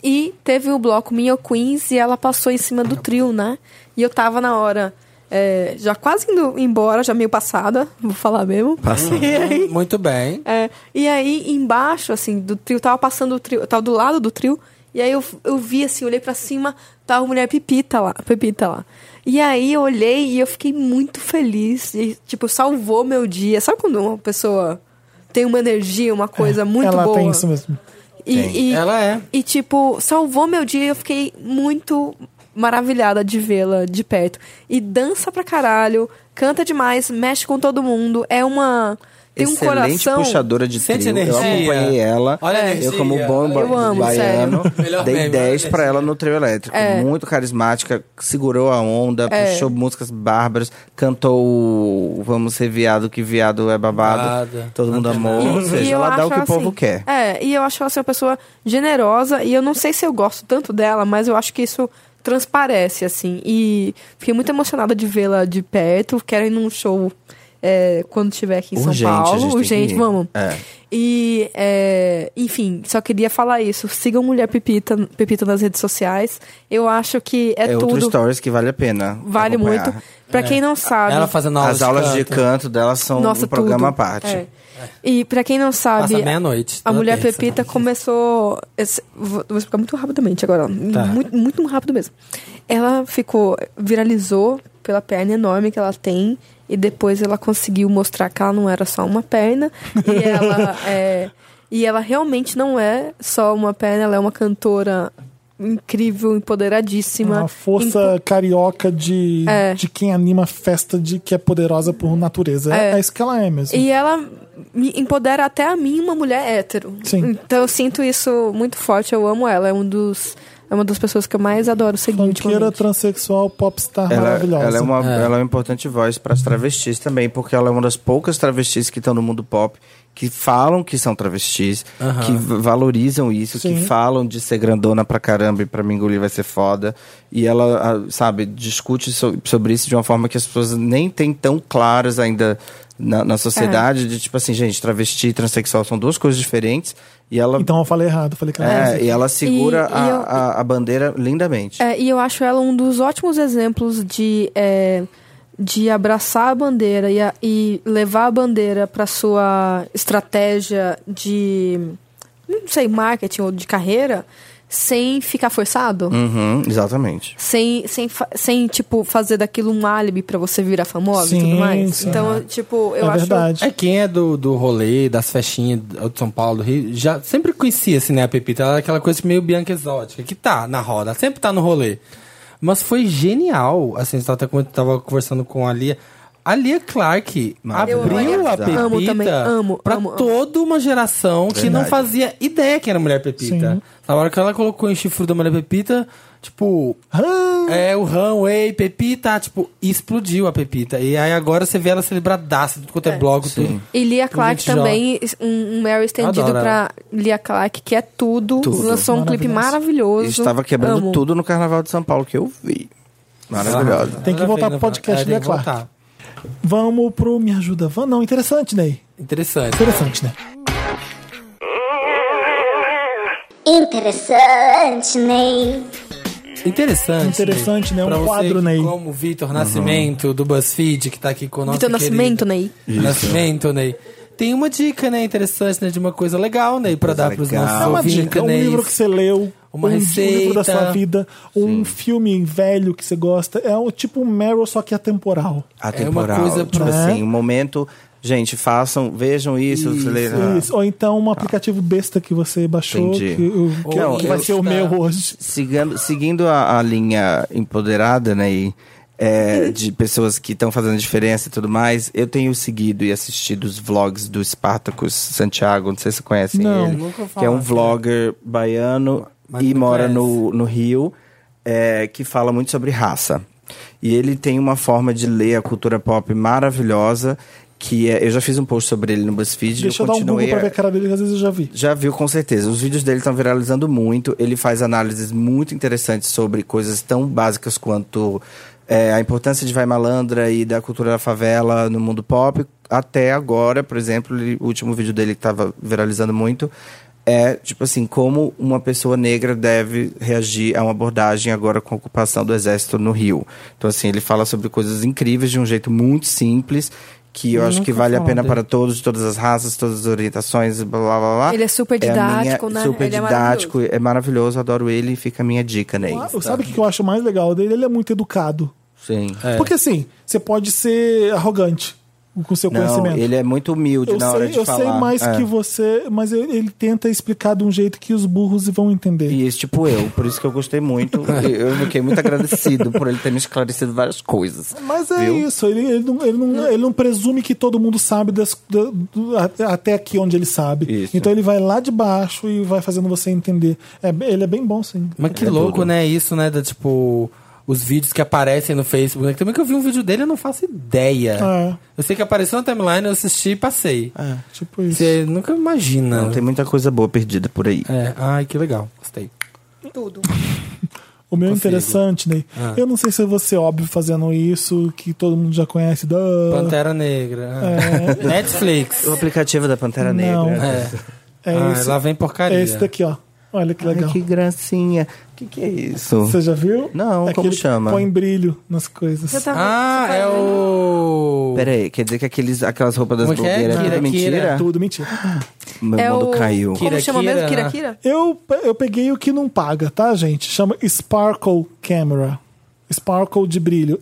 S3: e teve o bloco Minha Queens e ela passou em cima do trio, né? E eu tava na hora. é, já quase indo embora, já meio passada, vou falar mesmo. Passada. E aí,
S2: Muito bem.
S3: é, e aí, embaixo, assim, do trio, tava passando o trio, eu tava do lado do trio, e aí eu, eu vi, assim, olhei pra cima, tava a mulher Pepita lá, Pepita lá. E aí eu olhei e eu fiquei muito feliz, e, tipo, salvou meu dia. Sabe quando uma pessoa tem uma energia, uma coisa muito
S1: ela
S3: boa?
S1: tem isso mesmo.
S3: E, e-
S2: Ela é.
S3: E, tipo, salvou meu dia e eu fiquei muito maravilhada de vê-la de perto. E dança pra caralho, canta demais, mexe com todo mundo, é uma... Tem um
S4: Excelente
S3: coração...
S4: puxadora de
S2: Sente
S4: trio. Eu
S2: energia.
S4: acompanhei ela.
S2: Olha a energia.
S4: eu, como bom ba-
S3: Eu amo,
S4: baiano,
S2: sério. Melhor
S4: dei
S2: meme,
S4: 10
S2: olha
S4: pra
S2: esse.
S4: ela no trio elétrico. Muito carismática, segurou a onda, puxou músicas bárbaras, cantou o Vamos Ser Viado, que viado é babado.
S2: Babado.
S4: Todo mundo amou.
S3: E-
S4: Ou
S3: e
S4: seja,
S3: eu
S4: ela dá o
S3: acho
S4: que o povo
S3: assim,
S4: quer.
S3: É, e eu acho ela ser uma pessoa generosa, e eu não sei se eu gosto tanto dela, mas eu acho que isso transparece, assim. E fiquei muito emocionada de vê-la de perto, quero ir num show é, quando estiver aqui em
S4: Urgente,
S3: São
S4: a
S3: Paulo.
S4: gente tem que
S3: Urgente,
S4: ir.
S3: vamos.
S4: É.
S3: E, é, enfim, só queria falar isso. Sigam Mulher Pepita, Pepita nas redes sociais. Eu acho que é,
S4: É, outro
S3: tudo.
S4: stories que vale a pena.
S3: Vale
S4: acompanhar.
S3: muito. Pra quem não sabe.
S2: Ela fazendo aulas
S4: As aulas de canto dela são
S3: Nossa,
S4: um programa à
S3: tudo.
S4: parte.
S3: É. E pra quem não sabe,
S2: Passa meia-noite.
S3: a
S2: toda
S3: Mulher
S2: terça. né?
S3: Pepita começou. esse- Vou vou explicar muito rapidamente agora.
S2: Tá.
S3: Muito, muito rápido mesmo. Ela ficou. viralizou pela perna enorme que ela tem. E depois ela conseguiu mostrar que ela não era só uma perna. E ela é. E ela realmente não é só uma perna, ela é uma cantora incrível, empoderadíssima.
S1: Uma força carioca de,
S3: É.
S1: de quem anima festa de que é poderosa por natureza. É, é isso que ela é mesmo.
S3: E ela me empodera até a mim, uma mulher hétero.
S1: Sim.
S3: Então eu sinto isso muito forte, eu amo ela. É um dos. É uma das pessoas que eu mais adoro seguir
S1: Funkeira,
S3: ultimamente.
S1: Então, transexual, popstar
S4: Ela,
S1: maravilhosa.
S4: ela é uma, ela é uma importante voz para as travestis também, porque ela é uma das poucas travestis que estão no mundo pop que falam que são travestis, que v- valorizam isso, que falam de ser grandona pra caramba e pra me engolir vai ser foda. E ela, ah, sabe, discute so- sobre isso de uma forma que as pessoas nem têm tão claras ainda na, na
S1: É.
S4: sociedade, de tipo assim, gente, travesti e transexual são duas coisas diferentes. E ela,
S1: Então eu falei errado, eu falei que ela
S4: é,
S1: é.
S4: e ela segura
S3: e
S4: a,
S3: eu-
S4: a- a bandeira lindamente.
S3: É, e eu acho ela um dos ótimos exemplos de, é, de abraçar a bandeira e, a- e levar a bandeira para sua estratégia de, não sei, marketing ou de carreira, sem ficar forçado.
S4: Uhum, exatamente.
S3: Sem, sem, fa- sem, tipo, fazer daquilo um álibi pra você virar famosa e
S1: Sim,
S3: tudo mais.
S1: sim.
S3: Então, tipo, eu
S1: é
S3: acho.
S1: verdade.
S2: É quem é do, do rolê, das festinhas de São Paulo, do Rio, já sempre conhecia, assim, né, a Pepita. Ela é aquela coisa meio bianca exótica, que tá na roda, ela sempre tá no rolê. Mas foi genial, assim, eu tava, eu tava conversando com a Lia. A Lia Clark abriu a Pepita
S3: Amo também, amo,
S2: pra
S3: amo, amo.
S2: toda uma geração que não fazia ideia que era Mulher Pepita.
S1: Sim.
S2: Na hora que ela colocou o chifre da Mulher Pepita, tipo,
S1: Ah,
S2: é, o Ram, ei, Pepita, tipo, explodiu a Pepita. E aí agora você vê ela celebradaça, tudo quanto é, bloco, tudo.
S3: E Lia Clark
S2: Gente,
S3: também, um, um Mary estendido
S2: Adoro
S3: pra Lia Clark, que é tudo.
S4: Tudo.
S3: Lançou um clipe maravilhoso.
S4: Estava quebrando
S3: Amo.
S4: tudo no Carnaval de São Paulo, que eu vi. Maravilhosa.
S1: Tem que
S2: Ela
S1: voltar
S2: fez,
S1: pro podcast
S2: é, tem
S1: da
S2: que
S1: Clark.
S2: voltar.
S1: vamos pro Me Ajuda Van. Não, interessante, Ney.
S2: Interessante.
S1: Interessante, né?
S5: Interessante, Ney.
S2: Interessante.
S1: Interessante, né? Um
S2: Pra você
S1: quadro,
S2: que,
S1: Ney.
S2: Como o Vitor Nascimento, do BuzzFeed, que tá aqui conosco.
S3: Vitor Nascimento, né? Ney.
S2: Nascimento, Ney. Tem uma dica, né? Interessante, né? De uma coisa legal, Ney, pra dar pros
S4: legal.
S2: nossos
S1: É uma
S2: ouvintes, né,
S1: dica, um
S2: Ney.
S1: livro que você leu,
S2: Uma
S1: um livro da
S2: receita.
S1: sua vida, um filme velho que você gosta. É o tipo um Meryl, só que atemporal.
S4: Atemporal.
S2: É uma coisa
S4: tipo
S1: pra-
S4: assim, um momento Gente, façam, vejam isso. ah,
S1: Isso,
S4: leram.
S1: isso. Ou então um aplicativo besta que você baixou,
S4: É. Entendi.
S1: que, o- que
S4: Não,
S1: vai
S4: eu-
S1: ser o meu hoje.
S4: Sigando- seguindo a, a linha empoderada, né? E, é, de pessoas que estão fazendo diferença e tudo mais, eu tenho seguido e assistido os vlogs do Spartacus Santiago, não sei se vocês conhecem
S1: Não.
S4: ele.
S2: Nunca ouvi
S4: que é um
S2: falar.
S4: vlogger baiano
S2: Mas
S4: e
S2: me
S4: mora
S2: conhece.
S4: no, no Rio, é, que fala muito sobre raça. E ele tem uma forma de ler a cultura pop maravilhosa. Que é, eu já fiz um post sobre ele no BuzzFeed. e
S1: Deixa eu dar um Google
S4: continuei
S1: pra
S4: a-
S1: ver a cara dele, que às vezes eu já vi.
S4: já viu com certeza. Os vídeos dele estão viralizando muito. Ele faz análises muito interessantes sobre coisas tão básicas quanto é, a importância de Vai Malandra e da cultura da favela no mundo pop. Até agora, por exemplo, ele- o último vídeo dele que estava viralizando muito é, tipo assim, como uma pessoa negra deve reagir a uma abordagem agora com a ocupação do exército no Rio. Então, assim, ele fala sobre coisas incríveis de um jeito muito simples. Que eu,
S2: Eu
S4: acho que
S2: nunca
S4: vale a
S2: ouvi falar
S4: pena
S2: dele.
S4: para todos, de todas as raças, todas as orientações, blá blá blá. blá.
S6: Ele é super
S4: Ah, a minha-
S6: didático, né?
S4: Super
S6: Ele é
S4: didático, é maravilhoso, adoro ele e fica a minha dica, Ney.
S1: Ah, Sabe o que eu acho mais legal dele? Ele é muito educado.
S4: Sim.
S1: Porque assim, você pode ser arrogante com o seu
S4: Não,
S1: conhecimento.
S4: ele é muito humilde
S1: eu
S4: na hora
S1: sei,
S4: de
S1: eu
S4: falar.
S1: sei mais
S4: É.
S1: que você, mas eu- ele tenta explicar de um jeito que os burros vão entender.
S4: E esse tipo eu, por isso que eu gostei muito. e eu fiquei muito agradecido por ele ter me esclarecido várias coisas.
S1: Mas é
S4: Viu?
S1: isso, ele, ele, não, ele, não, ele não presume que todo mundo sabe das- da- do- a- até aqui onde ele sabe.
S4: Isso.
S1: Então ele vai lá de baixo e vai fazendo você entender. É, ele é bem bom, sim.
S2: Mas que louco, né? Isso, né? Da, tipo, os vídeos que aparecem no Facebook. né? Também que eu vi um vídeo dele, eu não faço ideia.
S1: É.
S2: Eu sei que apareceu na timeline, eu assisti e passei.
S4: é.
S1: Tipo isso.
S2: Você nunca imagina.
S4: Não, tem muita coisa boa perdida por aí.
S2: É, ai, que legal. Gostei.
S6: Tudo.
S1: O meu é
S2: Consigo.
S1: interessante, Ney.
S4: Ah.
S1: Eu não sei se eu vou ser óbvio fazendo isso, que todo mundo já conhece. Da...
S2: Pantera Negra.
S1: É.
S2: ah. Netflix.
S4: O aplicativo da Pantera
S1: Não.
S4: Negra.
S2: É.
S1: É,
S2: Ah,
S1: esse,
S2: lá vem porcaria.
S1: é esse daqui, ó. Olha que
S4: Ai,
S1: legal.
S4: que gracinha. O que, que é isso?
S1: Você já viu?
S4: Não,
S1: é
S4: como
S1: que ele
S4: chama?
S1: Põe brilho nas coisas.
S6: Eu tava-
S2: Ah, é o.
S4: Peraí, quer dizer que aqueles, aquelas roupas das
S2: Como que é?
S4: blogueiras é
S2: Kira,
S4: tudo
S2: Kira.
S4: mentira?
S1: Tudo mentira.
S4: Meu
S3: É
S4: mundo
S3: o-
S4: caiu.
S2: Kira,
S6: Como chama mesmo?
S2: Kira.
S6: Kira Kira?
S1: Eu, eu peguei o que não paga, tá, gente? Chama Sparkle Camera. Sparkle de brilho.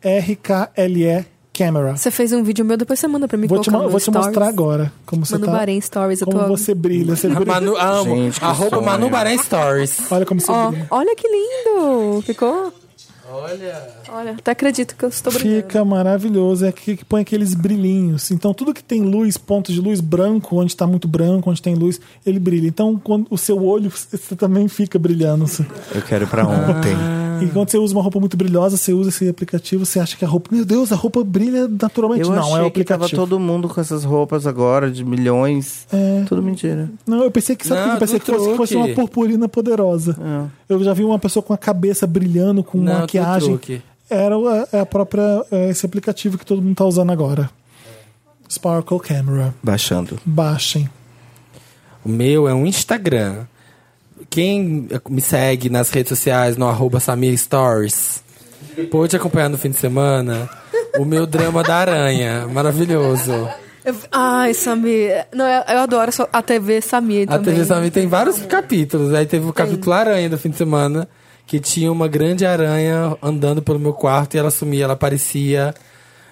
S1: S-P-A-R-K-L-E Camera.
S6: Você fez um vídeo meu, depois você manda pra mim
S1: Vou te,
S3: é
S6: colocar
S1: ma-
S6: no meu
S1: vou te
S6: stories.
S1: mostrar agora como você
S6: Manda
S1: tá.
S6: o Bahrein Stories, eu
S1: como
S6: tô-
S1: você brilha. Você
S2: A
S1: brilha.
S2: Manu, amo.
S4: Gente, que
S2: Arroba
S4: sonho.
S2: Manu Barém Stories.
S1: Olha como você
S6: Ó,
S1: brilha.
S6: olha que lindo! Ficou?
S2: Olha.
S6: Olha, até acredito que eu estou brilhando.
S1: Fica maravilhoso. É aqui que põe aqueles brilhinhos. Então, tudo que tem luz, ponto de luz branco, onde tá muito branco, onde tem luz, ele brilha. Então, quando o seu olho, você também fica brilhando. assim.
S4: Eu quero pra ontem.
S1: E
S2: Ah.
S1: quando você usa uma roupa muito brilhosa, você usa esse aplicativo, você acha que a roupa. Meu Deus, a roupa brilha naturalmente.
S4: Eu
S1: não,
S4: achei
S1: é o
S4: que
S1: aplicativo. É.
S4: tava todo mundo com essas roupas agora de milhões. Tudo mentira.
S1: Não, eu pensei que sabe o que
S2: Não,
S1: eu pensei
S2: do
S1: que fosse, que fosse
S2: truque. É.
S1: uma purpurina poderosa. Eu já vi uma pessoa com a cabeça brilhando com
S2: Não, do
S1: maquiagem.
S2: truque.
S1: Era o- é a própria é esse aplicativo que todo mundo tá usando agora. Sparkle Camera.
S4: Baixando.
S1: Baixem.
S2: O meu é um Instagram. Quem me segue nas redes sociais no arroba Samir Stories pôde acompanhar no fim de semana o meu drama da aranha. Maravilhoso.
S6: Eu- Ai, Samir. Não, eu, eu adoro a sua- a TV Samir
S2: A
S6: também.
S2: TV Samir tem vários capítulos. Aí teve o capítulo aranha do fim de semana, que tinha uma grande aranha andando pelo meu quarto e ela sumia, ela aparecia.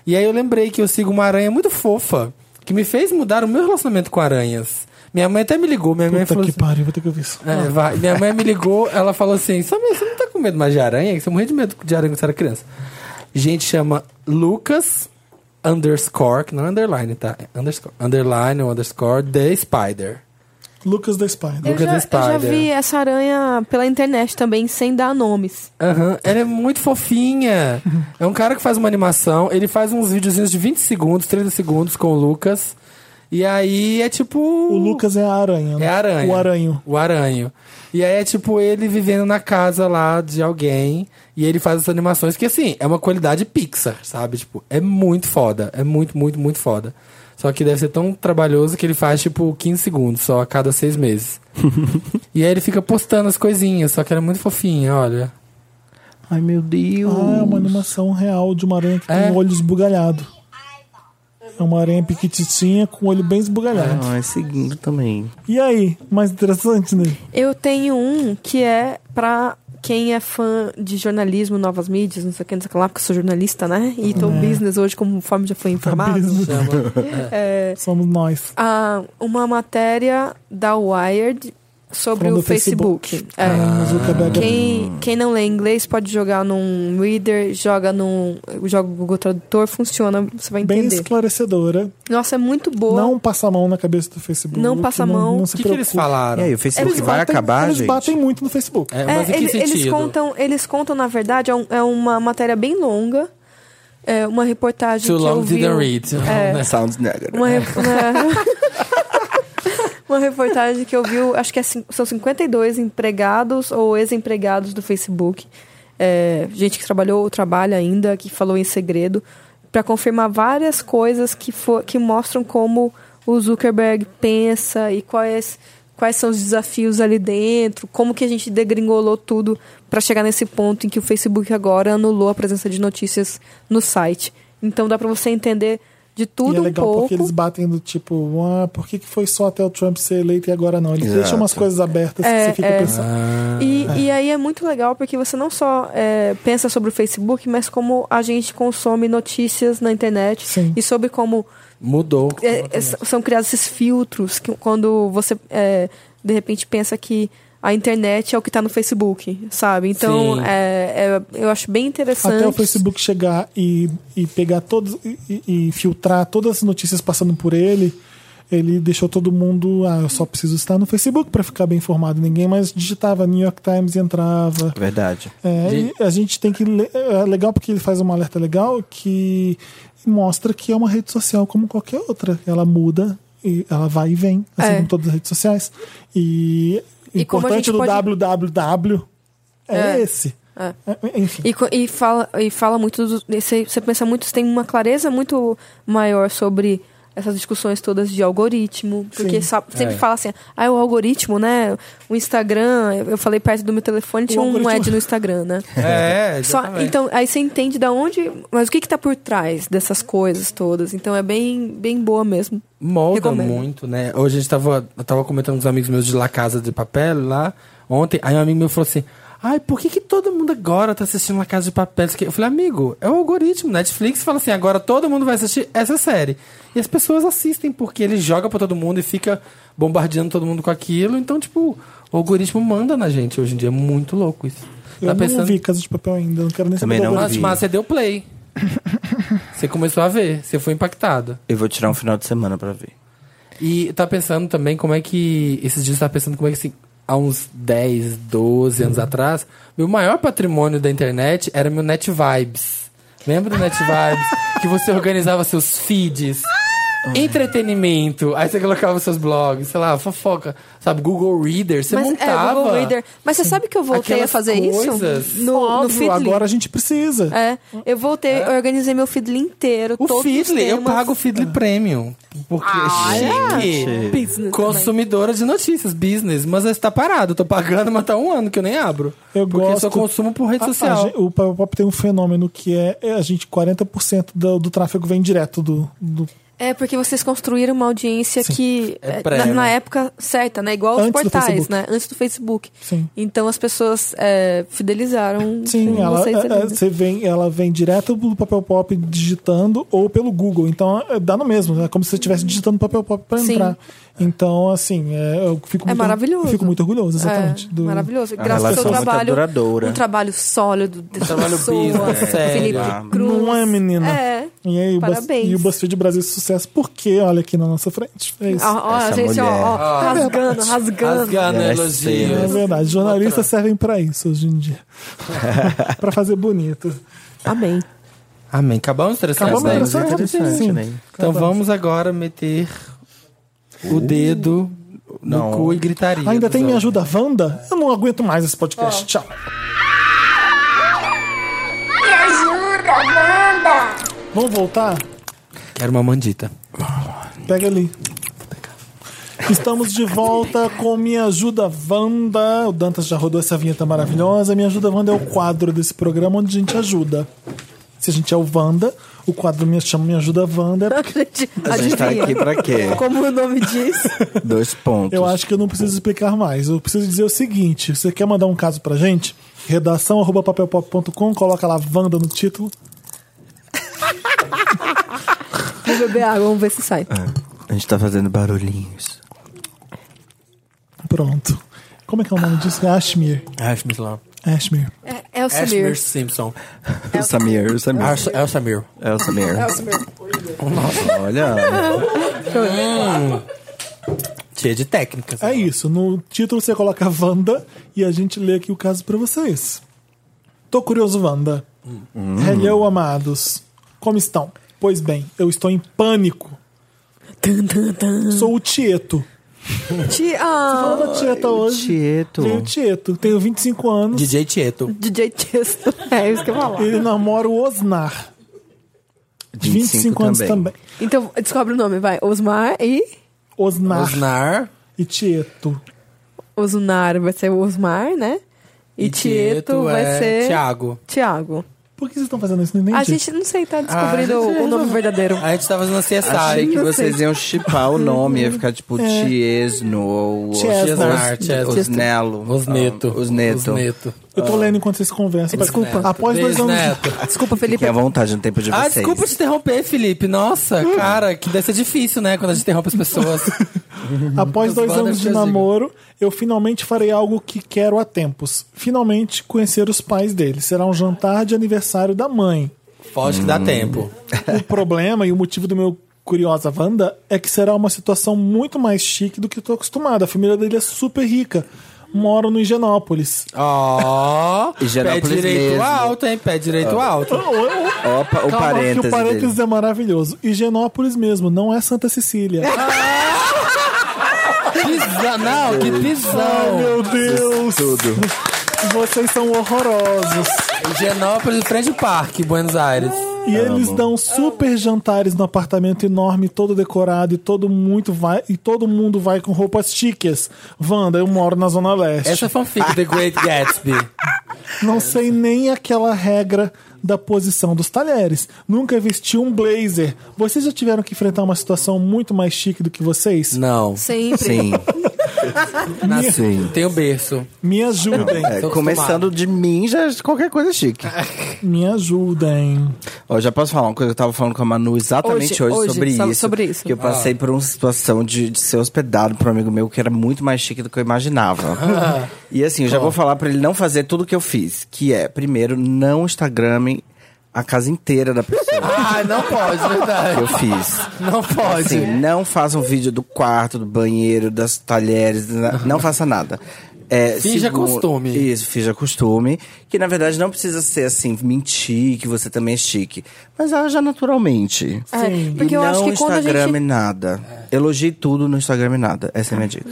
S2: E aí eu lembrei que eu sigo uma aranha muito fofa, que me fez mudar o meu relacionamento com aranhas. Minha mãe até me ligou, minha mãe
S1: Puta
S2: falou
S1: que
S2: assim,
S1: pariu, vou ter que ouvir isso.
S2: É, vai. Minha mãe me ligou, ela falou assim: Samir, você não tá com medo mais de aranha? Você morria de medo de aranha quando você era criança. Gente, chama Lucas underscore, que não é underline, tá? É underscore, underline ou underscore, The Spider.
S1: Lucas da Spider.
S2: Lucas
S6: eu, já,
S2: da
S6: eu já
S2: Spider.
S6: vi essa aranha pela internet também, sem dar nomes.
S2: Aham, Ela é muito fofinha. É um cara que faz uma animação, ele faz uns videozinhos de 20 segundos, 30 segundos com o Lucas. E aí é tipo.
S1: O Lucas é a aranha. né?
S2: É a aranha.
S1: O aranho.
S2: O aranho. E aí é tipo ele vivendo na casa lá de alguém. E ele faz essas animações que, assim, é uma qualidade Pixar, sabe? Tipo, é muito foda. É muito, muito, muito foda. Só que deve ser tão trabalhoso que ele faz, tipo, 15 segundos só a cada seis meses. e aí ele fica postando as coisinhas, só que ela é muito fofinha, olha.
S4: Ai, meu Deus.
S1: Ah, é uma animação real de uma aranha que
S2: É.
S1: tem o olho esbugalhado. É uma aranha piquititinha com o olho bem esbugalhado.
S4: Ah, é seguindo também.
S1: E aí? Mais interessante, né?
S6: Eu tenho um que é pra
S3: quem é fã de jornalismo, novas mídias, não sei o que, não sei o que lá, porque eu sou jornalista, né? E tô
S2: Uhum.
S3: business hoje, como forma já
S2: Tá
S3: foi informado. É,
S1: Somos nós.
S3: a- uma matéria da Wired sobre
S1: Falando
S3: o
S1: do Facebook.
S3: Facebook. É.
S1: Ah, Zuckerberg.
S3: Quem, quem não lê inglês pode jogar num Reader, joga num. joga o Google Tradutor, funciona, você vai
S1: Bem
S3: entender.
S1: esclarecedora.
S3: Nossa, é muito boa.
S1: Não passa a mão na cabeça do Facebook.
S3: Não passa a mão.
S1: Não,
S2: O
S1: se
S2: que, que eles
S1: preocupe.
S2: falaram?
S4: E aí, o Facebook
S1: Eles
S4: vai
S1: batem-
S4: acabar,
S1: Eles
S4: gente?
S1: batem muito no Facebook.
S2: É,
S3: É,
S2: mas em que
S3: ele-
S2: sentido?
S3: eles contam, eles contam, na verdade, é, um- é uma matéria bem longa, é uma reportagem
S2: Too
S3: que
S2: long
S3: eu vi.
S2: didn't read.
S3: É.
S2: Né?
S4: Sounds negative.
S3: Uma, re- uma- uma reportagem que eu vi, acho que é cin- são 52 empregados ou ex-empregados do Facebook. é, gente que trabalhou ou trabalha ainda, que falou em segredo, para confirmar várias coisas que, fo- que mostram como o Zuckerberg pensa e quais, quais são os desafios ali dentro, como que a gente degringolou tudo para chegar nesse ponto em que o Facebook agora anulou a presença de notícias no site. Então dá para você entender de tudo
S1: e é
S3: um
S1: legal
S3: pouco.
S1: porque eles batem do tipo, ah, por que, que foi só até o Trump ser eleito e agora não? Eles
S4: Exato.
S1: deixam umas coisas abertas que
S3: É,
S1: você fica
S3: é.
S1: pensando.
S3: E, e aí é muito legal porque você não só é, pensa sobre o Facebook, mas como a gente consome notícias na internet
S1: Sim.
S3: e sobre como
S2: Mudou.
S3: é, é, s- são criados esses filtros que quando você é, de repente pensa que a internet é o que está no Facebook, sabe? Então
S2: Sim.
S3: é, é- eu acho bem interessante.
S1: Até o Facebook chegar e, e pegar todos e, e- e filtrar todas as notícias passando por ele, ele deixou todo mundo, ah, eu só preciso estar no Facebook para ficar bem informado. Ninguém mais digitava New York Times e entrava.
S4: Verdade.
S1: É,
S2: De-
S1: e a gente tem que. le- É legal porque ele faz um alerta legal que mostra que é uma rede social como qualquer outra. Ela muda, e ela vai e vem, assim
S3: É.
S1: como todas as redes sociais. E o
S3: E como a
S1: importante
S3: gente
S1: do
S3: pode-
S1: www é,
S3: É.
S1: esse.
S3: É.
S1: É, enfim.
S3: E, co- e fala, e fala muito. do- Você você pensa muito, você tem uma clareza muito maior sobre essas discussões todas de algoritmo. Porque
S1: Sim.
S3: sa- sempre
S2: É.
S3: fala assim, ah, o algoritmo, né? O Instagram, eu eu falei perto do meu telefone, tinha um
S1: algoritmo-
S3: ad no Instagram, né?
S2: É,
S3: Só-
S2: exatamente.
S3: então, aí você entende da onde. Mas o que, que tá por trás dessas coisas todas? Então é bem, bem boa mesmo.
S2: Molda
S3: Recomendo.
S2: muito, né? Hoje a gente tava, eu tava comentando com os amigos meus de La Casa de Papel lá ontem. Aí um amigo meu falou assim: Ai, por que, que todo mundo agora tá assistindo La Casa de Papel? Eu falei, amigo, é o algoritmo. Netflix fala assim: agora todo mundo vai assistir essa série. E as pessoas assistem porque ele joga pra todo mundo e fica bombardeando todo mundo com aquilo. Então, tipo, o algoritmo manda na gente hoje em dia. É muito louco isso.
S3: Tá
S1: Eu não vi Casa de Papel ainda, não quero nem
S4: Também
S1: saber. do
S4: não
S1: algoritmo.
S2: Mas, mas
S4: vi.
S2: você deu play. você começou a ver, você foi impactado.
S4: Eu vou tirar um final de semana pra ver.
S2: E tá pensando também como é que. Esses dias tá pensando como é que assim, há uns 10, 12
S3: Uhum.
S2: anos atrás, meu maior patrimônio da internet era meu Net Vibes. Lembra do Net Vibes? que você organizava seus feeds.
S3: Uhum.
S2: Entretenimento, aí você colocava seus blogs, sei lá, fofoca, sabe? Google Reader, você
S3: mas
S2: montava.
S3: é, Google Reader. Mas você sabe que eu voltei
S2: Aquelas
S3: a fazer
S2: coisas.
S3: isso? No, no
S1: Óbvio,
S3: Feedly?
S1: agora a gente precisa.
S3: É, eu voltei, eu organizei meu Feedly inteiro.
S2: O
S3: todos os
S2: Feedly, eu
S3: temas.
S2: pago o Feedly Premium. Porque é chique.
S3: Business
S2: Consumidora de notícias, business. Mas está parado. Eu tô pagando, mas tá um ano que eu nem abro.
S1: Eu
S2: porque eu
S1: gosto. Ah,
S2: só consumo por rede
S1: A- a
S2: social.
S1: gen- o Power Pop tem um fenômeno que é, é a gente, 40% do, do tráfego vem direto do, do
S3: É, porque vocês construíram uma audiência que
S2: É
S3: eh,
S2: prévia.
S3: na, na época certa, né? Igual os
S1: Antes do
S3: portais,
S1: Facebook.
S3: né? Antes do Facebook.
S1: Sim.
S3: Então as pessoas eh, fidelizaram
S1: Sim,
S3: com
S1: ela,
S3: vocês
S1: é- é,
S3: ali. né?
S1: você vem, ela vem direto do papel pop digitando ou pelo Google. Então é, dá no mesmo, é como se você estivesse digitando papel pop para
S3: Sim.
S1: entrar. Então, assim, é, eu fico
S3: É
S1: muito,
S3: maravilhoso.
S1: Fico muito orgulhoso, exatamente.
S3: É,
S1: do-
S3: Maravilhoso.
S4: A
S3: Graças ao seu
S4: relação muito
S3: trabalho.
S4: duradoura. Um
S3: Um trabalho sólido de
S2: trabalho business, sério.
S3: Felipe
S2: Ah,
S3: Cruz.
S1: Não é, menina?
S3: É.
S1: E, aí, o Buzz-
S3: Parabéns.
S1: e o BuzzFeed Brasil é sucesso, porque olha aqui na nossa frente. É isso.
S3: Ó, ó,
S4: Essa
S3: gente, ó,
S4: mulher.
S3: ó,
S1: Ah.
S3: rasgando, rasgando.
S2: Rasgando
S4: É,
S1: é
S2: elogios.
S1: verdade, jornalistas servem para isso hoje em dia. para fazer bonito.
S3: Amém.
S2: Amém. Acabamos os três
S1: Acabamos
S2: temas,
S1: três
S2: né?
S1: temas.
S4: é interessante,
S1: sim.
S4: né?
S2: Então vamos agora meter o dedo no
S4: Não.
S2: cu e gritaria.
S1: Ainda
S2: dos
S1: tem Me
S2: outros.
S1: Ajuda Wanda? Eu não aguento mais esse podcast. Tchau.
S5: Me ajuda, Wanda!
S1: Vamos voltar?
S2: Quero uma mandita.
S1: Pega ali. Estamos de volta com Me Ajuda Wanda. O Dantas já rodou essa vinheta maravilhosa. Me Ajuda Wanda é o quadro desse programa onde a gente ajuda. Se a gente é o Wanda, o quadro me chama Me Ajuda Wanda. é
S3: A gente,
S4: A gente tá
S3: adivinha.
S4: aqui pra quê?
S3: Como o nome diz.
S4: Dois pontos.
S1: Eu acho que eu não preciso explicar mais. Eu preciso dizer o seguinte: você quer mandar um caso pra gente? redação arroba papelpop.com, coloca lá Wanda no título.
S6: Vou beber água, vamos ver se sai.
S4: A gente tá fazendo barulhinhos.
S1: Pronto. Como é que é o nome disso? Ashmir.
S2: Ashmir lá.
S1: Ashmir.
S6: É o
S2: Ashmir
S6: Samir.
S2: Simpson.
S4: O Samir, o Samir.
S2: Ash- Elsamir.
S4: É o Samir. Olha.
S2: Cheia de técnicas.
S1: É isso. No título você coloca Wanda e a gente lê aqui o caso pra vocês. Tô curioso, Wanda. Hello, amados. Como estão? Pois bem, eu estou em pânico. Sou o Tieto.
S6: Ti- ah,
S1: Fala da Tieta hoje.
S4: Tieto.
S1: Veio o Tieto. Tenho 25 anos
S2: DJ Tieto.
S6: DJ Tiesto. É isso que eu ia falar.
S1: e namoro o Osnar. 25,
S4: 25
S1: anos também.
S6: Então, descobre o nome, vai. Osmar e...
S1: Osnar,
S2: Osnar.
S1: e Tieto.
S6: Osunar vai ser o Osmar, né? E, Tieto vai
S2: é
S6: ser...
S2: Thiago.
S6: Tiago.
S1: Por que vocês estão fazendo isso? Não entendi.
S6: A gente não sei, tá descobrindo
S2: Ah, gente,
S6: o nome verdadeiro.
S2: A gente tá fazendo a
S4: Achei
S2: CSI.
S4: que vocês iam chipar o nome, ia ficar tipo Tiesno ou
S1: Chesnar,
S2: Chesnar.
S4: Osnelo.
S2: Osneto.
S4: Os Neto.
S2: Osneto.
S1: Eu tô lendo enquanto vocês conversam.
S6: Desculpa.
S1: Após dois
S2: Beijo,
S1: anos.
S2: Neto.
S6: Desculpa, Felipe.
S4: Que é vontade no tempo de
S2: Ah,
S4: vocês.
S2: desculpa te interromper, Felipe. Nossa,
S4: Hum.
S2: cara, que deve ser difícil, né? Quando a gente interrompe as pessoas.
S1: Após dois
S2: Banda
S1: anos de
S2: Brasil.
S1: namoro, eu finalmente farei algo que quero há tempos. Finalmente conhecer os pais dele. Será um jantar de aniversário da mãe.
S2: Foge
S4: Hum.
S2: que dá tempo.
S1: O problema e o motivo do meu curiosa Wanda é que será uma situação muito mais chique do que eu tô acostumado. A família dele é super rica. Moram no Higienópolis.
S2: Ó,
S4: E
S2: pé
S4: Genópolis
S2: direito
S4: mesmo. Ah.
S2: alto, hein? Pé direito alto.
S4: Opa,
S1: Parece
S4: o
S1: que
S4: parêntese.
S1: o parênteses
S4: dele.
S1: é maravilhoso. Higienópolis mesmo, não é Santa Cecília.
S2: Pisa- não, que
S1: Ai,
S2: pisão.
S1: meu Deus!
S4: Tudo.
S1: Vocês são horrorosos.
S2: Genópolis, frente ao parque, Buenos Aires.
S1: E eles dão super jantares no apartamento enorme, todo decorado e todo muito vai e todo mundo vai com roupas chiques. Wanda, eu moro na zona leste.
S2: Essa é fanfic, The Great Gatsby.
S4: É.
S1: Não sei nem aquela regra da posição dos talheres. Nunca vesti um blazer. Vocês já tiveram que enfrentar uma situação muito mais chique do que vocês?
S2: Não.
S6: Sempre.
S4: Sim. Sim.
S2: Tem o berço.
S1: Me ajudem.
S4: É,
S2: Tô acostumado.
S4: começando de mim, já é qualquer coisa chique.
S1: Me ajudem.
S4: Ó, já posso falar uma coisa que eu tava falando com a Manu exatamente
S6: Hoje,
S4: hoje,
S6: hoje,
S4: sobre,
S6: sabe
S4: isso,
S6: sobre isso?
S4: Que eu passei por uma situação de, de ser hospedado por um amigo meu que era muito mais chique do que eu imaginava. e assim, eu já vou falar pra ele não fazer tudo que eu fiz. Que é, primeiro, não Instagramem a casa inteira da pessoa.
S2: Ai, não pode,
S4: que
S2: verdade.
S4: eu fiz.
S2: Não pode.
S4: Assim, não faça um vídeo do quarto, do banheiro, das talheres, na- não faça nada. É,
S2: Finja costume.
S4: Isso, finja costume. Que na verdade não precisa ser assim, mentir que você também é chique. Mas haja naturalmente.
S6: É,
S1: Sim.
S6: porque
S4: e
S6: eu
S4: não
S6: acho que quando a
S4: Instagram né?
S6: gente... É.
S4: e nada. Elogie tudo no Instagram e nada. Essa é a minha dica.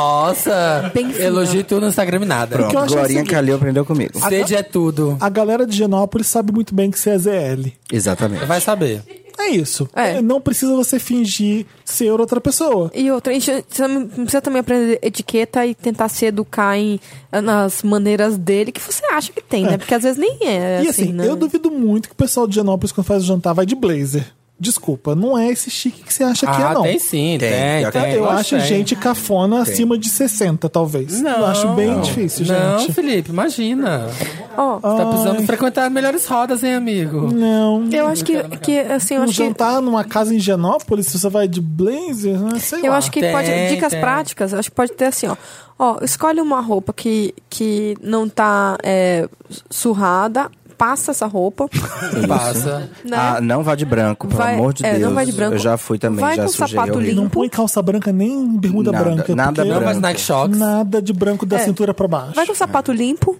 S2: Nossa.
S6: Bem fino.
S2: Elogio tudo no Instagram e nada.
S6: é
S1: eu
S4: Pronto,
S1: acho
S4: Glorinha
S1: assim-
S4: Calil aprendeu comigo.
S2: Sede é tudo.
S1: A galera de Genópolis sabe muito bem que você é ZL.
S4: Exatamente.
S2: Vai saber.
S1: É isso.
S6: É.
S1: Não precisa você fingir ser outra pessoa.
S6: E outra, a gente tam- precisa também aprender etiqueta e tentar se educar em, nas maneiras dele que você acha que tem, né? Porque às vezes nem é
S1: e
S6: assim,
S1: assim,
S6: né?
S1: eu duvido muito que o pessoal de Genópolis, quando faz o jantar, vai de blazer. Desculpa, não é esse chique que você acha que é,
S2: Ah,
S1: não.
S2: tem sim, tem.
S4: Tem.
S2: tem,
S1: Eu
S4: Eu
S2: Lógico
S1: acho
S2: que tem.
S1: gente cafona acima de 60, talvez.
S2: Não,
S1: Eu acho bem
S2: não.
S1: difícil,
S2: Não,
S1: gente.
S2: Felipe, imagina.
S6: Ó,
S2: Você tá precisando frequentar melhores rodas, hein, amigo?
S1: Não.
S6: eu acho que, que assim, eu
S1: Um
S6: acho que...
S1: jantar numa casa em Genópolis, se você vai de blazer, né? Sei
S6: Eu
S1: lá.
S6: acho que
S2: Tem,
S6: pode. Dicas
S2: tem.
S6: práticas, acho que pode ter assim, ó. Ó, escolhe uma roupa que, que não tá é, surrada, passa essa roupa,
S2: Passa.
S6: né?
S4: Ah, não vá de branco, pelo
S6: Vai-
S4: amor de
S6: é,
S4: Deus.
S6: não vai de branco.
S4: Eu já fui também,
S6: Vai
S4: já
S6: com
S4: sujei.
S6: sapato
S4: horrível.
S1: Não põe calça branca nem bermuda
S4: Nada,
S1: branca.
S4: nada
S1: porque
S2: Não faz
S4: branco.
S2: Nike Shocks.
S1: Nada de branco
S6: É.
S1: da cintura pra baixo.
S6: Vai com o sapato limpo.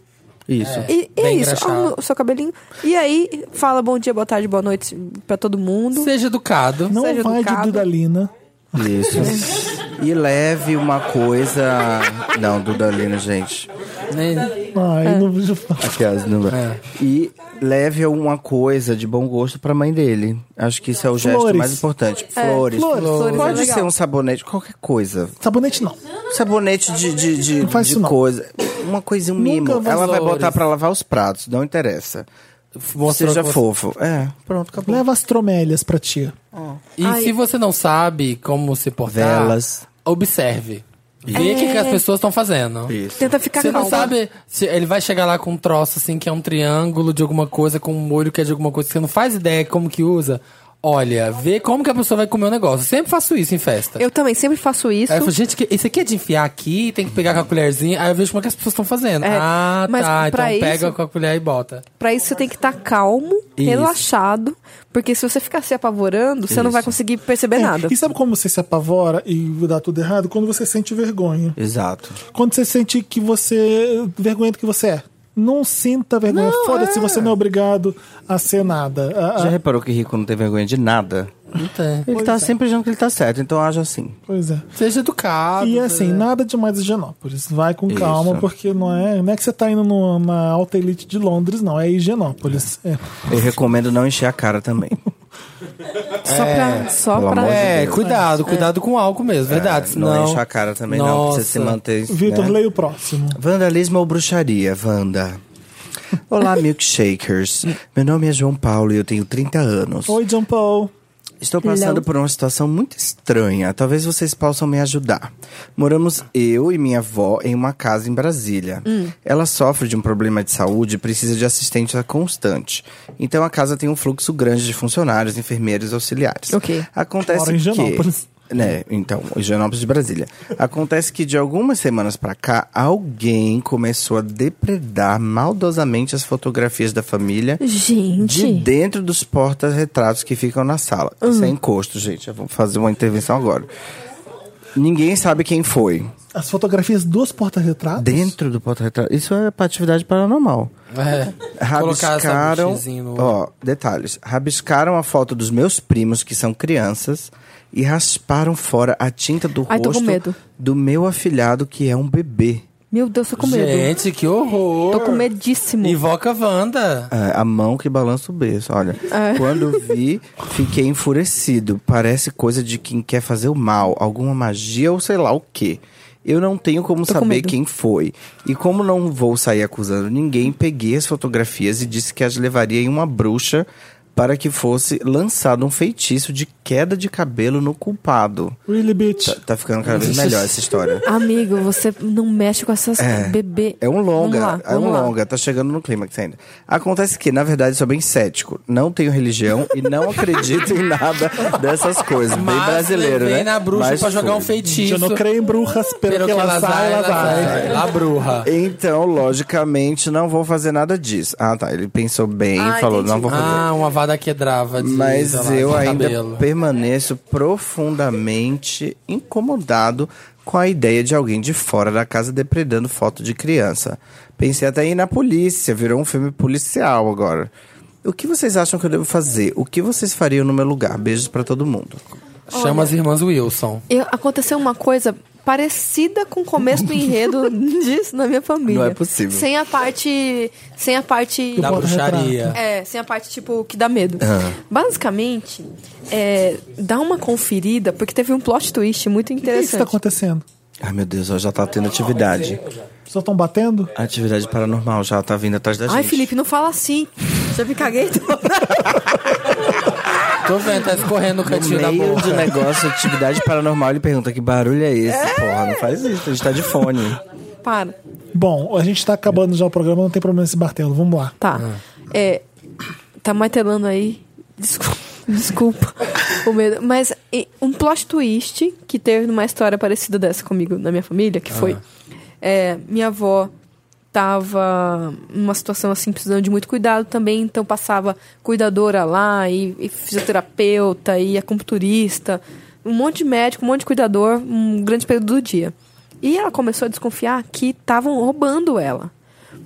S4: Isso.
S6: E, e é
S2: bem
S6: isso,
S2: engraxado.
S6: arruma o seu cabelinho. E aí, fala bom dia, boa tarde, boa noite pra todo mundo.
S2: Seja educado.
S1: Não
S6: seja
S1: vai de
S6: educado.
S1: Dudalina.
S4: Isso. E leve uma coisa. Não, Dudalina, gente.
S2: Nem-
S1: Ai, não vejo falar.
S4: Aquelas não. É. E leve uma coisa de bom gosto pra mãe dele. Acho que isso é o gesto
S1: Flores.
S4: mais importante. Flores.
S1: flores, flores
S4: Pode
S6: é legal.
S4: ser um sabonete, qualquer coisa.
S1: Sabonete não.
S4: Sabonete de, de, de,
S1: faz
S4: de
S1: isso, não.
S4: coisa. Uma coisinha, um mimo.
S1: vai
S4: Ela vai
S2: flores.
S4: botar pra lavar os pratos, não interessa.
S2: Mostrou
S4: Seja
S2: que você-
S4: fofo. É, pronto, acabou.
S1: Leva as tromélias pra tia.
S2: E se você não sabe como se portar,
S4: Velas.
S2: observe. Vê o que, que as pessoas estão fazendo.
S4: Isso.
S3: Tenta ficar
S2: Você não
S3: calmo.
S2: sabe se ele vai chegar lá com um troço assim, que é um triângulo de alguma coisa, com um molho que é de alguma coisa, que você não faz ideia como que usa. Olha, vê como que a pessoa vai comer o negócio. Eu sempre faço isso em festa.
S3: Eu também sempre faço isso.
S2: Aí eu falo, gente, que- isso aqui é de enfiar aqui, tem que pegar com a colherzinha. Aí eu vejo como é que as pessoas estão fazendo.
S3: É,
S2: ah,
S3: mas
S2: tá. Então
S3: pra
S2: pega
S3: isso-
S2: com a colher e bota.
S3: Pra isso você tem que
S6: tá
S3: estar calmo,
S2: Isso.
S3: relaxado, porque se você ficar se apavorando, você não vai conseguir perceber nada.
S1: É, E sabe como você se apavora e dá tudo errado? Quando você sente vergonha.
S4: Exato.
S1: Quando você sente que você. vergonha do que você é. Não sinta vergonha. Foda-se, você não é obrigado a ser nada. A- a-
S4: Já é reparou que rico não tem vergonha de nada?
S2: Não tem.
S4: Ele
S1: é.
S4: tá sempre achando que ele tá certo, então haja assim.
S1: Pois é.
S2: Seja educado.
S1: E assim,
S2: né?
S1: nada demais em Higienópolis. Vai com
S4: Isso.
S1: calma, porque não é, não é que você tá indo no- na alta elite de Londres, não. É Higienópolis. É.
S4: Eu recomendo não encher a cara também.
S3: Só
S6: É,
S3: pra. Só
S4: pelo
S3: pra...
S4: amor de
S2: É, cuidado, cuidado com o álcool mesmo, verdade.
S4: É, não,
S2: senão...
S4: encher a cara também, não. Pra você se
S2: Nossa.
S4: manter.
S1: Vitor,
S4: né?
S1: leia o próximo.
S4: Vandalismo ou bruxaria, Wanda? Olá, milkshakers. Meu nome é João Paulo e eu tenho 30 anos.
S1: Oi, John Paul.
S4: Estou passando por uma situação muito estranha. Talvez vocês possam me ajudar. Moramos eu e minha avó em uma casa em Brasília. Ela sofre de um problema de saúde e precisa de assistência constante. Então a casa tem um fluxo grande de funcionários, enfermeiros, auxiliares.
S3: Ok.
S4: Acontece
S1: Mora em Higienópolis.
S4: que né? Então, Higienópolis de Brasília. Acontece que de algumas semanas pra cá, alguém começou a depredar maldosamente as fotografias da família
S2: É.
S4: de
S3: Gente. Hum.
S4: dentro dos porta-retratos que ficam na sala. Isso é encosto, gente. Eu vou fazer uma intervenção agora. Ninguém sabe quem foi.
S1: As fotografias dos porta-retratos?
S4: Dentro do porta-retrato. Isso é pra atividade paranormal.
S2: É. Colocar essa
S4: Rabiscaram.
S2: buchezinha no
S4: Ó, detalhes. Rabiscaram a foto dos meus primos, que são crianças, e rasparam fora a tinta do
S3: Ai, tô com
S4: rosto
S3: medo.
S4: do meu afilhado, que é um bebê.
S3: Meu Deus, tô com medo.
S2: Gente, que horror.
S3: Tô com medíssimo.
S2: Invoca a Wanda.
S4: É, a mão que balança o berço, olha. Quando vi, fiquei enfurecido. Parece coisa de quem quer fazer o mal, alguma magia ou sei lá o quê. Eu não tenho como saber quem foi. E como não vou sair acusando ninguém, peguei as fotografias e disse que as levaria em uma bruxa para que fosse lançado um feitiço de queda de cabelo no culpado.
S1: Really, bitch.
S4: Tá, tá ficando cada vez melhor essa história.
S3: Amigo, você não mexe com essas bebê.
S4: É um longa,
S3: Vamos lá,
S4: é um
S3: vamos lá.
S4: longa, tá chegando no clímax ainda. Acontece que, na verdade, sou bem cético, não tenho religião e não acredito em nada dessas coisas. É Bem
S2: Mas
S4: brasileiro,
S2: levei
S4: né?
S2: na bruxa
S4: Mas
S2: pra jogar
S4: fui.
S2: um feitiço.
S1: Eu não creio em bruxas, pelo que ela sai, ela vai. é
S4: É.
S2: La bruja.
S4: Então, logicamente, não vou fazer nada disso. Ah, tá. Ele pensou bem, falou, não vou fazer.
S2: Ah, uma vada quebrava de,
S4: Mas
S2: sei tá lá,
S4: eu
S2: de
S4: ainda
S2: cabelo.
S4: permaneço profundamente incomodado com a ideia de alguém de fora da casa depredando foto de criança. Pensei até em ir na polícia, virou um filme policial agora. O que vocês acham que eu devo fazer? O que vocês fariam no meu lugar? Beijos pra todo mundo.
S2: Chama as irmãs Wilson.
S3: Eu- aconteceu uma coisa parecida com o começo do enredo disso na minha família.
S4: Não é possível.
S3: Sem a parte. Sem a parte.
S2: Da bruxaria.
S3: É, sem a parte, tipo, que dá medo. Basicamente, é, dá uma conferida, porque teve um plot twist muito
S1: O que é isso que tá
S3: interessante.
S1: acontecendo?
S4: Ai meu Deus, ó, já tá tendo atividade.
S1: Só estão batendo?
S4: Atividade paranormal já tá vindo atrás da gente.
S3: Ai, Felipe, não fala assim. Já me caguei toda.
S2: Tô vendo, tá escorrendo o cantinho da
S4: No meio de
S2: boca.
S4: negócio, atividade paranormal, ele pergunta que barulho é esse? Porra, não faz isso, a gente tá de fone.
S3: Para.
S1: Bom, a gente tá acabando já o programa, não tem problema esse martelo. Vamos lá.
S3: Tá. É, tá martelando aí. Desculpa. Desculpa o medo. Mas e, um plot twist que teve numa história parecida dessa comigo na minha família, que foi. é, minha avó tava numa situação assim, precisando de muito cuidado também, então passava cuidadora lá, e, e fisioterapeuta, e acupunturista, um monte de médico, um monte de cuidador, um grande período do dia. E ela começou a desconfiar que estavam roubando ela.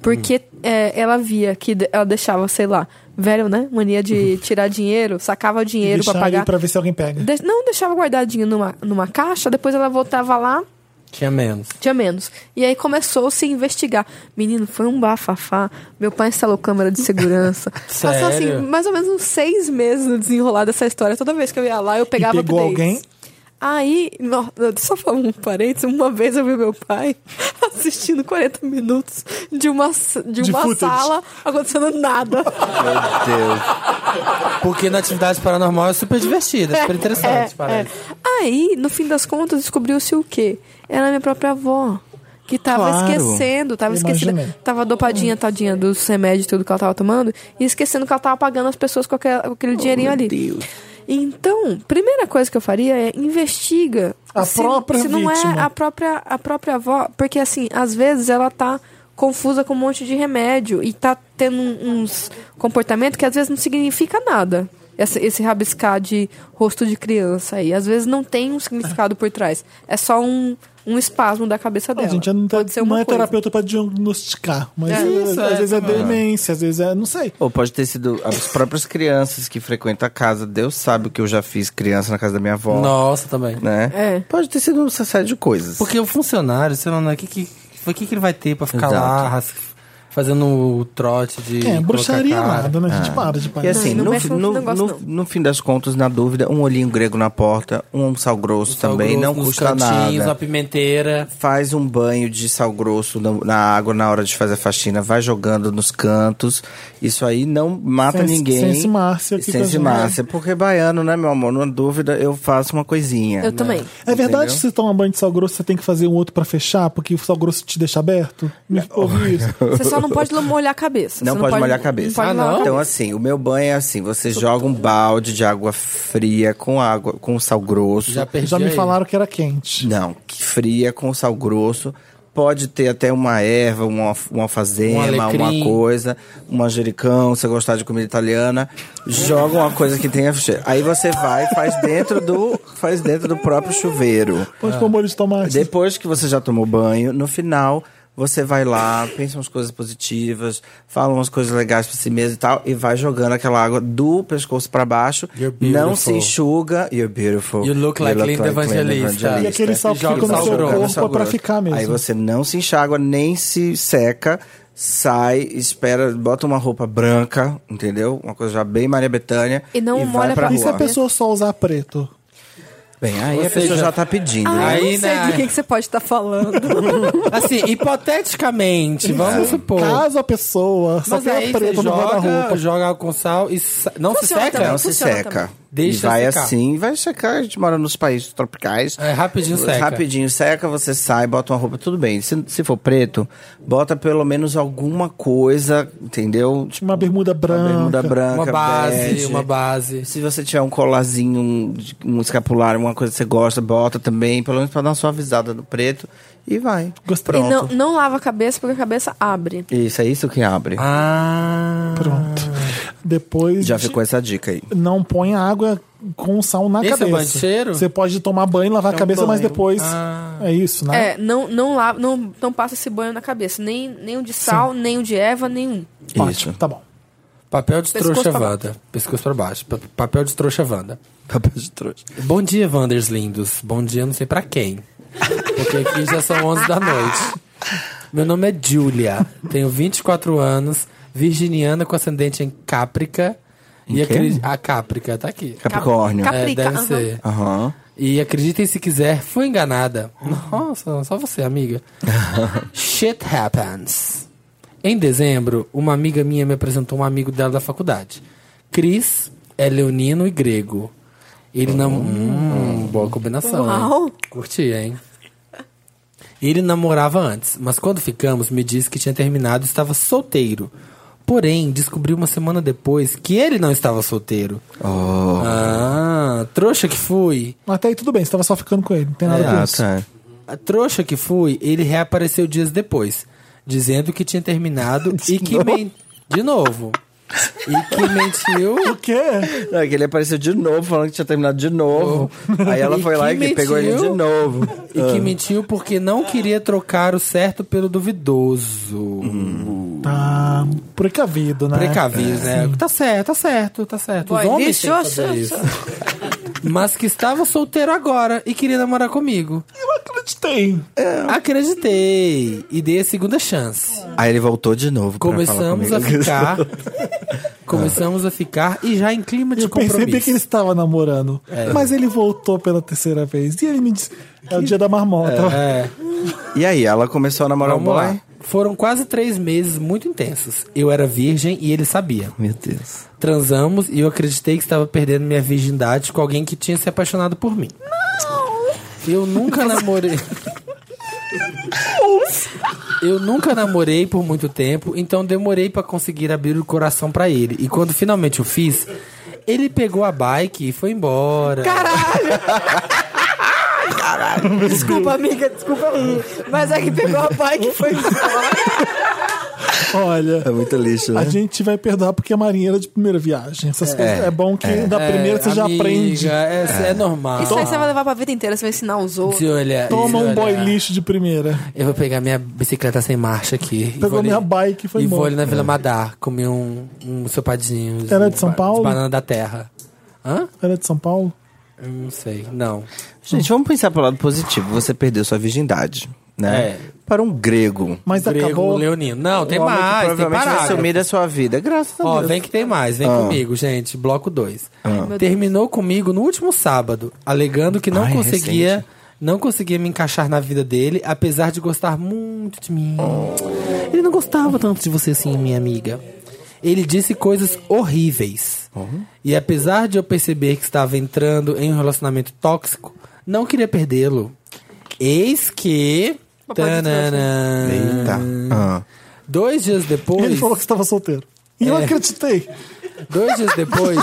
S3: Porque é, ela via que de- ela deixava, sei lá, velho, né? Mania de tirar dinheiro, sacava
S1: Uhum.
S3: dinheiro
S1: Deixar
S3: pra
S1: ali
S3: pagar.
S1: pra ver se alguém pega.
S3: De- não deixava guardadinho numa, numa caixa, depois ela voltava lá,
S2: Tinha menos.
S3: tinha menos. E aí começou a se investigar. Menino, foi um bafafá. Meu pai instalou câmera de segurança. Passou assim,
S2: Sério?
S3: mais ou menos uns seis meses no desenrolar dessa história. Toda vez que eu ia lá, eu pegava
S1: pegou
S3: updates.
S1: alguém?
S3: Aí, no- só falando um parênteses, uma vez eu vi meu pai assistindo 40 minutos de uma, s- de
S1: De
S3: uma
S1: footage.
S3: sala acontecendo nada.
S4: Meu Deus.
S2: Porque na atividade paranormal é super divertida, super interessante,
S3: É,
S2: parece.
S3: é.
S6: aí, no fim das contas, descobriu-se o quê? Era a minha própria avó. Que tava
S4: Claro.
S6: esquecendo, tava
S1: Imaginei.
S6: esquecendo. Tava dopadinha, tadinha, dos remédios e tudo que ela tava tomando. E esquecendo que ela tava pagando as pessoas com aquela- com aquele dinheirinho ali. Então, primeira coisa que eu faria é investiga
S1: A própria
S6: se não é
S1: vítima.
S6: a própria a própria avó, porque assim, às vezes ela tá confusa com um monte de remédio e tá tendo um- uns comportamento que às vezes não significa nada. Esse, esse rabiscar de rosto de criança aí, às vezes não tem um significado por trás. É só um, um espasmo da cabeça
S1: A
S6: dela.
S1: gente não,
S6: Pode ser uma
S1: não é
S6: coisa.
S1: terapeuta pra diagnosticar, mas
S6: É.
S1: às-
S2: Isso,
S1: às
S2: é,
S1: vezes é
S2: também.
S1: demência, às vezes é. Não sei.
S4: Ou pode ter sido as próprias crianças que frequentam a casa. Deus sabe o que eu já fiz criança na casa da minha avó.
S2: Nossa, também.
S4: é. Né?
S6: É.
S4: Pode ter sido uma série de coisas.
S2: Porque o funcionário, sei lá, né, que, que, foi que, que ele vai ter pra ficar
S4: Exato.
S2: lá ras- fazendo o trote de.
S1: É, bruxaria
S2: colocar a cara? Ah.
S1: nada, né? A gente para de pagar.
S4: E assim,
S6: não
S4: no,
S6: mexe
S4: fi-
S6: no
S4: no,
S6: negócio,
S4: no- no fim das contas, na dúvida, um olhinho grego na porta, um sal grosso
S2: Sal
S4: também,
S2: grosso
S4: não
S2: nos
S4: custa
S2: cantinhos,
S4: nada.
S2: Uma pimenteira.
S4: Faz um banho de sal grosso na, na água na hora de fazer a faxina, vai jogando nos cantos. Isso aí não mata
S1: Sense-
S4: ninguém.
S1: sense Márcia aqui com a
S4: Sense
S1: gente.
S4: Márcia. Porque baiano, né, meu amor? Numa dúvida, eu faço uma coisinha.
S6: Eu também.
S1: É verdade
S4: Entendeu?
S1: que você toma banho de sal grosso, você tem que fazer um outro pra fechar, porque o sal grosso te deixa aberto?
S2: É.
S1: Me ouvi isso.
S6: Você só não pode molhar a cabeça.
S4: Não
S6: Você
S4: pode molhar a cabeça.
S6: pode
S2: Ah,
S6: molhar a
S2: não?
S6: cabeça.
S4: Então, assim, o meu banho é assim: você joga um balde de água fria com água, com sal grosso.
S2: Já perdi.
S1: Já me
S2: aí.
S1: falaram que era quente.
S4: Não, que fria com sal grosso. Pode ter até uma erva, um alf- um
S2: Um
S4: alfazema,
S2: alecrim.
S4: uma coisa, um manjericão, se você gostar de comida italiana, joga uma coisa que tenha cheiro. Aí você vai e faz dentro do, faz dentro do próprio chuveiro.
S1: Pode pôr molho de tomate.
S4: Depois que você já tomou banho, no final você vai lá, pensa umas coisas positivas, fala umas coisas legais pra si mesmo e tal, e vai jogando aquela água do pescoço pra baixo.
S2: You're beautiful.
S4: Não se enxuga. You're beautiful.
S2: You look like Linda Evangelista.
S1: E aquele sal que
S2: Joga
S1: fica
S2: o
S1: no
S2: sal
S1: seu
S2: grosso.
S1: corpo é pra
S4: grosso.
S1: ficar mesmo.
S4: Aí você não se enxágua, nem se seca, sai, espera, bota uma roupa branca, entendeu? Uma coisa já bem Maria Bethânia.
S6: E não
S4: vai
S6: molha
S4: pra
S6: pra
S1: E se
S4: rua.
S1: a pessoa só usar preto?
S4: Bem, aí
S2: é Ou
S4: a pessoa
S2: seja,
S4: já tá pedindo. né?
S6: Ah, eu
S2: Aí,
S6: não sei
S2: né?
S6: do que, que você pode estar falando.
S2: Assim, hipoteticamente, vamos supor.
S1: Caso a pessoa só
S2: Mas
S1: tenha
S2: aí você
S1: preto no
S2: joga,
S1: guarda-roupa.
S2: joga com sal e sa- não
S6: Funciona
S2: se seca?
S6: também.
S4: Não se
S6: Funciona
S4: seca.
S6: também.
S2: Deixa
S4: e vai
S2: secar.
S4: assim, vai secar. A gente mora nos países tropicais.
S2: É, rapidinho seca.
S4: Rapidinho seca, você sai, bota uma roupa, tudo bem. Se, se for preto, bota pelo menos alguma coisa, entendeu? Tipo,
S1: Uma bermuda branca.
S4: uma bermuda branca,
S2: Uma base,
S4: bege.
S2: uma base.
S4: Se você tiver um colazinho, um, um escapular, uma coisa que você gosta, bota também, pelo menos pra dar uma suavizada no preto e vai.
S1: Gostei.
S6: E
S4: Pronto.
S6: não, não lava a cabeça porque a cabeça abre.
S4: Isso, é isso que abre.
S2: Ah.
S1: Pronto. Depois.
S4: Já
S1: de-
S4: ficou essa dica aí.
S1: Não põe água com sal na
S2: Esse é o
S1: cabeça.
S2: banho de cheiro? um
S1: Você pode tomar banho, lavar a cabeça, mas
S4: banho.
S1: depois.
S2: Ah.
S1: É isso, né?
S6: É, não, não, lava, não, não passa esse banho na cabeça. Nem, nem o de sal, nem um. o de erva, nenhum.
S1: Ótimo,
S4: Isso.
S1: tá bom.
S2: Papel de
S6: Pescoço
S2: trouxa
S6: pra
S2: Wanda. Pescoço pra baixo. Pa- papel de trouxa Wanda.
S4: Papel de trouxa.
S2: Bom dia, Wanders lindos. Bom dia, não sei pra quem. Porque aqui já são 11 da noite. Meu nome é Julia, tenho 24 anos, virginiana com ascendente em Cáprica. e
S4: quê?
S2: acredi- A Cáprica tá aqui.
S4: Capricórnio.
S6: Cap-
S2: É,
S6: Cáprica,
S2: deve
S6: aham.
S2: ser.
S4: Aham.
S2: E acreditem se quiser, fui enganada. Nossa, só você, amiga. Shit happens. Em dezembro, uma amiga minha me apresentou um amigo dela da faculdade. Cris é leonino e grego. Ele não. Hum, boa combinação. hein?
S6: Uau.
S2: Curti, hein? Ele namorava antes, mas quando ficamos, me disse que tinha terminado e estava solteiro. Porém, descobri uma semana depois que ele não estava solteiro. Ah, trouxa que fui.
S1: Até aí tudo bem, você tava só ficando com ele, não tem nada com
S4: Ah,
S1: isso.
S4: tá.
S2: A trouxa que fui, ele reapareceu dias depois, dizendo que tinha terminado e que men- de novo. E que mentiu.
S1: O quê?
S4: Não, é que ele apareceu de novo, falando que tinha terminado de novo. Aí ela
S2: E
S4: foi lá
S2: que
S4: e pegou ele de
S2: mentiu.
S4: novo.
S2: E
S1: Ah.
S2: que mentiu porque não queria trocar o certo pelo duvidoso.
S1: Tá precavido, né?
S2: Precavido, né? Tá certo, tá certo, tá certo. Os
S6: Boy,
S2: homens
S6: lixo,
S2: têm que fazer isso.
S6: lixo.
S2: Mas que estava solteiro agora e queria namorar comigo.
S1: Eu acreditei.
S2: Acreditei e dei a segunda chance.
S4: Aí ele voltou de novo. pra falar
S2: Começamos a
S4: comigo.
S2: ficar. Começamos a ficar e já em clima de
S1: Eu percebi
S2: compromisso. É.
S1: que ele estava namorando. Mas ele voltou pela terceira vez. E ele me disse: é o dia da marmota.
S2: É,
S4: E aí, ela começou a namorar
S2: vamos
S4: o boy?
S2: lá. Foram quase três meses muito intensos. Eu era virgem e ele sabia.
S4: Meu Deus.
S2: Transamos e eu acreditei que estava perdendo minha virgindade com alguém que tinha se apaixonado por mim. Eu nunca namorei. Eu nunca namorei por muito tempo, então demorei pra conseguir abrir o coração pra ele. E quando finalmente eu fiz, ele pegou a bike e foi embora.
S6: Desculpa, amiga, desculpa. Mas é que pegou a bike e foi
S1: Olha.
S4: É muito lixo, né?
S1: A gente vai perdoar porque é marinheira de primeira viagem. Essas coisas é bom que da
S2: É,
S1: primeira você já
S2: amiga,
S1: aprende.
S2: É, é normal.
S6: Isso aí você vai levar pra vida inteira, você vai ensinar os outros.
S2: Se olha, é
S1: Toma
S2: se
S1: um boy
S2: olha,
S1: lixo de primeira.
S2: Eu vou pegar minha bicicleta sem marcha aqui.
S1: Pegou minha bike e foi
S2: E vou
S1: embora.
S2: ali na
S4: É.
S2: Vila Madar, comer um, um sopadinho.
S1: Era
S2: um
S1: de São
S2: ba-
S1: Paulo?
S2: banana da terra. Hã?
S1: Era de São Paulo?
S2: Eu não sei, não.
S4: Gente, vamos pensar pro lado positivo. Você perdeu sua virgindade,
S2: É.
S4: né? Para um grego.
S1: Mas
S2: Grego
S1: acabou.
S2: leonino. Não, tem
S4: um homem que
S2: mais, tem
S4: provavelmente vai
S2: parágrafo.
S4: sumir da sua vida. Graças a
S2: Ó,
S4: Deus.
S2: vem que tem mais, vem comigo, gente. Bloco 2. Terminou comigo no último sábado, alegando que não
S4: Ai,
S2: conseguia.
S4: recente.
S2: Não conseguia me encaixar na vida dele, apesar de gostar muito de mim. Ele não gostava tanto de você assim, minha amiga. Ele disse coisas horríveis. E apesar de eu perceber que estava entrando em um relacionamento tóxico, não queria perdê-lo. Eis que. Tananã.
S4: Eita. Ah.
S2: Dois dias
S1: E
S2: depois.
S1: ele falou que estava solteiro. E
S2: É.
S1: eu acreditei.
S2: Dois dias depois,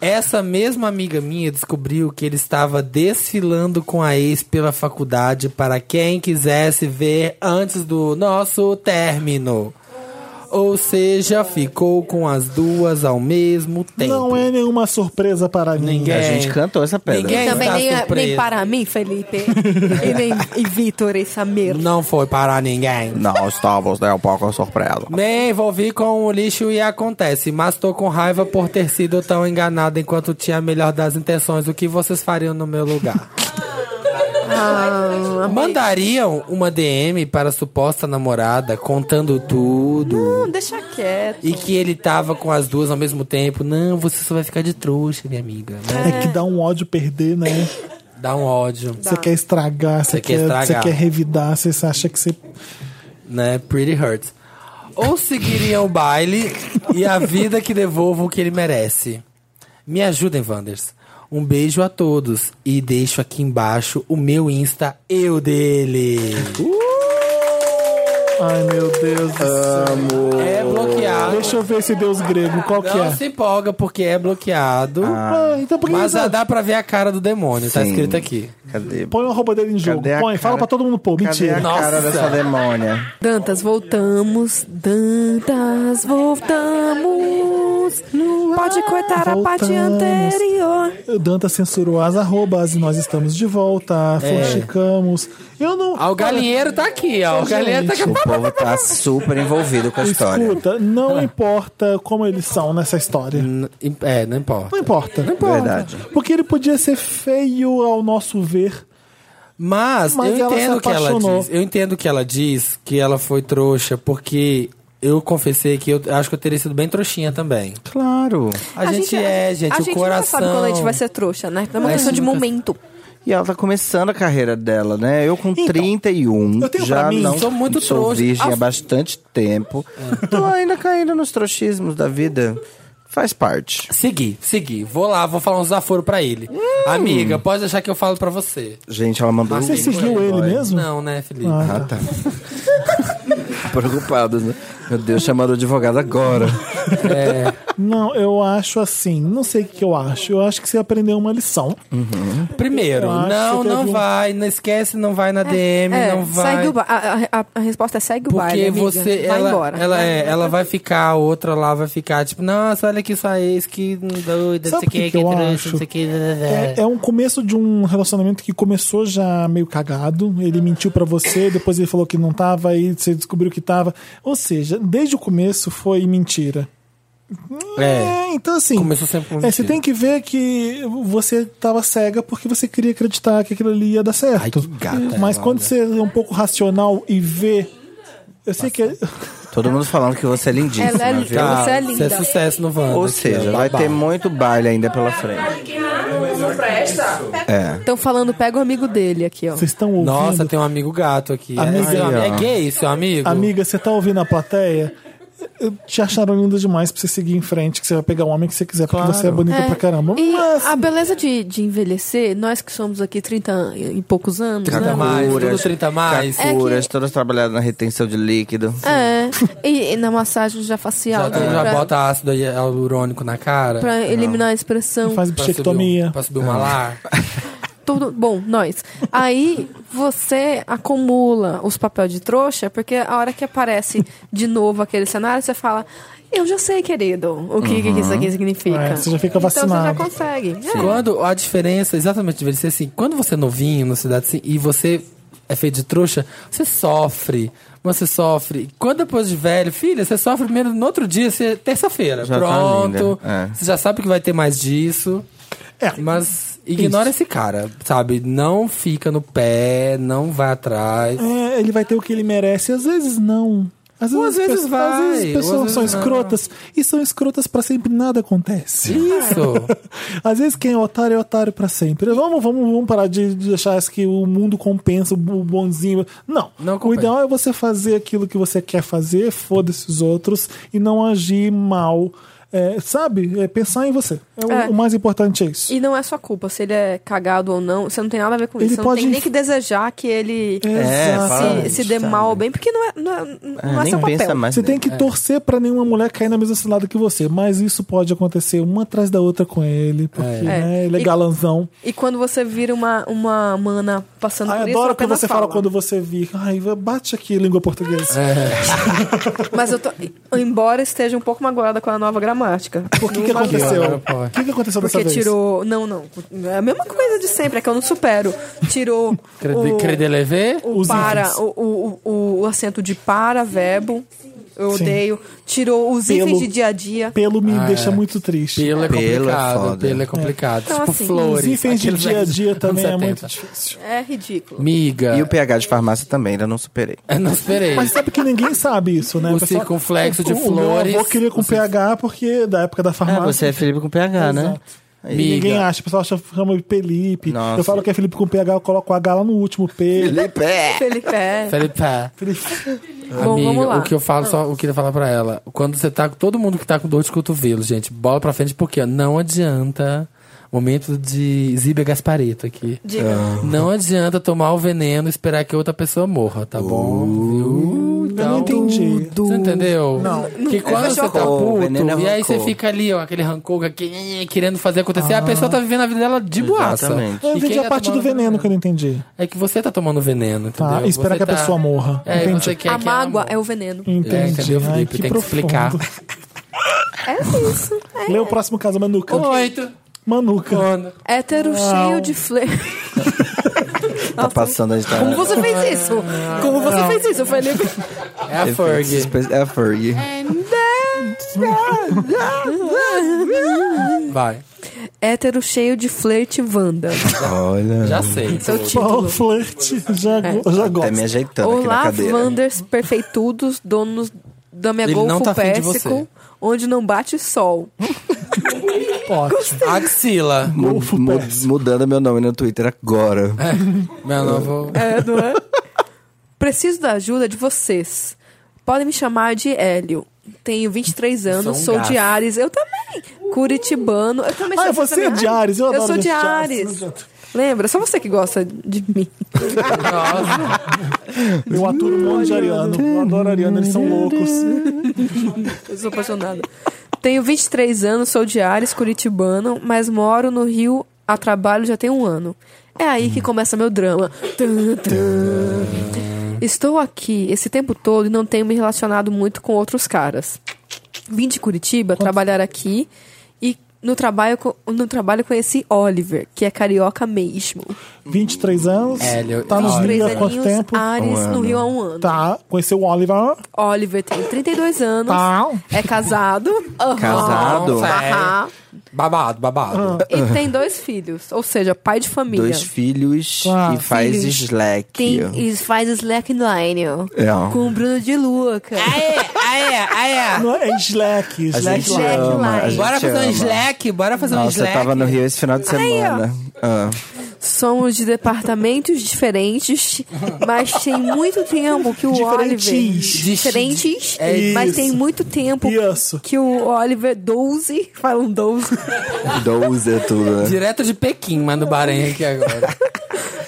S2: essa mesma amiga minha descobriu que ele estava desfilando com a ex pela faculdade para quem quisesse ver antes do nosso término. Ou seja, ficou com as duas ao mesmo tempo.
S1: Não é nenhuma surpresa para ninguém.
S4: A
S2: É.
S4: gente cantou essa pedra.
S2: Ninguém
S6: Também
S2: está
S6: nem,
S2: surpreso.
S6: nem para mim, Felipe. e nem e Vitor, essa merda.
S2: Não foi para ninguém.
S4: Não, estávamos, né? Um pouco surpreso.
S2: Me envolvi com o lixo e acontece, mas tô com raiva por ter sido tão enganado enquanto tinha a melhor das intenções. O que vocês fariam no meu lugar? Mandariam uma DM para a suposta namorada contando tudo
S6: Não, deixa quieto.
S2: e que ele tava com as duas ao mesmo tempo. Não, você só vai ficar de trouxa, minha amiga. né?
S1: É que dá um ódio perder, né?
S2: Dá um ódio,
S1: Você quer estragar, você
S2: Você
S1: quer,
S2: quer
S1: você
S2: estragar.
S1: quer revidar, você acha que você.
S2: né? Pretty hurt. Ou seguiriam o baile e a vida que devolva o que ele merece. Me ajudem, Wanders. Um beijo a todos e deixo aqui embaixo o meu Insta, eu dele.
S1: Ai, meu Deus do céu.
S2: É bloqueado.
S1: Deixa eu ver esse deus grego, qual que
S2: Não
S1: é?
S2: se empolga porque é bloqueado.
S1: Ah, então por que
S2: Mas já
S1: que-
S2: dá pra ver a cara do demônio, tá
S4: Sim.
S2: escrito aqui.
S4: Cadê?
S1: Põe o arroba dele em jogo.
S4: Cadê a
S1: Põe, fala pra
S4: cara?
S1: todo mundo pôr.
S4: Cadê
S1: Mentira.
S4: a cara
S2: Nossa.
S4: dessa demônia?
S6: Dantas, voltamos. Dantas, voltamos. Pode cortar a parte
S1: Voltamos.
S6: anterior.
S1: O Danta censurou as arrobas e nós estamos de volta.
S4: É.
S1: Forticamos. Eu não.
S2: Ah, o galinheiro tá aqui, ó. O galinheiro tá aqui.
S4: O povo tá super envolvido com a história. Ah.
S1: Escuta, não importa como eles são nessa história. Não
S2: N- É, não importa.
S1: importa. Não
S4: importa. Verdade.
S1: Porque ele podia ser feio ao nosso ver.
S2: Mas,
S1: Mas
S2: eu
S1: ela se
S2: entendo o que ela
S1: apaixonou.
S2: diz. Eu entendo que ela diz que ela foi trouxa, porque eu confessei que eu acho que eu teria sido bem trouxinha também.
S4: Claro.
S2: A, gente, é, gente,
S6: a
S2: o
S6: gente
S2: coração.
S6: nunca sabe quando a gente vai ser trouxa, né? É uma
S2: A
S6: questão
S2: gente
S6: de
S2: nunca-
S6: momento.
S4: E ela tá começando a carreira dela, né? Eu
S2: Então,
S4: com 31,
S1: eu tenho pra
S4: já
S1: mim,
S4: não
S2: sou muito
S4: sou
S2: trouxa. É.
S4: virgem
S2: Ah,
S4: há bastante tempo. Tô ainda caindo nos trouxismos da vida. Faz parte.
S2: Segui, segui. Vou lá, vou falar um desaforo pra ele.
S1: Hum.
S2: Amiga, pode deixar que eu falo pra você.
S4: Gente, ela mandou...
S1: Você seguiu ele mesmo?
S2: Não, né, Felipe?
S4: Ah, tá. Preocupados, né? Meu Deus, chamando o advogado agora.
S1: Não, eu acho assim. Não sei o que eu acho. Eu acho que você aprendeu uma lição.
S2: Primeiro,
S1: Eu acho
S2: não,
S1: que
S2: não
S1: teve um-
S2: vai, não esquece, não vai na DM,
S6: É,
S2: não vai.
S6: segue o ba- a, a, a resposta é segue o baile,
S2: Porque
S6: amiga.
S2: você,
S6: vai
S2: ela,
S6: embora.
S2: ela,
S6: vai.
S2: é, ela vai ficar, a outra lá vai ficar, tipo, nossa, olha que sua ex, que doida, não sei
S1: Sabe
S2: o
S1: o que
S2: que,
S1: que
S2: que
S1: eu
S2: trouxa,
S1: acho?
S2: não sei o que.
S1: É, é um começo de um relacionamento que começou já meio cagado. Ele mentiu pra você, depois ele falou que não tava, aí você descobriu que tava. Ou seja, desde o começo foi mentira.
S2: É.
S1: É, então assim.
S2: Começou sempre com
S1: é, você
S2: mentira.
S1: tem que ver que você tava cega porque você queria acreditar que aquilo ali ia dar certo.
S4: Ai, que gata,
S1: Mas
S4: olha.
S1: quando você é um pouco racional e vê. Eu sei que.
S4: Todo mundo falando que você é lindíssima,
S6: Ela é
S4: viu?
S6: linda. Você é
S2: Você é
S6: linda.
S2: sucesso no Wanda.
S4: Ou
S2: aqui,
S4: seja,
S2: ó,
S4: vai
S2: é babá.
S4: ter muito baile ainda pela frente. É.
S6: Estão falando, pega o amigo dele aqui, ó.
S1: Vocês estão ouvindo.
S2: Nossa, tem um amigo gato aqui.
S1: Amiga.
S2: é, seu ami-
S4: Aí, ó.
S2: é gay, seu amigo?
S1: Amiga, você tá ouvindo a plateia? te acharam linda demais pra você seguir em frente, que você vai pegar o homem que você quiser,
S2: Claro.
S1: porque você é bonita
S3: É.
S1: pra caramba.
S3: E
S1: Mas
S3: a beleza de, de envelhecer, nós que somos aqui 30 an- e poucos anos,
S2: 30
S3: né?
S2: mais, tudo
S4: Cacuras.
S2: 30 mais.
S3: É
S4: Curas, todas trabalhadas na retenção de líquido.
S3: É. E, e na massagem já facial,
S2: Já,
S3: né?
S2: já
S3: pra,
S2: bota ácido hialurônico na cara.
S3: pra eliminar a expressão.
S1: faz
S2: pra subir um-
S1: bichectomia.
S2: Pra subir um malar.
S3: Tudo bom, nós. Aí você acumula os papéis de trouxa, porque a hora que aparece de novo aquele cenário, você fala. Eu já sei, querido, o que, que
S2: Uhum.
S3: isso aqui significa.
S1: É, você já fica vacinado.
S3: Então você já consegue. É.
S2: Quando a diferença, exatamente, deveria ser assim, quando você é novinho na cidade assim, e você é feito de trouxa, você sofre. Você sofre. Quando depois de velho, filha, você sofre primeiro no outro dia, você terça-feira.
S4: Já tá
S2: Pronto.
S4: linda, é.
S2: Você já sabe que vai ter mais disso.
S1: É.
S2: Mas ignora esse cara, sabe? Não fica no pé, não vai atrás.
S1: É, ele vai ter o que ele merece. Às vezes não. Às
S2: Ou
S1: vezes,
S2: às
S1: as
S2: vezes
S1: pe-
S2: vai,
S1: às
S2: ou
S1: vezes
S2: às
S1: as pessoas
S2: vezes
S1: são
S2: não.
S1: escrotas e são escrotas pra sempre, nada acontece.
S2: Isso.
S1: Às vezes quem é otário é otário pra sempre. Vamos, vamos, vamos parar de, de achar que o mundo compensa o bo- bonzinho. Não.
S2: Não
S1: o
S2: compensa.
S1: ideal é você fazer aquilo que você quer fazer, foda-se os outros e não agir mal. É, sabe? É pensar em você. É o-
S3: É.
S1: O, mais importante é isso.
S3: E não é sua culpa se ele é cagado ou não. Você não tem nada a ver com
S1: Ele
S3: isso. Você não
S1: pode
S3: tem nem
S1: inf-
S3: que desejar que ele
S4: É,
S1: Exato.
S4: fala.
S3: se, se dê mal ou bem, porque não é, não é,
S4: É,
S3: não é
S4: nem
S3: seu papel.
S4: pensa mais.
S1: Você tem
S4: nele.
S1: que torcer pra nenhuma mulher cair na mesma cilada que você, mas isso pode acontecer uma atrás da outra com ele, porque né, ele é
S3: E-
S1: galanzão.
S3: E quando você vira uma, uma mana passando
S1: Ai,
S3: por isso,
S1: adoro que
S3: apenas
S1: você fala quando você vir. Ai, bate aqui, língua portuguesa.
S3: Mas eu tô, embora esteja um pouco magoada com a nova gramática.
S1: Por que,
S3: Não
S1: que
S3: magoa.
S1: aconteceu?
S2: agora, pô.
S1: O que, que aconteceu dessa
S3: Porque
S1: vez?
S3: tirou. Não, não. É a mesma coisa de sempre, é que eu não supero. Tirou.
S2: Crede,
S3: o-
S2: credelever?
S3: o
S1: Os
S3: para,
S1: hífens.
S3: o, o, o, o acento de para, verbo, eu
S1: Sim.
S3: odeio. Tirou os
S1: Pelo.
S3: itens de dia a dia.
S1: Pelo me deixa muito triste.
S2: Pelo é
S4: Pelo é
S2: complicado,
S4: foda.
S2: pelo é complicado.
S3: Então,
S2: tipo
S3: assim,
S1: Os
S2: flores.
S1: itens de
S2: aqueles
S1: dia a
S2: anos-
S1: dia
S2: anos
S1: também é
S2: 70.
S1: muito difícil.
S3: É ridículo.
S2: Miga.
S4: E o pH de farmácia também, ainda não superei.
S2: Eu É, não esperei.
S1: Mas sabe que ninguém sabe isso, né?
S2: O
S1: Pessoal- tipo,
S2: circunflexo de
S1: o- O
S2: flores.
S1: meu avô queria com
S2: O cir-
S1: PH porque da época da farmácia.
S4: Ah, você é Felipe com pH, né?
S1: E ninguém
S2: Miga.
S1: acha, o pessoal acha chama de Felipe.
S4: Nossa.
S1: Eu falo que é Felipe com PH, eu coloco o H lá no último P.
S4: Felipe!
S3: Felipe é.
S2: Felipe.
S3: Bom, vamos
S2: tá. Amiga,
S3: lá. Ah.
S2: o que eu falo, só eu queria falar pra ela. Quando você tá com todo mundo que tá com dor de cotovelo, gente, bola pra frente, porque ó, não adianta. Momento de Zíbia Gaspareto aqui.
S3: Diga.
S2: Não adianta tomar o veneno e esperar que outra pessoa morra, tá bom? Viu?
S1: Então, Eu não entendi.
S2: Você entendeu? Que quando
S4: É
S2: você tá
S4: rancor,
S2: puto,
S4: veneno é
S2: e aí
S4: rancor.
S2: você fica ali, ó, aquele rancor que- querendo fazer acontecer, a pessoa tá vivendo a vida dela de boaça.
S4: Exatamente.
S2: E
S1: Ah. Eu entendi
S2: quem
S1: a
S2: tá
S1: parte do
S2: tomando
S1: veneno que eu não entendi.
S2: É que você tá tomando veneno, entendeu?
S1: Tá? E esperar
S2: Você
S1: que a
S2: tá-
S1: pessoa morra.
S2: É,
S1: Entendi.
S2: você quer
S3: A
S2: que ela
S3: mágoa
S2: morra.
S3: é o veneno.
S2: É,
S1: Entendi.
S2: entendeu,
S1: Ai,
S2: Felipe?
S1: que
S2: Tem que
S1: profundo.
S2: explicar.
S3: É isso.
S1: Lê o próximo caso, Manuca.
S2: Oito.
S1: Manuca.
S2: Quando?
S3: É Hétero cheio de fle.
S4: Tá passando a gente.
S3: Como você fez isso? Como você fez isso, Felipe?
S2: É a Ferg.
S4: É a Ferg.
S2: Vai.
S3: Hétero cheio de flerte Wanda. Então, tipo,
S4: Olha.
S2: Já sei.
S3: Seu
S1: Ó, o
S3: título.
S1: flerte. Já, go- já
S4: Tá
S1: gosto.
S4: me ajeitando aqui na
S3: Olá,
S4: cadeira.
S3: Wanders perfeitudos, donos da minha
S2: Ele não
S3: Golfo
S2: tá afim de
S3: Pérsico,
S2: você.
S3: onde não bate sol.
S1: Ótimo.
S2: Axila.
S4: Mu-
S1: Golfo
S4: mu-
S1: péssimo.
S4: mudando meu nome no Twitter agora.
S2: É. Meu novo.
S3: É, não é? Preciso da ajuda de vocês. Podem me chamar de Hélio. Tenho 23
S1: é
S3: anos,
S2: Sou um
S3: sou, de
S2: gato.
S3: Ares. Eu também. Curitibano. Eu também
S1: Ah,
S3: sou
S1: você é
S3: também
S1: de Ares. Eu, adoro
S3: sou
S1: gente
S3: de Ares. Lembra? Só você que gosta de mim.
S2: Nossa.
S1: Eu aturo um monte de ariano. Eu adoro ariano, eles são loucos.
S3: Eu sou apaixonada. Tenho 23 anos, sou de Ares, curitibano, mas moro no Rio a trabalho já tem um ano. É aí que começa meu drama. Tum, tum. Estou aqui esse tempo todo e não tenho me relacionado muito com outros caras. Vim de Curitiba trabalhar aqui e no trabalho, co- no trabalho conheci Oliver, que é carioca mesmo.
S1: 23 anos.
S2: Hélio,
S1: tá nos
S2: Oliver.
S1: Rio há quanto
S3: aninhos,
S1: tempo?
S3: Ares, no Rio há um ano.
S1: Tá. Conheceu o Oliver.
S3: Oliver tem 32 anos,
S1: Tá.
S3: é casado. Aham.
S4: Casado?
S3: Aham.
S2: é. Babado, babado.
S3: E tem dois filhos, ou seja, pai de família.
S4: Dois filhos
S1: Ah.
S4: e faz
S3: Filhos.
S4: slack.
S3: Tem, e faz slackline
S4: É.
S3: com o Bruno de Luca.
S2: Aê, aê, aê.
S1: Não, é Slack.
S4: A
S1: Slack.
S4: gente é.
S3: slack
S4: ama. a
S3: line.
S4: gente
S2: Bora fazer um
S4: ama.
S2: slack, bora fazer um
S4: Nossa, eu
S2: slack.
S4: tava no Rio esse final de semana. Ah,
S3: Somos de departamentos diferentes, mas tem muito tempo que o Oliver.
S1: Diferentes.
S3: Diferentes,
S1: É
S3: mas
S1: isso.
S3: tem muito tempo
S1: Isso.
S3: que o Oliver 12, falam 12,
S4: Doze é tudo, né?
S2: Direto de Pequim, mas no Bahrein aqui agora.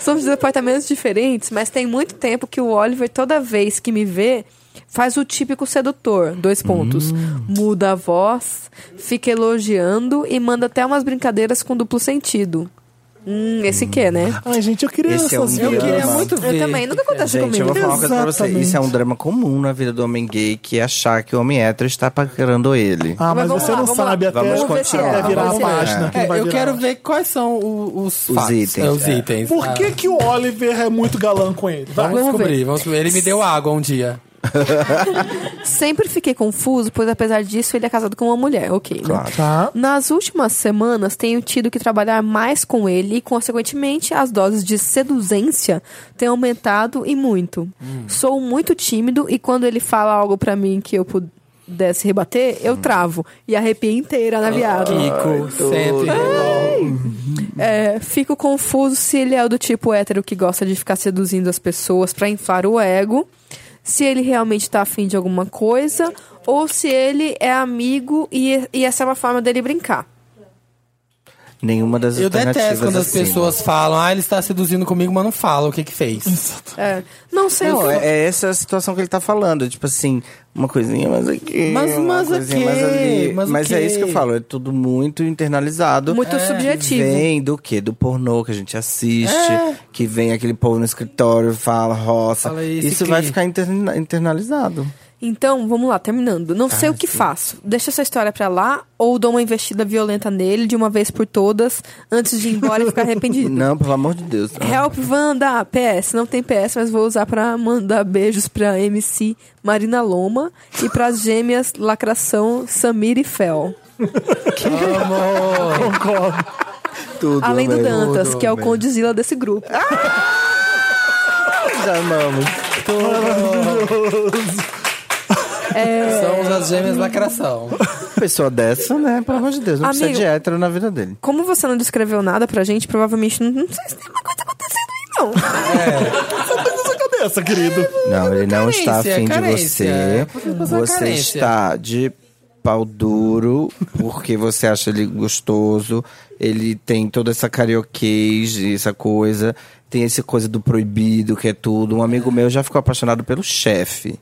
S3: somos de departamentos diferentes, mas tem muito tempo que o Oliver, toda vez que me vê, faz o típico sedutor, dois
S4: Hum.
S3: pontos. Muda a voz, fica elogiando e manda até umas brincadeiras com duplo sentido. Hum, esse que, né?
S1: Ai, gente, eu queria
S4: Esse é um
S1: essas
S4: drama.
S2: Eu queria muito ver.
S3: Eu também, nunca acontece
S4: Gente, eu
S3: comigo.
S4: vou falar uma coisa pra você.
S1: Exatamente.
S4: Isso é um drama comum na vida do homem gay, que é achar que o homem hétero está paquerando ele.
S1: Ah, mas,
S3: Mas vamos
S1: você
S3: lá,
S1: não
S3: vamos lá.
S1: sabe até,
S4: Vamos
S1: até
S4: continuar.
S1: virar
S3: Vamos
S1: a
S3: lá.
S1: página. que
S2: É,
S1: não vai
S2: eu
S1: virar.
S2: quero ver quais são o- os, fatos.
S4: itens.
S2: É, os
S4: É.
S2: itens.
S1: Por que, que o Oliver é muito galã com ele? Vai.
S2: Vamos, descobrir, vamos descobrir. Ele me deu água um dia.
S3: Sempre fiquei confuso, pois apesar disso ele é casado com uma mulher, ok. né?
S4: Claro.
S1: Tá.
S3: Nas últimas semanas tenho tido que trabalhar mais com ele e, consequentemente, as doses de seduzência têm aumentado e muito.
S4: Hum.
S3: Sou muito tímido e quando ele fala algo pra mim que eu pudesse rebater, eu
S4: Hum.
S3: travo e arrepio inteira na
S4: Ah.
S3: viada.
S2: Kiko, sempre.
S3: É, fico confuso se ele é do tipo hétero que gosta de ficar seduzindo as pessoas pra inflar o ego, se ele realmente tá afim de alguma coisa, ou se ele é amigo e, e essa é uma forma dele brincar.
S4: Nenhuma das
S2: Eu
S4: alternativas
S2: detesto quando as
S4: assim.
S2: pessoas falam, ah, ele está seduzindo comigo, mas não fala o que que fez.
S3: É, não sei,
S4: Não,
S3: eu-
S4: é, é essa a situação que ele tá falando. Tipo assim, uma coisinha mais aqui.
S2: Mas-
S4: uma
S2: mas o
S4: coisinha
S2: quê?
S4: mais ali.
S2: Mas
S4: Mas,
S2: o
S4: é
S2: quê?
S4: isso que eu falo, é tudo muito internalizado.
S3: muito
S4: Que
S3: subjetivo.
S4: vem do quê? Do pornô que a gente assiste, que vem aquele povo no escritório, fala, roça.
S2: É. Fala isso,
S4: isso
S2: cria.
S4: vai ficar interna- internalizado.
S3: Então, vamos lá, terminando. Não
S4: Ah,
S3: sei o que faço. Deixo essa história pra lá ou dou uma investida violenta nele de uma vez por todas antes de ir embora e ficar arrependido.
S4: Não, pelo amor de Deus.
S3: Help Wanda, PS, não tem PS, mas vou usar pra mandar beijos pra MC Marina Loma e pras gêmeas Lacração Samir e Fel.
S4: Tudo,
S3: Além do
S4: amém.
S3: Dantas,
S4: Tudo, Ah!
S3: que é o
S4: amém.
S3: condizila desse grupo.
S4: Já amamos.
S2: Somos as gêmeas lacração.
S4: Uma pessoa dessa, né? Pelo amor de Deus, não
S3: Amigo.
S4: precisa de hétero na vida dele.
S3: Como você não descreveu nada pra gente, provavelmente não, não sei se tem uma coisa acontecendo aí, não.
S1: Cabeça, querido.
S4: Não, ele não
S2: carência,
S4: está afim de
S2: carência. É,
S4: você.
S2: porque você é
S4: Você
S2: carência.
S4: está de pau duro porque você acha ele gostoso. Ele tem toda essa carioquês, essa coisa. Tem essa coisa do proibido, que é tudo. Um amigo meu já ficou apaixonado pelo chefe.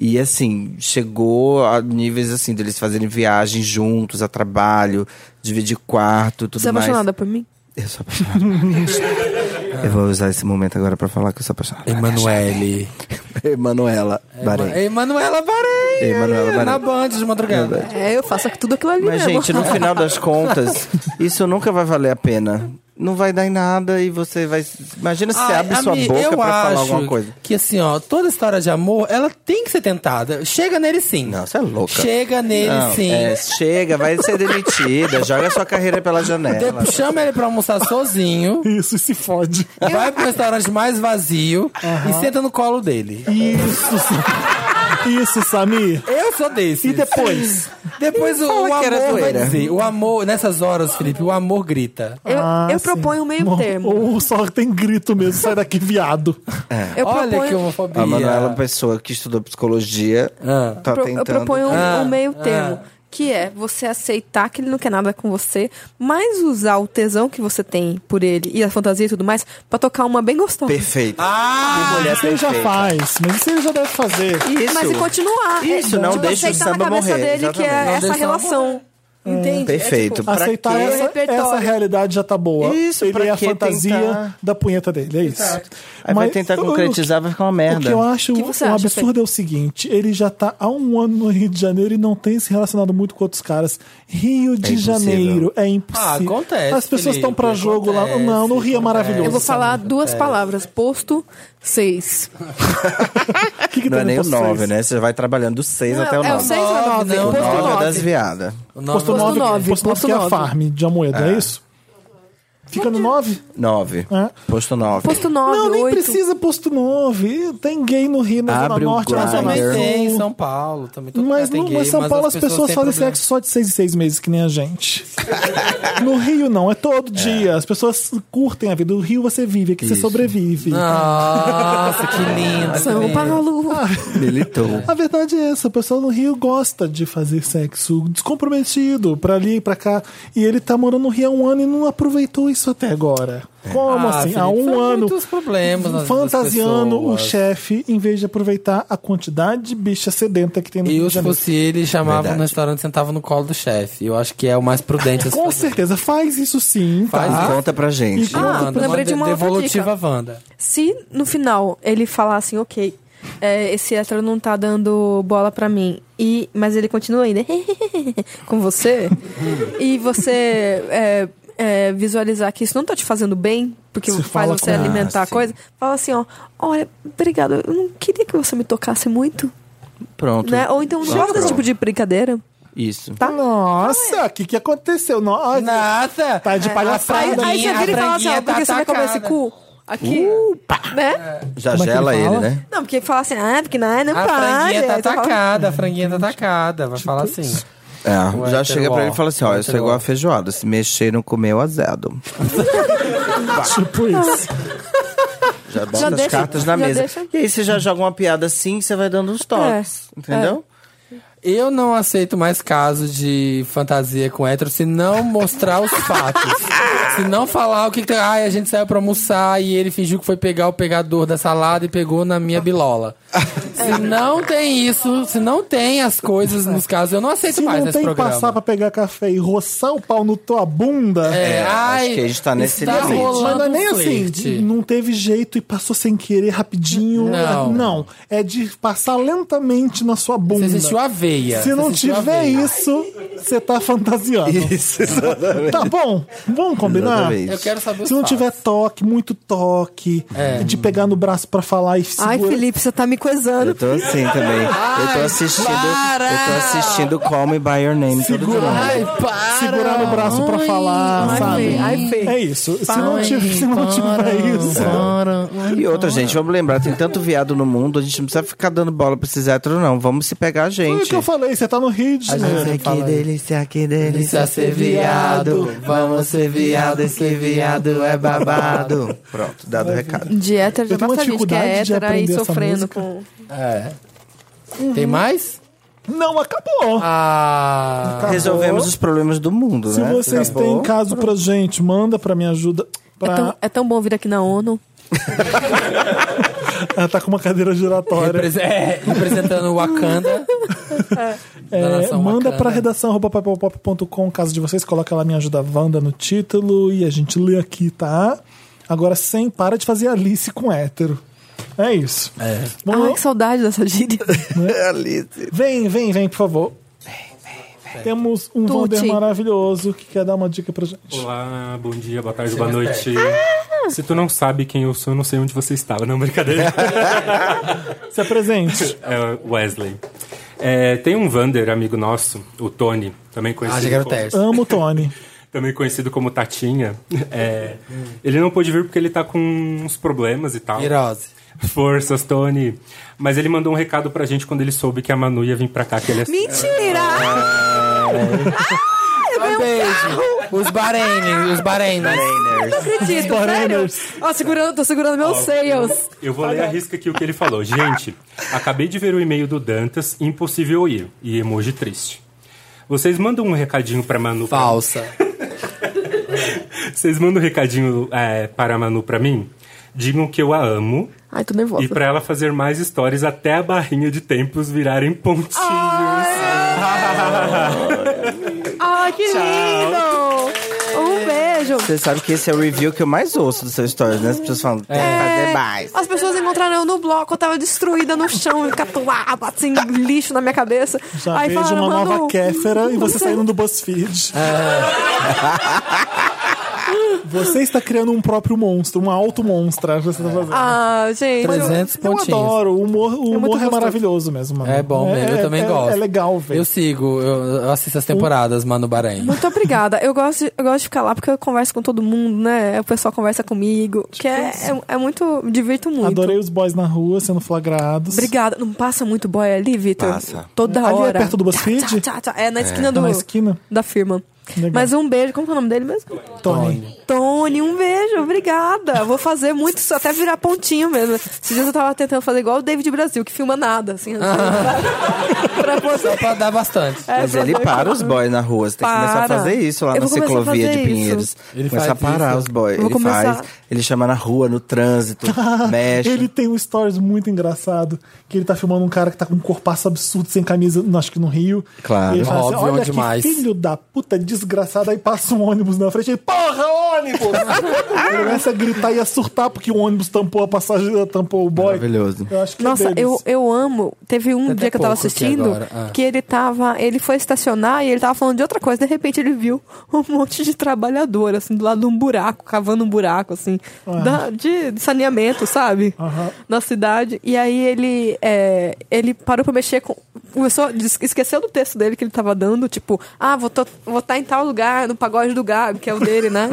S4: E assim, chegou a níveis assim, deles fazerem viagens juntos, a trabalho, dividir quarto, tudo
S3: Você é
S4: mais.
S3: apaixonada por mim?
S4: Eu sou apaixonado. eu vou usar esse momento agora pra falar que eu sou apaixonado.
S2: Emanuele.
S4: Emanuela
S2: é
S4: Bahrein.
S2: Emanuela Bahrein.
S4: Emanuela
S2: é,
S4: Bahrein.
S2: Na Band de madrugada.
S3: É, eu faço tudo aquilo ali
S4: Mas,
S3: mesmo.
S4: gente, no final das contas, isso nunca vai valer a pena. Não vai dar em nada e você vai. Imagina se você
S2: Ai,
S4: abre sua
S2: ami-
S4: boca
S2: eu
S4: pra falar
S2: acho
S4: alguma coisa.
S2: Que assim, ó, toda história de amor, ela tem que ser tentada. Chega nele sim.
S4: Não, você é louca.
S2: Chega nele
S4: Não,
S2: sim.
S4: é, chega, vai ser demitida, joga sua carreira pela janela.
S2: De- Chama ele pra almoçar sozinho.
S1: Isso, e se fode.
S2: Vai pro restaurante mais vazio e senta no colo dele.
S1: Isso, Sa- isso, Samir.
S2: Eu sou desse.
S1: E depois?
S2: Depois o,
S4: fala
S2: o
S4: que era
S2: amor vai
S4: zoeira.
S2: dizer. O amor, nessas horas, Felipe, o amor grita.
S3: Eu,
S1: Ah,
S3: eu
S1: sim.
S3: proponho um meio
S1: Bom,
S3: termo.
S1: Ou só tem grito mesmo, sai daqui, viado.
S3: Eu
S2: Olha
S3: proponho...
S2: que homofobia.
S4: A Manuela é uma pessoa que estudou psicologia.
S2: Ah.
S4: Tá
S3: Pro-
S4: tentando.
S3: eu proponho um,
S2: Ah,
S3: um meio
S2: ah.
S3: termo. Que é você aceitar que ele não quer nada com você, mas usar o tesão que você tem por ele e a fantasia e tudo mais pra tocar uma bem gostosa.
S4: Perfeito.
S2: Ah!
S4: Mulher
S1: Isso ele já
S4: perfeita.
S1: faz, mas isso ele já deve fazer.
S4: Isso.
S3: Mas e continuar.
S4: Isso,
S3: É,
S4: não
S3: tipo,
S4: deixa o
S3: aceitar na
S4: samba
S3: cabeça
S4: morrer,
S3: dele que é
S4: exatamente. Não
S3: essa
S2: deixa o samba
S3: relação. Entende?
S4: Perfeito.
S3: É, tipo,
S4: Pra
S1: Aceitar
S4: quê?
S1: essa,
S3: Repertório.
S1: essa realidade já tá boa.
S4: Isso,
S1: Ele
S4: pra
S1: é a
S4: quê
S1: fantasia
S4: tentar?
S1: da punheta dele, é isso.
S4: Aí vai tentar
S1: o-
S4: concretizar, vai ficar uma
S1: O que
S4: merda.
S1: eu acho
S3: que você
S1: um
S3: acha,
S1: absurdo é o seguinte: ele já tá há um ano no Rio de Janeiro e não tem se relacionado muito com outros caras. Rio de
S4: É impossível.
S1: Janeiro é impossível.
S2: Ah, acontece,
S1: As pessoas estão pra
S2: Felipe,
S1: jogo lá.
S2: acontece,
S1: Não, no Rio é maravilhoso.
S3: eu vou falar
S1: sabe?
S3: duas palavras. Posto seis.
S1: O que que
S4: Não
S1: tá
S4: é nem o
S1: no posto
S4: 9,
S1: seis?
S4: né? Você vai trabalhando do 6
S3: Não,
S4: até o
S3: é
S4: 9.
S3: o seis ou é o
S2: Nove,
S3: nove?
S2: não,
S3: Posto
S4: Nove é das
S3: nove.
S4: viadas.
S2: O
S1: Posto
S2: nove-
S1: 9,
S3: nove,
S1: posto 9
S3: posto
S1: que é a
S3: nove.
S1: farm de Amoeda, é isso? Fica no 9?
S4: Nove.
S1: É.
S4: Posto nove.
S3: Posto 9,
S1: Não, nem
S3: 8.
S1: precisa posto 9, tem gay no Rio, na Zona
S4: Abre o
S1: Norte, na Zona
S2: Também
S4: Grindr.
S1: Sul.
S2: tem em São Paulo. Também todo lugar
S1: Mas,
S2: tem
S1: no, mas
S2: gay,
S1: São Paulo as pessoas,
S2: têm
S1: fazem
S2: problema.
S1: sexo só de seis em seis meses, que nem a gente. no Rio, não, é todo dia. As pessoas curtem a vida. No Rio você vive, aqui você
S4: Isso.
S1: sobrevive.
S2: Ah. Nossa, que linda. que
S3: São
S2: linda.
S3: Paulo.
S1: Ah,
S4: Militou.
S1: A verdade é essa, o pessoal no Rio gosta de fazer sexo descomprometido, pra ali e pra cá. E ele tá morando no Rio há um ano e não aproveitou isso até agora. Como
S2: Ah,
S1: assim?
S2: Felipe,
S1: há um
S2: são
S1: ano.
S2: muitos problemas nas-
S1: fantasiando o
S2: das pessoas.
S1: chefe em vez de aproveitar a quantidade de bicha sedenta que tem no Rio
S2: Eu,
S1: de
S2: se
S1: Janeiro.
S2: fosse ele, chamava
S4: Verdade.
S2: no restaurante e sentava no colo do chefe. Eu acho que é o mais prudente. a se
S1: Com
S2: fazer.
S1: certeza, faz isso sim, tá?
S2: Faz isso.
S4: Conta pra gente.
S1: E-
S3: Ah,
S2: Wanda,
S3: lembrei de uma outra
S2: Devolutiva Wanda.
S3: Se no final ele falar assim, ok, é, esse hétero não tá dando bola pra mim, e, mas ele continua ainda com você, e você é, é, visualizar que isso não tá te fazendo bem, porque
S1: Você
S3: faz
S1: fala
S3: você
S1: com-
S3: alimentar
S4: Ah,
S3: a
S4: sim.
S3: coisa, fala assim, ó, olha, obrigado, eu não queria que você me tocasse muito,
S4: Pronto.
S3: né? Ou então não
S4: Pronto.
S3: gosta desse tipo de brincadeira. tá?"
S4: Isso.
S1: Nossa, o que, que aconteceu? Nossa,
S2: Nada!
S1: Tá de palhaçada.
S3: Aí,
S1: Aí-
S3: aí você vira e fala assim, ó,
S1: tá
S3: porque você vai comer esse cu? Aqui, né?
S4: Já
S1: Como é que
S4: gela
S1: ele
S4: ele,
S1: fala?
S4: né?
S3: Não, porque fala assim, ah, porque não, não
S2: A
S3: pode.
S2: franguinha tá
S3: Aí você fala, assim,
S2: atacada, a franguinha tá atacada. Vai falar
S1: Tipo
S2: assim.
S4: É,
S2: O
S4: já
S2: hétero
S4: chega pra ele e fala assim:
S2: ó,
S4: ó, eu sou
S2: hétero
S4: igual
S2: ó.
S4: a feijoada. Se mexer, não comeu azado.
S1: tipo isso.
S4: Já bota as
S3: deixa-
S4: cartas na
S3: já
S4: mesa.
S3: deixa-
S4: E aí você já joga uma piada assim, você vai dando uns toques. Entendeu?
S2: Eu não aceito mais caso de fantasia com hétero se não mostrar os fatos. se não falar o que, que tem. Ai, a gente saiu pra almoçar e ele fingiu que foi pegar o pegador da salada e pegou na minha bilola.
S1: É.
S2: se não tem isso, se não tem as coisas nos casos, eu não aceito
S1: Se
S2: mais
S1: não
S2: nesse
S1: tem que
S2: programa.
S1: passar pra pegar café e roçar o pau no tua bunda.
S2: É, ai,
S4: acho que a gente tá nesse
S2: está
S4: limite.
S1: Mas
S2: rolando
S1: não é nem
S2: um
S1: assim,
S2: flerte.
S1: de- não teve jeito e passou sem querer rapidinho.
S2: Não.
S1: é de passar lentamente na sua bunda.
S2: Você sentiu a veia.
S1: Se
S2: Você
S1: não
S2: sentiu a
S1: tiver
S2: veia.
S1: isso, você tá fantasiando.
S4: Isso, exatamente.
S1: Tá bom, vamos combinar?
S4: Exatamente.
S2: Eu quero saber os
S1: Se não
S2: fatos.
S1: tiver toque, muito toque,
S2: É.
S1: de pegar no braço pra falar e
S3: Ai,
S1: segura.
S3: Felipe, você tá me coisando.
S4: Eu tô assim também. eu tô assistindo.
S2: para!
S4: Eu tô assistindo Call Me By Your Name todo dia.
S2: Ai, para!
S1: Segurar no braço pra falar,
S3: ai,
S1: sabe?
S3: Fê, ai, Fê.
S1: É isso. Se não, tiver, se não tiver isso.
S4: E outra, gente, vamos lembrar, tem tanto viado no mundo, a gente não precisa ficar dando bola pra esses héteros, não. Vamos se pegar
S1: Foi
S4: a
S1: o
S4: gente.
S1: que eu falei, você tá no Rio de Janeiro.
S4: Ai, que delícia, que delícia
S2: Precisa ser viado, vamos ser viado, esse viado é
S4: babado. Pronto, dado o recado.
S3: É. De hétero, já
S1: Eu tenho uma
S3: basta gente que
S1: dificuldade de
S3: é hétero aí
S1: aprender essa
S3: sofrendo
S1: música.
S3: com...
S2: É. Tem mais?
S1: Não, acabou.
S2: Ah.
S4: Resolvemos os problemas do mundo,
S1: Se
S4: né?
S1: vocês
S4: Acabou.
S1: têm caso pra gente, manda pra me ajuda.
S3: É
S1: Pra...
S3: tão, é tão bom vir aqui na ONU.
S1: Ela tá com uma cadeira giratória.
S2: Repres- é, representando o Wakanda.
S1: É,
S2: da nação
S1: manda
S2: Wakanda.
S1: pra redação arroba papelpop.com, caso de vocês, coloca lá Me Ajuda Wanda no título e a gente lê aqui, tá? Agora sem para de fazer Alice com hétero. É isso.
S2: É.
S1: Vamos-
S3: Ai, que saudade dessa gíria.
S1: Vem, vem, vem, por favor. Temos um
S3: Tuti.
S1: Wander maravilhoso que quer dar uma dica pra gente.
S8: Olá, bom dia, boa tarde, boa noite. Se tu não sabe quem eu sou, eu não sei onde você estava. Não, brincadeira.
S1: Se apresente.
S8: É Wesley. É, tem um Vander, amigo nosso, o Tony, também
S2: Ah, já
S8: conhecido,
S2: quero
S8: como,
S2: teste.
S1: Amo o Tony.
S8: também conhecido como Tatinha. É, ele não pôde vir porque ele tá com uns problemas e tal.
S2: Virose.
S8: Forças, Tony. Mas ele mandou um recado pra gente quando ele soube que a Manu ia vir pra cá, que ele é
S3: Mentira!
S1: Ah,
S3: Ah,
S2: Um beijo. Os Bahrein, os Bahrein.
S4: né?
S2: né?
S3: Não acredito, sério. Ó, segurando, tô segurando meus seios.
S8: Eu vou ler a risca aqui o que ele falou. Gente, acabei de ver o e-mail do Dantas, impossível ir. E emoji triste. Vocês mandam um recadinho pra Manu. pra-
S2: Falsa.
S8: Vocês mandam um recadinho é, para a Manu pra mim? Digam que eu a amo.
S3: Ai, tô nervosa.
S8: E pra ela fazer mais stories até a barrinha de tempos virarem pontinhos.
S3: Ai, que lindo! Um beijo.
S4: Você sabe que esse é o review que eu mais ouço do seu stories, né? As pessoas falam, tem que fazer mais.
S3: As pessoas encontraram eu no bloco, eu tava destruída no chão, catuaba, assim, lixo na minha cabeça.
S1: Já
S3: Aí
S1: vejo
S3: falaram,
S1: uma
S3: Manu,
S1: nova Kéfera e você saindo do BuzzFeed. É. Você está criando um próprio monstro, uma auto-monstra. Você tá fazendo.
S3: Ah, gente.
S1: Mas eu-
S2: 300
S1: eu,
S2: pontinhos.
S1: adoro, o humor, o
S3: muito
S1: humor é,
S3: gostoso.
S1: maravilhoso mesmo, mano.
S2: É bom mesmo, eu também
S1: é-
S2: gosto.
S1: É legal, velho.
S2: Eu sigo, eu, eu assisto as temporadas, mano, Bahrein.
S3: Muito obrigada. Eu gosto, de, eu gosto de ficar lá porque eu converso com todo mundo, né? O pessoal conversa comigo. Que é, é, é muito. Me divirto muito.
S1: Adorei os boys na rua sendo flagrados.
S3: Obrigada. Não passa muito boy ali, Vitor?
S4: Passa.
S3: Toda
S1: Ali é
S3: hora.
S1: perto do BuzzFeed?
S3: Tchá, tchá, tchá. É na esquina do,
S1: Tá Na esquina.
S3: da firma.
S1: Legal.
S3: Mas um beijo. Como que é o nome dele mesmo?
S1: Tony.
S3: Tony, um beijo. Obrigada. Vou fazer muito, isso até virar pontinho mesmo. Esses dias eu tava tentando fazer igual o David Brasil, que filma nada, assim. pra
S2: Só
S3: poder...
S2: pra dar bastante.
S3: É,
S4: Mas
S3: pra
S4: ele
S3: poder-
S4: para os boys na rua. Você tem que começar a
S3: Para.
S4: fazer isso lá
S3: Eu
S4: na
S3: vou começar a
S4: ciclovia de
S3: fazer isso.
S4: Pinheiros.
S2: Ele
S4: Começa a
S2: faz
S4: parar
S2: isso.
S4: os boys.
S3: Eu vou
S4: Ele
S3: começar.
S4: faz, ele chama na rua, no trânsito, mexe.
S1: Ele tem um stories muito engraçado que ele tá filmando um cara que tá com um corpaço absurdo sem camisa, no- acho que no Rio.
S4: Claro.
S1: E ele fala
S2: Óbvio,
S1: assim, olha
S2: é
S1: que
S2: demais."
S1: filho da puta desgraçado. Aí passa um ônibus na frente e ele, porra, ônibus! ele começa a gritar e a surtar porque o ônibus tampou a passagem, tampou o boy.
S4: Maravilhoso.
S1: Eu acho que é
S3: Nossa,
S1: deles.
S3: eu, eu amo. Teve um
S2: Tem até
S3: dia que eu tava
S2: pouco aqui
S3: assistindo
S2: agora, ah.
S3: que ele tava. Ele foi estacionar e ele tava falando de outra coisa. De repente ele viu um monte de trabalhador, assim, do lado de um buraco, cavando um buraco, assim,
S2: Ah.
S3: da- de, de saneamento, sabe? Na cidade. E aí ele, é, ele parou pra mexer com. Começou, des- esqueceu do texto dele que ele tava dando, tipo, ah, vou estar vou tá em tal lugar, no pagode do Gago, que é o dele, né?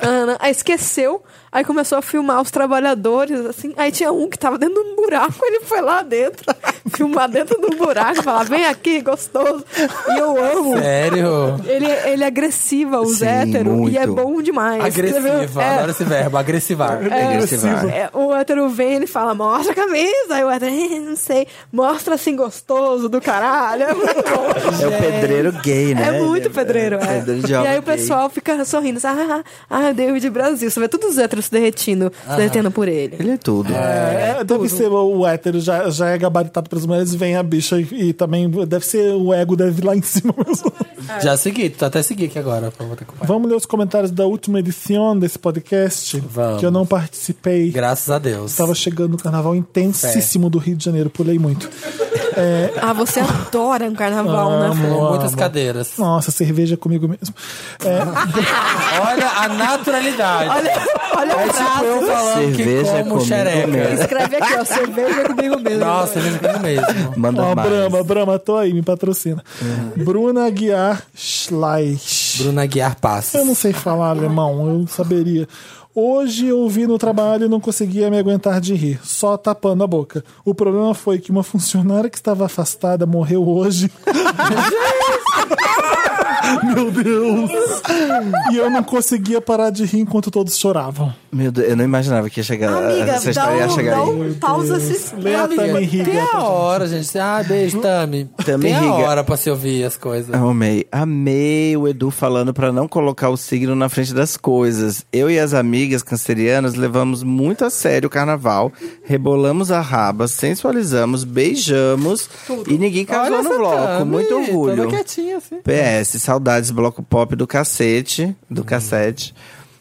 S3: Ana. Aí esqueceu, aí começou a filmar os trabalhadores, assim. Aí tinha um que tava dentro de um buraco, ele foi lá dentro, filmar dentro do buraco, falar, vem aqui, gostoso. E eu amo.
S2: Sério?
S3: Ele, ele é agressiva, os
S4: Sim,
S3: héteros, e é
S4: muito.
S3: bom demais.
S2: Agressiva,
S3: É.
S2: adoro esse verbo, agressivar.
S4: Ele se vai.
S3: É, o hétero vem ele fala, mostra a camisa. Aí o hétero, "Eh, não sei, mostra assim gostoso do caralho. É muito bom.
S4: É o pedreiro gay, né?
S3: É muito
S4: Ele
S3: pedreiro, é.
S4: pedreiro de
S3: E
S4: obra
S3: aí o
S4: gay.
S3: pessoal fica sorrindo, assim, ah, ah, ah, David Brasil. Você vê todos os héteros se derretindo, se derretendo por ele.
S4: Ele é tudo.
S1: É, deve ser o hétero, já, já é gabaritado pelas mulheres, vem a bicha e, e também deve ser o ego, deve ir lá em cima mesmo.
S2: Já segui, tô até seguir aqui agora. pra- vou ter que parar.
S1: Vamos ler os comentários da última edição desse podcast,
S2: Vamos.
S1: que eu não participei.
S2: Graças a Deus.
S1: Estava chegando o carnaval intensíssimo do Rio de Janeiro, pulei muito.
S3: Ah, você adora um carnaval, né?
S2: Com muitas cadeiras.
S1: Nossa, cerveja comigo mesmo. É, Ah,
S2: Olha a naturalidade.
S3: Olha, olha
S2: é
S3: o
S2: tipo
S3: prazo.
S2: eu falando
S4: Cerveja
S2: que como
S4: comigo
S2: xereca.
S4: mesmo.
S3: Escreve aqui, ó, cerveja comigo mesmo. né?
S2: Nossa, ele comigo mesmo.
S4: Manda
S1: Ó,
S4: mais.
S1: Brama, Brama, tô aí, me patrocina. Bruna Aguiar Schleich.
S2: Bruna Guiar
S1: Eu não
S2: Passos.
S1: sei falar alemão, eu saberia. Hoje eu vi no trabalho e não conseguia me aguentar de rir, só tapando a boca. O problema foi que uma funcionária que estava afastada morreu hoje. Meu Deus! E eu não conseguia parar de rir enquanto todos choravam.
S4: Meu Deus, eu não imaginava que ia chegar.
S3: Amiga,
S4: Ah, essa
S3: dá
S4: história ia
S3: um,
S4: chegar
S3: dá
S4: aí.
S3: um pausa se
S1: Lê a Tami Riga.
S3: tá,
S2: Tem a hora, gente. Ah, beijo, Tami.
S4: Tami
S2: Tem a
S4: Riga.
S2: hora pra se ouvir as coisas.
S3: um-
S4: Amei. Amei o Edu falando pra não colocar o signo na frente das coisas. Eu e as amigas cancerianas levamos muito a sério o carnaval, rebolamos a raba, sensualizamos, beijamos e ninguém casou no
S2: essa
S4: bloco.
S2: Tami,
S4: muito orgulho.
S3: é
S2: Toda quietinha, assim.
S4: PS, saudades bloco pop do cacete,
S2: Hum.
S4: do cassete.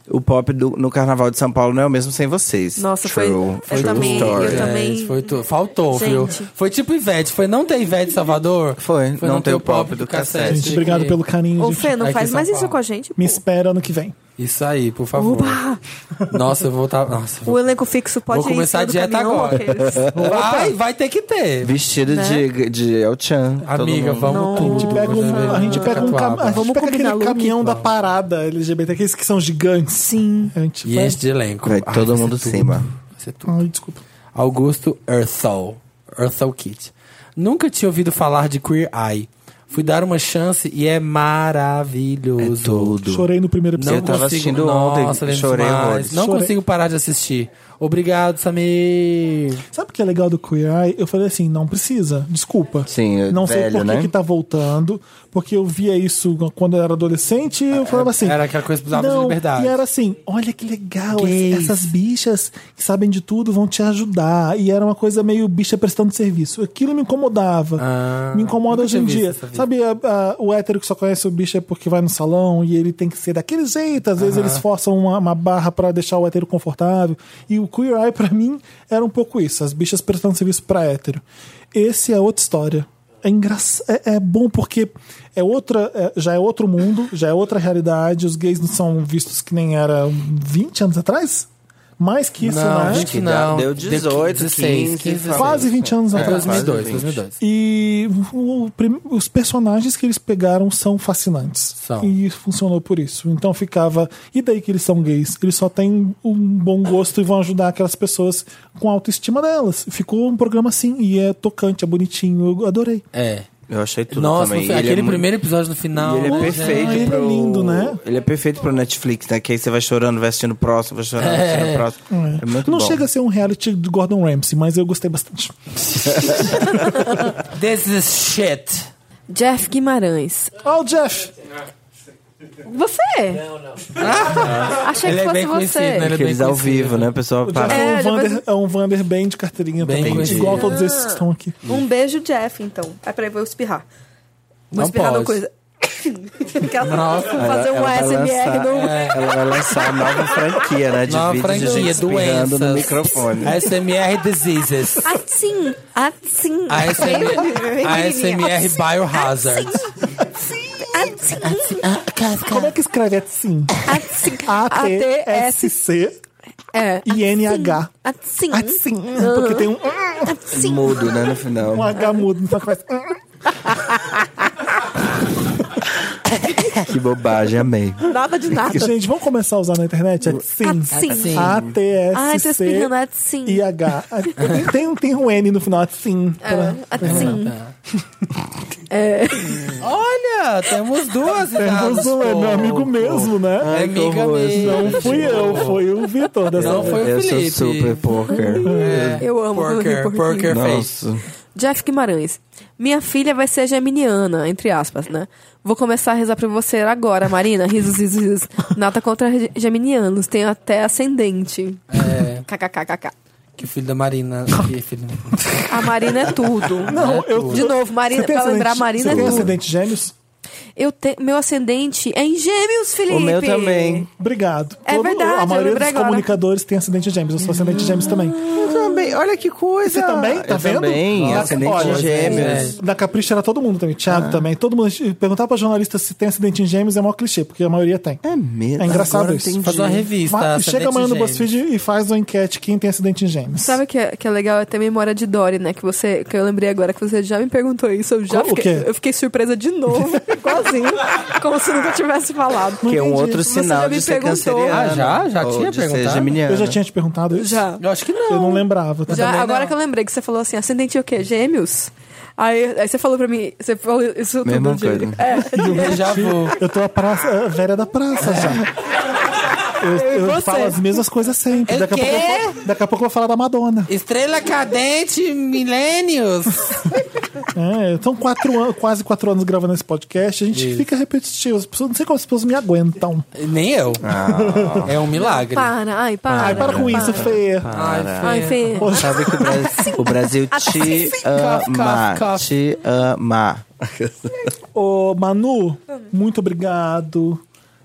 S4: O pop do- no Carnaval de São Paulo não é o mesmo sem vocês.
S3: Nossa, foi- eu também- eu
S2: Gente,
S4: assim.
S3: também-
S2: foi tu- Faltou,
S3: Gente.
S2: viu? Foi tipo Ivete. Foi não ter Ivete em Salvador?
S4: Foi, não ter o pop do cassete.
S1: Gente, obrigado
S2: É, que-
S1: pelo carinho.
S3: Ô,
S1: gente.
S3: Fê, não
S2: Aqui em
S3: faz
S2: São
S3: mais isso
S2: Paulo.
S3: com a gente.
S1: Me
S3: pô.
S1: espera ano que vem.
S2: Isso aí, por favor. Nossa, eu vou estar... Nossa, eu vou-
S3: O elenco fixo pode
S2: Vou começar
S3: ir
S2: a
S3: em cima do
S2: dieta
S3: caminhão,
S2: agora.
S3: aqueles.
S2: Vai, vai ter que ter.
S4: Vestido
S3: Né?
S4: de, de El Chan. todo
S2: Amiga,
S4: mundo.
S2: vamos tudo.
S1: Pega um- a gente pega, um cam- a gente
S3: Vamos
S1: pega
S3: combinar,
S1: aquele
S3: Luke.
S1: caminhão da parada LGBT, aqueles que são gigantes.
S3: Sim.
S1: A gente
S2: E é-
S1: vai-
S2: este de elenco.
S4: Vai
S2: Ai,
S4: todo
S2: ser
S4: mundo
S2: tudo.
S4: cima.
S2: Vai ser tudo.
S1: Ai, desculpa.
S2: Augusto Earthal. Earthal Kit. Nunca tinha ouvido falar de Queer Eye. Fui dar uma chance e é maravilhoso.
S4: É tudo.
S1: Chorei no primeiro
S2: Não
S1: episódio.
S4: Eu tava
S2: consigo,
S4: assistindo
S2: nossa,
S4: ontem,
S2: lembro
S4: chorei
S2: demais.
S4: horrores.
S2: Não
S1: Chorei.
S2: consigo parar de assistir. Obrigado, Samir.
S1: Sabe o que é legal do Queer Eye? Eu falei assim, não precisa, desculpa.
S4: Sim, é
S1: Não sei
S4: velho,
S1: por que
S4: né?
S1: que tá voltando, porque eu via isso quando eu era adolescente e eu falava assim...
S2: É, era aquela coisa dos abusos de
S1: não,
S2: liberdade.
S1: E era assim, olha que legal,
S2: Gays.
S1: ess- essas bichas que sabem de tudo vão te ajudar. E era uma coisa meio bicha prestando serviço. Aquilo me incomodava.
S2: Ah,
S1: me incomoda
S2: nunca
S1: hoje em
S2: tinha visto
S1: dia.
S2: essa vida.
S1: Sabe a- a- o hétero que só conhece o bicho é porque vai no salão e ele tem que ser daquele jeito. Às vezes eles forçam uma, uma barra pra deixar o hétero confortável. E o Queer Eye, pra mim, era um pouco isso. As bichas prestando serviço pra hétero. Esse é outra história. é, engraç... é, é bom porque é outra, é- já é outro mundo, já é outra realidade. Os gays não são vistos que nem era 20 anos atrás? Mais que isso,
S2: Não,
S1: né?
S2: acho que não.
S4: Deu
S2: De-
S4: 18,
S2: 16,
S4: 15,
S2: 15,
S1: Quase 20 anos
S2: É,
S1: atrás. né?
S2: 2002,
S4: quase
S2: 2002.
S1: E o prim- os personagens que eles pegaram são fascinantes.
S2: São.
S1: E funcionou por isso. Então ficava. E daí que eles são gays? Eles só têm um bom gosto e vão ajudar aquelas pessoas com a autoestima delas. Ficou um programa assim. E é tocante, é bonitinho. Eu adorei.
S2: É.
S4: Eu achei tudo
S2: Nossa,
S4: também.
S2: no fi-
S4: Ele é
S2: aquele
S4: muito-
S2: primeiro episódio no final.
S4: E ele é
S2: né,
S4: perfeito
S1: ele é
S2: gente?
S4: pro...
S1: lindo, né?
S4: Ele é perfeito pro Netflix, né? Que aí você vai chorando, vai assistindo o próximo, vai chorando, vai assistindo o próximo.
S2: Hum.
S4: É, muito
S1: Não
S4: bom.
S1: chega a ser um reality do Gordon Ramsay, mas eu gostei bastante.
S2: This is shit.
S3: Jeff Guimarães.
S1: Ó, o Jeff!
S3: Você? Não, não. Achei
S2: Ele é
S3: que fosse
S2: bem
S3: você.
S2: conhecido, né?
S4: É que eles ao
S2: conhecido.
S4: vivo, né? O pessoal
S1: O Jeff
S4: para.
S1: é, um
S3: É,
S1: Vander,
S3: depois-
S1: é um Vander bem de carteirinha
S2: Bem
S1: também.
S2: conhecido.
S1: Igual todos esses que estão aqui.
S3: Um beijo, Jeff, então. Aí, peraí, vou espirrar. Vou
S2: Não
S3: espirrar
S2: pode.
S3: numa coisa. Aquela
S2: Nossa. tá
S3: fazer um ASMR
S4: lançar,
S3: no...
S4: é, ela vai lançar a nova franquia, né? De
S2: Nova
S4: vídeos de
S2: franquia,
S4: gente espirrando
S2: doenças.
S4: no microfone.
S2: ASMR Diseases.
S3: Assim, assim.
S2: Ah, ASMR, ASMR Biohazard.
S3: Assim,
S1: Como é que escreve assim?
S3: assim.
S1: A-T-S-C-I-N-H.
S3: É. Assim.
S1: Assim. Porque tem um,
S4: Mudo, né? No final.
S1: um H mudo, então faz.
S4: Que bobagem, amei.
S3: Nada de nada.
S1: Gente, vamos começar a usar na internet? É Atsin.
S3: Assim. Ai, tô espirrando.
S1: A-T-S-C.
S3: Assim.
S1: E H. Tem, tem um N no final, assim.
S3: É. Assim.
S2: Ah, tá. Olha, temos duas.
S1: Temos um, é meu amigo mesmo, né?
S2: É
S4: que
S2: amiga
S4: horror,
S2: mesmo.
S4: gente.
S1: Não fui eu, foi o Vitor dessa
S2: Não
S1: vez.
S2: Então foi o
S4: Eu sou
S2: Felipe.
S4: super poker.
S2: É.
S3: Eu amo
S2: Porker,
S3: Porker.
S2: porker face.
S4: Nossa.
S3: Jeff Guimarães. Minha filha vai ser geminiana, entre aspas, né? Vou começar a rezar pra você agora, Marina. Risos, risos, risos. Nata contra ge- geminianos. Tem até ascendente.
S2: É,
S3: KKKKK.
S2: que filho da Marina. Que filho.
S3: A Marina é tudo.
S1: Não, eu.
S3: De novo, Marina,
S1: Você tem
S3: pra lembrar,
S1: ascendente-
S3: Marina
S1: Você
S3: é
S1: tem
S3: tudo.
S1: acidente gêmeos?
S3: Eu te... Meu ascendente é em gêmeos, Felipe.
S4: O meu também.
S1: Obrigado.
S3: É verdade,
S1: a
S3: eu
S1: maioria dos
S3: lembrei agora.
S1: comunicadores tem acidente gêmeos. Eu sou acidente gêmeos também.
S4: Eu também. Olha que coisa.
S1: Você também? Tá
S4: Ah, eu
S1: vendo?
S4: Também.
S1: Nossa,
S4: Ascendente
S1: olha, é.
S4: de gêmeos. Ah.
S1: Na Capricha era todo mundo também, Thiago também. Todo mundo. Perguntar pra jornalista se tem acidente em gêmeos é maior clichê, porque a maioria tem.
S4: É mesmo.
S1: É engraçado
S4: Agora
S1: isso.
S4: entendi.
S2: Fazer uma revista.
S1: Mas chega
S2: Ascendente
S1: amanhã no
S2: Gêmeos.
S1: BuzzFeed e faz uma enquete quem tem acidente em gêmeos.
S3: Sabe o que é, que é legal? É ter memória de Dory, né? Que, você, que eu lembrei agora que você já me perguntou isso. Eu já
S1: Co- o
S3: fiquei,
S1: quê?
S3: eu fiquei surpresa de novo, igualzinho. como se nunca tivesse falado.
S4: Que é um
S1: entendi.
S4: outro
S3: Você já
S4: sinal
S3: me
S4: de ser
S3: perguntou. Ah,
S4: canceriano.
S2: Ah, já? Já
S4: Ou
S2: tinha
S4: de ser
S2: perguntado?
S4: geminiano.
S1: Eu já tinha te perguntado isso?
S3: Já.
S2: Eu acho que não.
S1: Eu não lembrava. tá?
S3: Já,
S2: também
S3: agora
S2: não.
S3: que eu lembrei que você falou assim, ascendente é o quê? Gêmeos? Aí, aí você falou pra mim, você falou isso tudo.
S4: Mesma
S3: de-
S4: coisa.
S3: É,
S2: Eu já vou.
S1: Eu tô a praça, a velha da praça já. Eu, eu
S3: você?
S1: falo as mesmas coisas sempre.
S2: É
S1: Daqui a,
S2: quê?
S1: pouco eu vou, daqui a pouco eu vou falar da Madonna.
S2: Estrela cadente, milênios.
S1: É, então, quatro anos, quase quatro anos gravando esse podcast, a gente fica repetitivo. As pessoas, não sei como as pessoas me aguentam.
S2: Nem eu.
S4: Ah.
S2: É um milagre.
S3: para, ai, para.
S1: Ai, para com isso, Fê.
S2: Ai,
S3: Ai,
S2: Fê.
S3: Fê.
S4: Sabe que o Brasil, o Brasil te ama.
S2: cough, cough.
S4: Te ama.
S1: Ô, Manu, muito obrigado.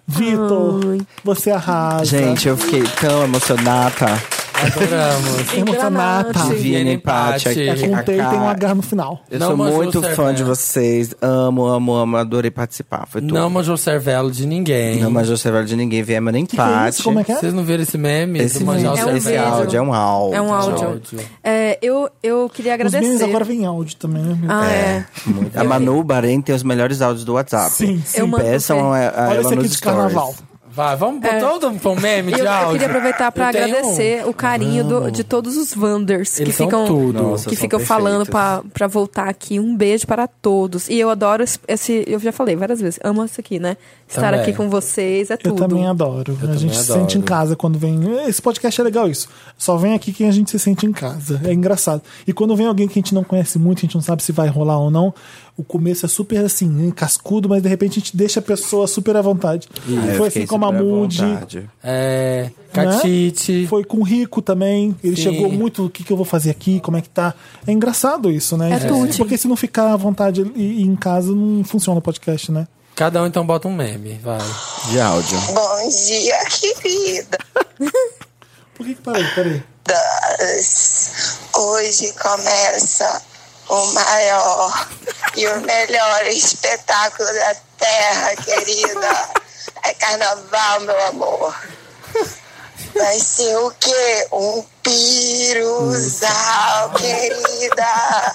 S1: Vitor, você arrasa.
S4: Gente, eu fiquei tão emocionada.
S2: Adoramos.
S1: é emocionada.
S3: Engranate.
S4: Divina empate.
S2: empate.
S1: É
S4: aqui.
S1: com T e tem um
S4: Cacá.
S1: H no final.
S4: Eu
S2: Não
S4: sou
S2: manjou
S4: muito
S2: o certo,
S4: fã
S2: né?
S4: de vocês. Amo, amo, amo. Adorei participar. Foi tudo.
S2: Não manjou o cervelo de ninguém.
S4: Não manjou o servidor de ninguém. Viemos nem
S1: Que é
S4: empate.
S1: isso? Como é que é?
S2: Vocês não viram esse meme? do
S4: Esse,
S2: manjar o
S4: vídeo,
S3: um
S4: esse
S2: cervelo?
S3: vídeo.
S4: áudio é um áudio.
S3: É um áudio. É, eu, eu queria
S1: Os memes
S3: agradecer.
S1: agora vem áudio também, né?
S3: Ah, é.
S4: Muito. A Manu Bahrein tem os melhores áudios do WhatsApp.
S1: Sim, sim.
S3: Eu mando
S4: Peçam
S3: pra
S4: a, a
S1: Olha
S4: ela
S1: esse aqui
S4: nos
S1: de carnaval.
S4: stories. Ah,
S2: Vai, vamos botar todo pra um meme
S3: É. Eu,
S2: de
S3: eu
S2: áudio.
S3: queria aproveitar pra
S2: Eu tenho um.
S3: agradecer o carinho do- de todos os Wanders que
S2: Eles são
S3: ficam,
S2: tudo. Nossa,
S3: que
S4: são
S3: ficam falando pra, pra voltar aqui. Um beijo para todos. E eu adoro esse, esse- Eu já falei várias vezes, amo isso aqui, né? Estar
S2: Também.
S3: aqui com vocês é
S1: Eu
S3: tudo.
S1: também adoro. a
S2: também
S1: gente se
S2: adoro.
S1: sente em casa quando vem. Esse podcast é legal isso. Só vem aqui quem a gente se sente em casa. É engraçado. E quando vem alguém que a gente não conhece muito, a gente não sabe se vai rolar ou não, o começo é super assim, cascudo, mas de repente a gente deixa a pessoa super à vontade.
S4: Eu
S1: Foi
S4: fiquei
S1: assim com a
S4: super à
S1: Mamude,
S4: vontade.
S2: É. Catite.
S1: foi com o Rico também. Ele
S2: Sim.
S1: chegou muito, o que, que eu vou fazer aqui, como é que tá. É engraçado isso, né?
S3: É tudo.
S1: Porque se não ficar à vontade e, e em casa, não funciona o podcast, né?
S2: Cada um então bota um meme. Vai.
S4: De áudio.
S9: Bom dia,
S1: Por que que parei? Peraí.
S9: queridas. Hoje começa o maior
S10: E o melhor espetáculo da terra, querida, é carnaval, meu amor. Vai ser o quê? Um piruzal, querida.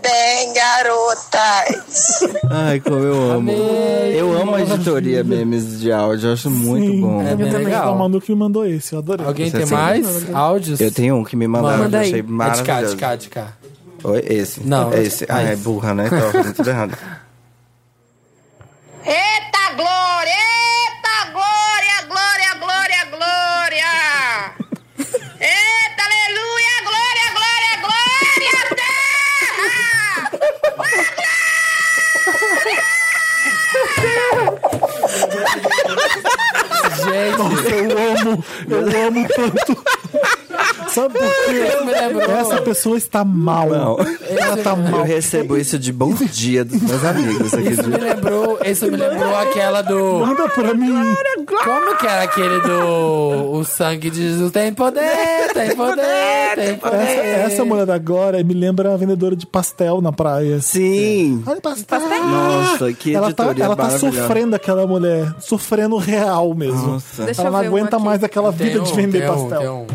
S10: Bem, garotas.
S4: Ai, como eu amo.
S2: Amei.
S4: Eu amo a editoria memes de áudio, eu acho muito
S1: Sim.
S4: bom.
S2: É bem
S1: Foi o
S2: legal.
S1: Manu que me mandou esse, eu adorei.
S2: Alguém
S4: Você
S2: tem
S4: tem?
S2: mais áudios?
S4: é assim. Eu tenho um que me mandaram,
S2: Manda
S4: eu
S3: aí.
S4: achei
S2: É de cá,
S4: maravilhoso.
S2: de cá, de cá.
S4: Oi, esse.
S2: Não,
S4: É esse. Ah,
S2: mas-
S4: é burra, né? Tava fazendo tudo errado.
S10: Eita glória! Eita glória, glória, glória, glória! Eita aleluia, glória, glória, glória, terra!
S2: Gente,
S1: Eu amo tanto. Sabe por
S2: eu me
S1: quê?
S2: lembro.
S1: Essa pessoa está mal.
S4: Não.
S1: Ela tá
S4: Eu
S1: mal.
S4: recebo isso de bom dia dos meus amigos aqui.
S2: Isso me lembrou, isso me lembrou aquela do.
S1: Manda pra mim.
S2: Como que era aquele do. O sangue de Jesus tem poder, tem poder, tem poder.
S1: Essa, essa mulher da Glória me lembra a vendedora de pastel na praia.
S4: Sim!
S1: Olha, pastel.
S4: Nossa, que
S1: ela tá,
S4: editoria
S1: ela tá
S4: maravilhosa.
S1: sofrendo aquela mulher. Sofrendo real mesmo.
S4: Nossa.
S3: Deixa
S1: Ela
S3: eu
S1: não
S3: ver uma
S1: aguenta
S3: aqui.
S1: mais aquela
S2: Tem
S1: vida de
S2: um-
S1: vender
S2: tem um-
S1: pastel.
S2: tem um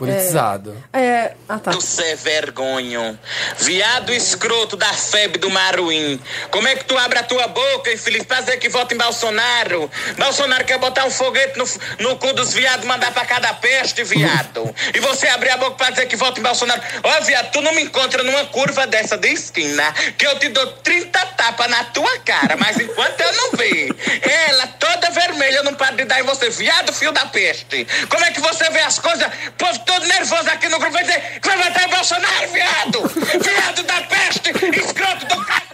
S2: Politizado.
S3: É. Ah, tá.
S9: Tu é vergonho. Viado escroto da febre do Maruim. Como é que tu abre a tua boca, infeliz, pra dizer que vota em Bolsonaro? Bolsonaro quer botar um foguete no, no cu dos viados, mandar pra cada peste, viado. E você abrir a boca pra dizer que vota em Bolsonaro. Ó, viado, tu não me encontra numa curva dessa de esquina, que eu te dou 30 tapas na tua cara, mas enquanto eu não vi, ela toda vermelha, eu não paro de dar em você, viado, filho da peste. Como é que você vê as coisas? O povo todo nervoso aqui no grupo vai dizer que vai votar em Bolsonaro, viado! Viado da peste! Escroto do cara!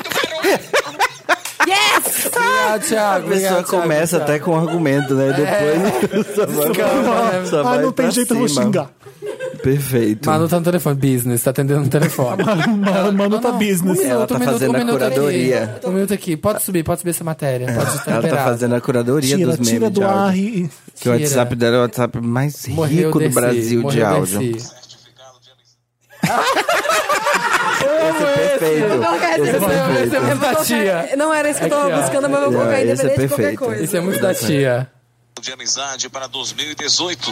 S9: do barulho.
S3: Yes!
S2: Obrigado, Ah, Thiago. É.
S4: A pessoa começa até com argumento, né? Depois só vai-
S2: Descamba,
S4: só
S1: Ah,
S4: vai
S1: não tem
S4: pra
S1: jeito, eu vou
S4: cima.
S1: xingar.
S4: Perfeito.
S2: Manu tá no telefone, business, tá atendendo no telefone.
S1: Mano, mano tá business.
S2: é?
S4: Ela
S2: um
S4: tá fazendo a curadoria.
S2: Aqui. Um minuto aqui, pode subir, pode subir essa matéria. Pode estar
S4: Ela tá
S2: liberado.
S4: fazendo a curadoria
S1: Tira,
S4: dos memes
S1: tira do
S4: de áudio.
S1: ar e.
S4: Que o
S2: Tira.
S4: WhatsApp dela é o WhatsApp mais
S2: Morreu
S4: rico do
S2: Dercy,
S4: Brasil de
S2: morreu
S4: áudio.
S2: Dercy.
S4: Perfeito.
S3: Não, cara,
S4: Esse é
S3: esse-
S2: Esse é
S4: perfeito.
S2: muito da tia.
S3: Não era isso que eu tava
S2: Aqui, ó.
S3: buscando, mas eu vou
S4: É,
S3: colocar
S4: esse é
S3: independente de qualquer
S4: perfeito.
S3: coisa.
S2: Esse é muito da tia.
S9: de amizade para 2018.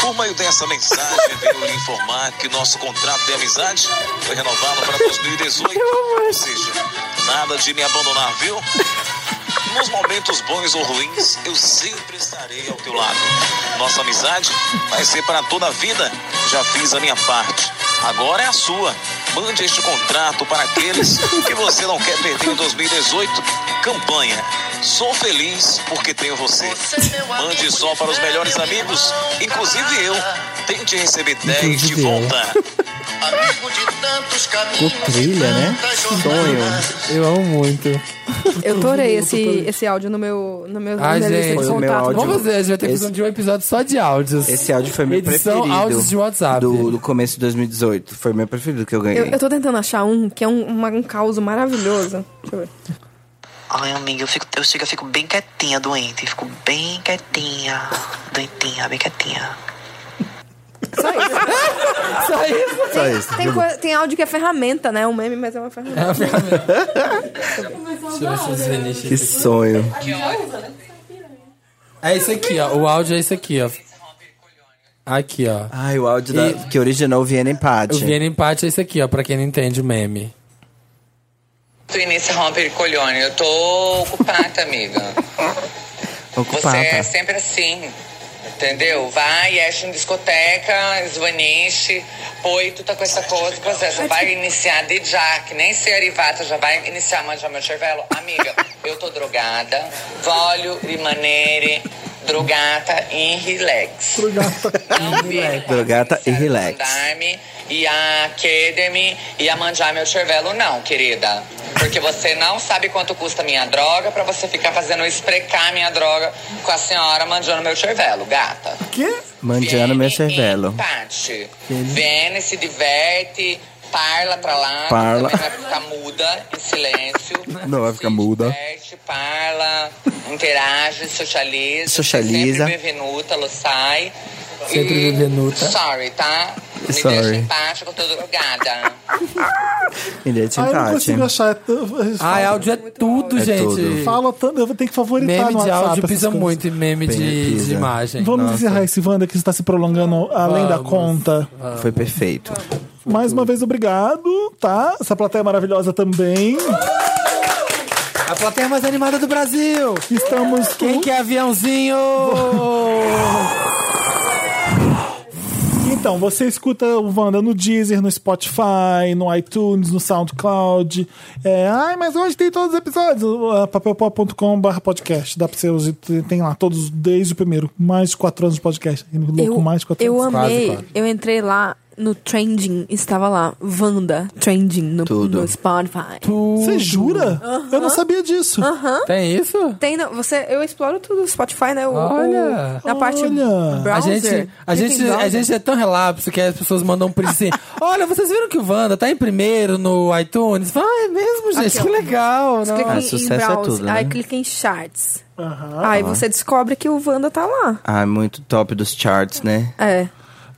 S9: Por meio dessa mensagem, venho lhe informar que nosso contrato de amizade foi renovado para 2018. Ou seja, nada de me abandonar, viu? Nos momentos bons ou ruins, eu sempre estarei ao teu lado. Nossa amizade vai ser para toda a vida. Já fiz a minha parte. Agora é a sua. Mande este contrato para aqueles que você não quer perder em 2018. Campanha. Sou feliz porque tenho você.
S10: é
S9: Mande só para os melhores amigos, inclusive eu. Tente receber 10 de
S2: Inclusive eu.
S9: volta.
S10: Amigo de tantos caminhos.
S4: Trilha, né? Sonho.
S2: Eu amo muito.
S3: Eu torei esse, esse áudio no meu, no meu
S2: Ai,
S3: na minha
S2: gente.
S3: lista de
S4: Foi o meu
S3: contato.
S4: áudio.
S2: Vamos fazer, a gente vai ter que
S4: Esse-
S2: fazer de um episódio só de áudios.
S4: Esse é áudio foi meu
S2: Edição
S4: preferido.
S2: áudios de WhatsApp.
S4: Do, do começo de 2018. Foi meu preferido que eu ganhei.
S3: Eu, eu tô tentando achar um que é um, uma- um caos maravilhoso. Deixa eu ver.
S10: Ai, amiga, eu, fico, eu chego eu fico bem quietinha, doente. Fico bem quietinha. Doentinha, bem quietinha.
S3: Só isso.
S2: Só isso.
S4: Só isso.
S3: Tem, coi- tem áudio que é ferramenta, né? É Um meme, mas é uma ferramenta.
S4: Que sonho.
S2: É isso aqui, ó. O áudio é isso aqui, ó. Aqui, ó.
S4: Ai, o áudio da-
S2: E-
S4: que originou o Viena Empate.
S2: O Viena Empate é isso aqui, ó, pra quem não entende o meme.
S9: Inês Romper Colione, eu tô ocupada, amiga.
S4: Ocupada.
S9: Você é sempre assim. Entendeu? Vai, enche uma discoteca, esvanisce, põe, tu tá com essa coisa, processo. Vai iniciar de já, que nem ser Arivata, já vai iniciar manjar meu cervelo. Amiga, eu tô drogada, volho, rimanere, drogata e relax. Não vem com
S4: Drogata e
S9: iniciar
S4: relax.
S9: Mandarme e a Academy e a manjar meu cervelo, não, querida. Porque você não sabe quanto custa minha droga pra você ficar fazendo eu esprecar minha droga com a senhora manjando meu cervelo, gata.
S1: Quê?
S4: Mandiano meu
S9: Viene
S4: cervelo.
S9: em Parte. Vene, se diverte, parla pra lá.
S4: Parla.
S9: também Vai ficar muda, em silêncio.
S4: Não, vai ficar muda.
S9: Se diverte, parla, interage, socializa.
S4: Socializa.
S9: Sempre benvenuta, lo sai.
S2: Centro de Venuta.
S9: Sorry, tá? Me
S4: Sorry.
S9: deixa em paz, eu tô drogada.
S4: Ele é
S1: Ah, eu não
S4: simpático.
S1: consigo achar. é tão-
S2: Ah, áudio é tudo,
S4: É
S2: gente.
S4: tudo.
S1: Fala tanto, eu vou ter que favoritar
S2: Meme
S1: no
S2: de
S1: WhatsApp
S2: áudio
S1: essas
S2: pisa
S1: coisas.
S2: muito e meme de,
S4: Pisa.
S2: de imagem.
S1: Vamos encerrar esse Wanda que está se prolongando além da
S2: Vamos.
S1: conta.
S4: Foi perfeito.
S1: Mais uma vez, obrigado, tá? Essa plateia é maravilhosa também.
S2: A plateia mais animada do Brasil.
S1: Estamos.
S2: Quem quer aviãozinho?
S1: Então, você escuta o Wanda no Deezer, no Spotify, no iTunes, no SoundCloud. É, ai, mas onde tem todos os episódios? Ah, papelpop.com.br podcast. Dá pra você usar, tem lá todos, desde o primeiro. Mais de quatro anos de podcast. É Louco,
S6: Eu,
S1: um mais de quatro
S6: eu
S1: anos.
S6: amei.
S2: quase.
S6: Eu entrei lá no trending, estava lá, Wanda trending no,
S4: Tudo.
S6: no Spotify.
S1: Você jura? Eu não sabia disso.
S2: Tem isso?
S6: Tem, no- você, eu exploro tudo no Spotify, né? O,
S2: Olha.
S6: o- na parte
S1: Olha.
S6: browser.
S2: A gente, a,
S6: Fica em
S2: gente, a
S6: browser.
S2: gente é tão relapso que as pessoas mandam um print assim. Olha, vocês viram que o Wanda tá em primeiro no iTunes? Vai é mesmo, gente.
S6: Aqui, ó.
S2: que legal.
S6: Clica
S2: não.
S4: Ah,
S6: em,
S4: sucesso
S6: em
S4: é
S6: browser,
S4: tudo, né?
S6: aí clica em charts. Aí você descobre que o Wanda tá lá.
S4: Ah, muito top dos charts, né?
S6: É.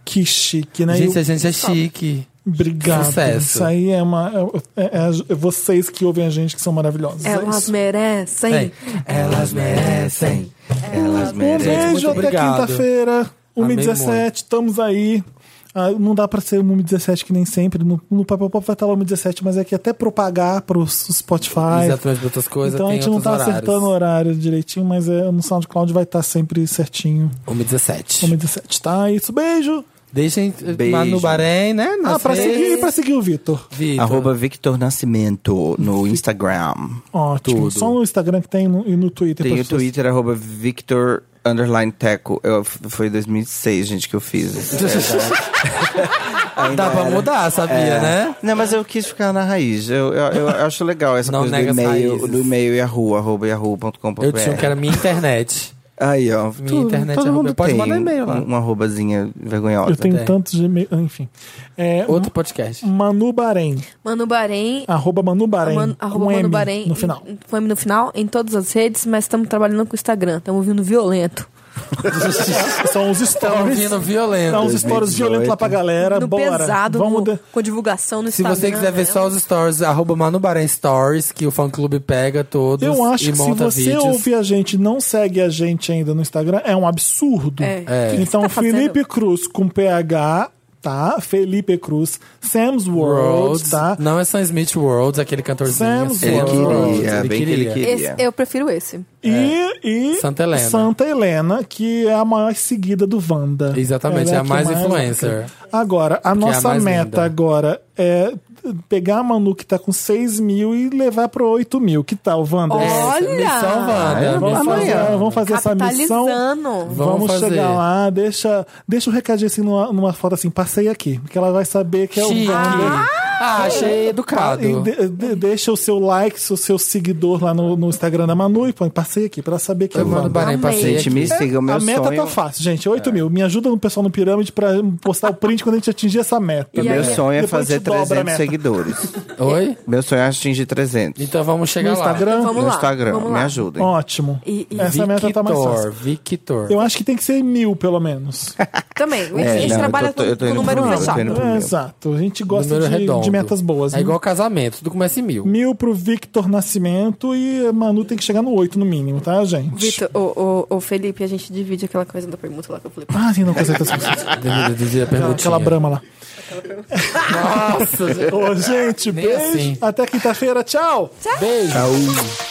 S1: Que chique, né?
S2: Gente,
S1: Eu-
S2: a gente é chique.
S1: Obrigado.
S2: Sucesso.
S1: Isso aí é uma. É, é- é vocês que ouvem a gente que são maravilhosos. É
S6: Elas
S1: isso.
S6: merecem.
S2: Tem. Elas merecem.
S4: Elas
S1: Um
S4: merecem.
S1: beijo até
S2: obrigado.
S1: quinta-feira,
S2: Amei
S1: 1h17,
S2: muito.
S1: estamos aí. Ah, não dá pra ser 1h17 que nem sempre. No, no Papel Pop vai estar lá 1h17, mas é que até propagar pro Spotify.
S2: Exatamente, outras coisas.
S1: Então a
S2: tem
S1: gente não tá
S2: outros horários.
S1: acertando o horário direitinho, mas é, no SoundCloud vai estar sempre certinho.
S2: 1h17.
S1: 1h17, tá? É Isso, beijo!
S2: Deixem
S4: Beijo.
S2: lá no Bahrein, né?
S1: Ah,
S2: Nas
S1: pra
S2: redes.
S1: seguir, pra seguir o Vitor.
S2: Vitor.
S4: Arroba Victor Nascimento no Instagram.
S1: Ótimo.
S4: Tudo.
S1: Só no Instagram que tem no- e no Twitter.
S4: Tem
S1: pra
S4: o
S1: pessoas-
S4: Twitter, arroba Victor underline Teco. Eu, foi 2006, gente, que eu fiz. É,
S2: Dá pra mudar, sabia, né?
S4: Não, mas eu quis ficar na raiz. Eu, eu, eu acho legal essa
S2: Não
S4: coisa do
S2: nega as
S4: e-mail,
S2: raízes.
S4: do e-mail Yahoo, arroba yahoo.com.br.
S2: Eu tinha um que era minha internet.
S4: Aí, ó.
S2: Minha
S4: tudo-
S2: internet
S4: todo
S2: arroba-
S4: mundo
S2: pode
S4: tem
S2: mandar e-mail lá.
S4: um- Uma arrobazinha vergonhosa. É.
S1: Eu tenho
S2: Tem.
S1: tantos de e-mail. Enfim. É,
S2: Outro podcast.
S1: Manu Bahrein.
S6: Mano Bahrein.
S1: Arroba Manu Bahrein.
S6: Mano, arroba
S1: um
S6: Mano
S1: M
S6: Bahrein.
S1: No final.
S6: em- Com M no final, em todas as redes, mas estamos trabalhando com o Instagram. Estamos vindo violento.
S1: São os stories.
S2: Ouvindo violento.
S1: Dá uns stories violentos lá pra galera.
S6: no
S1: Bora.
S6: pesado,
S1: Vamos
S6: no-
S1: de-
S6: com divulgação no
S2: Se
S6: Instagram.
S2: você quiser ver
S6: né?
S2: só os stories, arroba Manu Bahrein Stories, que o fã clube pega todos
S1: Eu acho
S2: e
S1: que se
S2: monta
S1: você
S2: vídeos.
S1: ouvir a gente e não segue a gente ainda no Instagram, é um absurdo.
S6: É. É. O que que
S1: Então,
S6: você tá fazendo?
S1: Felipe Cruz com PH, tá? Felipe Cruz, Sam's World,
S2: Worlds,
S1: tá?
S2: Não é Sam Smith Worlds, aquele cantorzinho.
S1: Sam's
S2: assim,
S4: Ele
S1: World.
S4: queria,
S2: Ele
S4: bem que ele
S2: queria.
S4: queria.
S6: Esse- eu prefiro esse.
S1: E, e
S2: É. Santa Helena.
S1: Santa Helena, que é a maior seguida do Wanda.
S2: Exatamente,
S1: Ela
S2: é a
S1: que
S2: mais influencer.
S1: Agora, a
S2: é a
S1: nossa
S2: mais
S1: meta
S2: linda.
S1: agora é pegar a Manu que tá com 6 mil e levar pro 8 mil. Que tal, Wanda?
S6: Olha!
S2: Missão Wanda.
S1: Vamos
S2: missão
S1: fazer,
S2: Wanda.
S1: vamos fazer essa missão.
S6: Capitalizando.
S1: Vamos,
S2: Vamos fazer.
S1: chegar lá, deixa, deixa o recadinho assim numa, numa foto assim, passei aqui, porque ela vai saber que é o
S2: Chique.
S1: Wanda.
S2: Ah, achei educado.
S1: E de- de- deixa o seu like, o seu seguidor lá no, no Instagram da Manu e põe, passei aqui, pra ela saber que é
S2: Eu
S1: o
S2: mando
S1: Wanda.
S2: Bahrein passei
S4: Gente,
S2: aqui.
S4: me siga, o meu
S1: a meta
S4: sonho... É.
S1: tá fácil, gente. 8 mil. Me ajuda no pessoal no Pirâmide pra postar o print quando a gente atingir essa meta.
S4: O meu
S1: Depois
S4: sonho é
S1: a
S4: fazer
S1: gente dobra a
S4: 300
S1: meta.
S4: seguidores.
S2: Oi?
S4: meu sonho é atingir 300.
S2: Então vamos chegar
S1: No
S2: lá.
S1: Instagram?
S6: Vamos
S4: no
S6: lá,
S4: Instagram,
S6: Então vamos
S4: me
S6: lá.
S4: ajudem.
S1: Ótimo.
S6: E- e-
S1: Essa meta tá mais
S2: Victor,
S1: fácil.
S2: Victor.
S1: Eu acho que tem que ser mil, pelo menos.
S6: Também. A
S4: É,
S6: gente
S4: não, eu
S6: trabalha
S4: tô- eu tô
S6: com, com
S4: indo
S6: número
S4: pro meu, eu tô
S6: fechado.
S4: indo pro
S1: É,
S4: meu.
S1: exato. A gente gosta
S2: Número
S1: de,
S2: redondo.
S1: de metas boas.
S2: É
S1: né?
S2: igual casamento, tudo começa em mil.
S1: Mil pro Victor Nascimento e a Manu tem que chegar no 8 no mínimo, tá, gente?
S6: Vitor, o, o, o Felipe, a gente divide aquela coisa da pergunta lá que eu falei.
S1: Ah, sim, não conserta as pessoas.
S2: Devido a dizer a perguntinha.
S1: Aquela brama lá.
S2: Nossa,
S1: Ô, gente,
S2: Nem
S1: beijo.
S2: assim.
S1: Até quinta-feira. Tchau!
S2: beijo.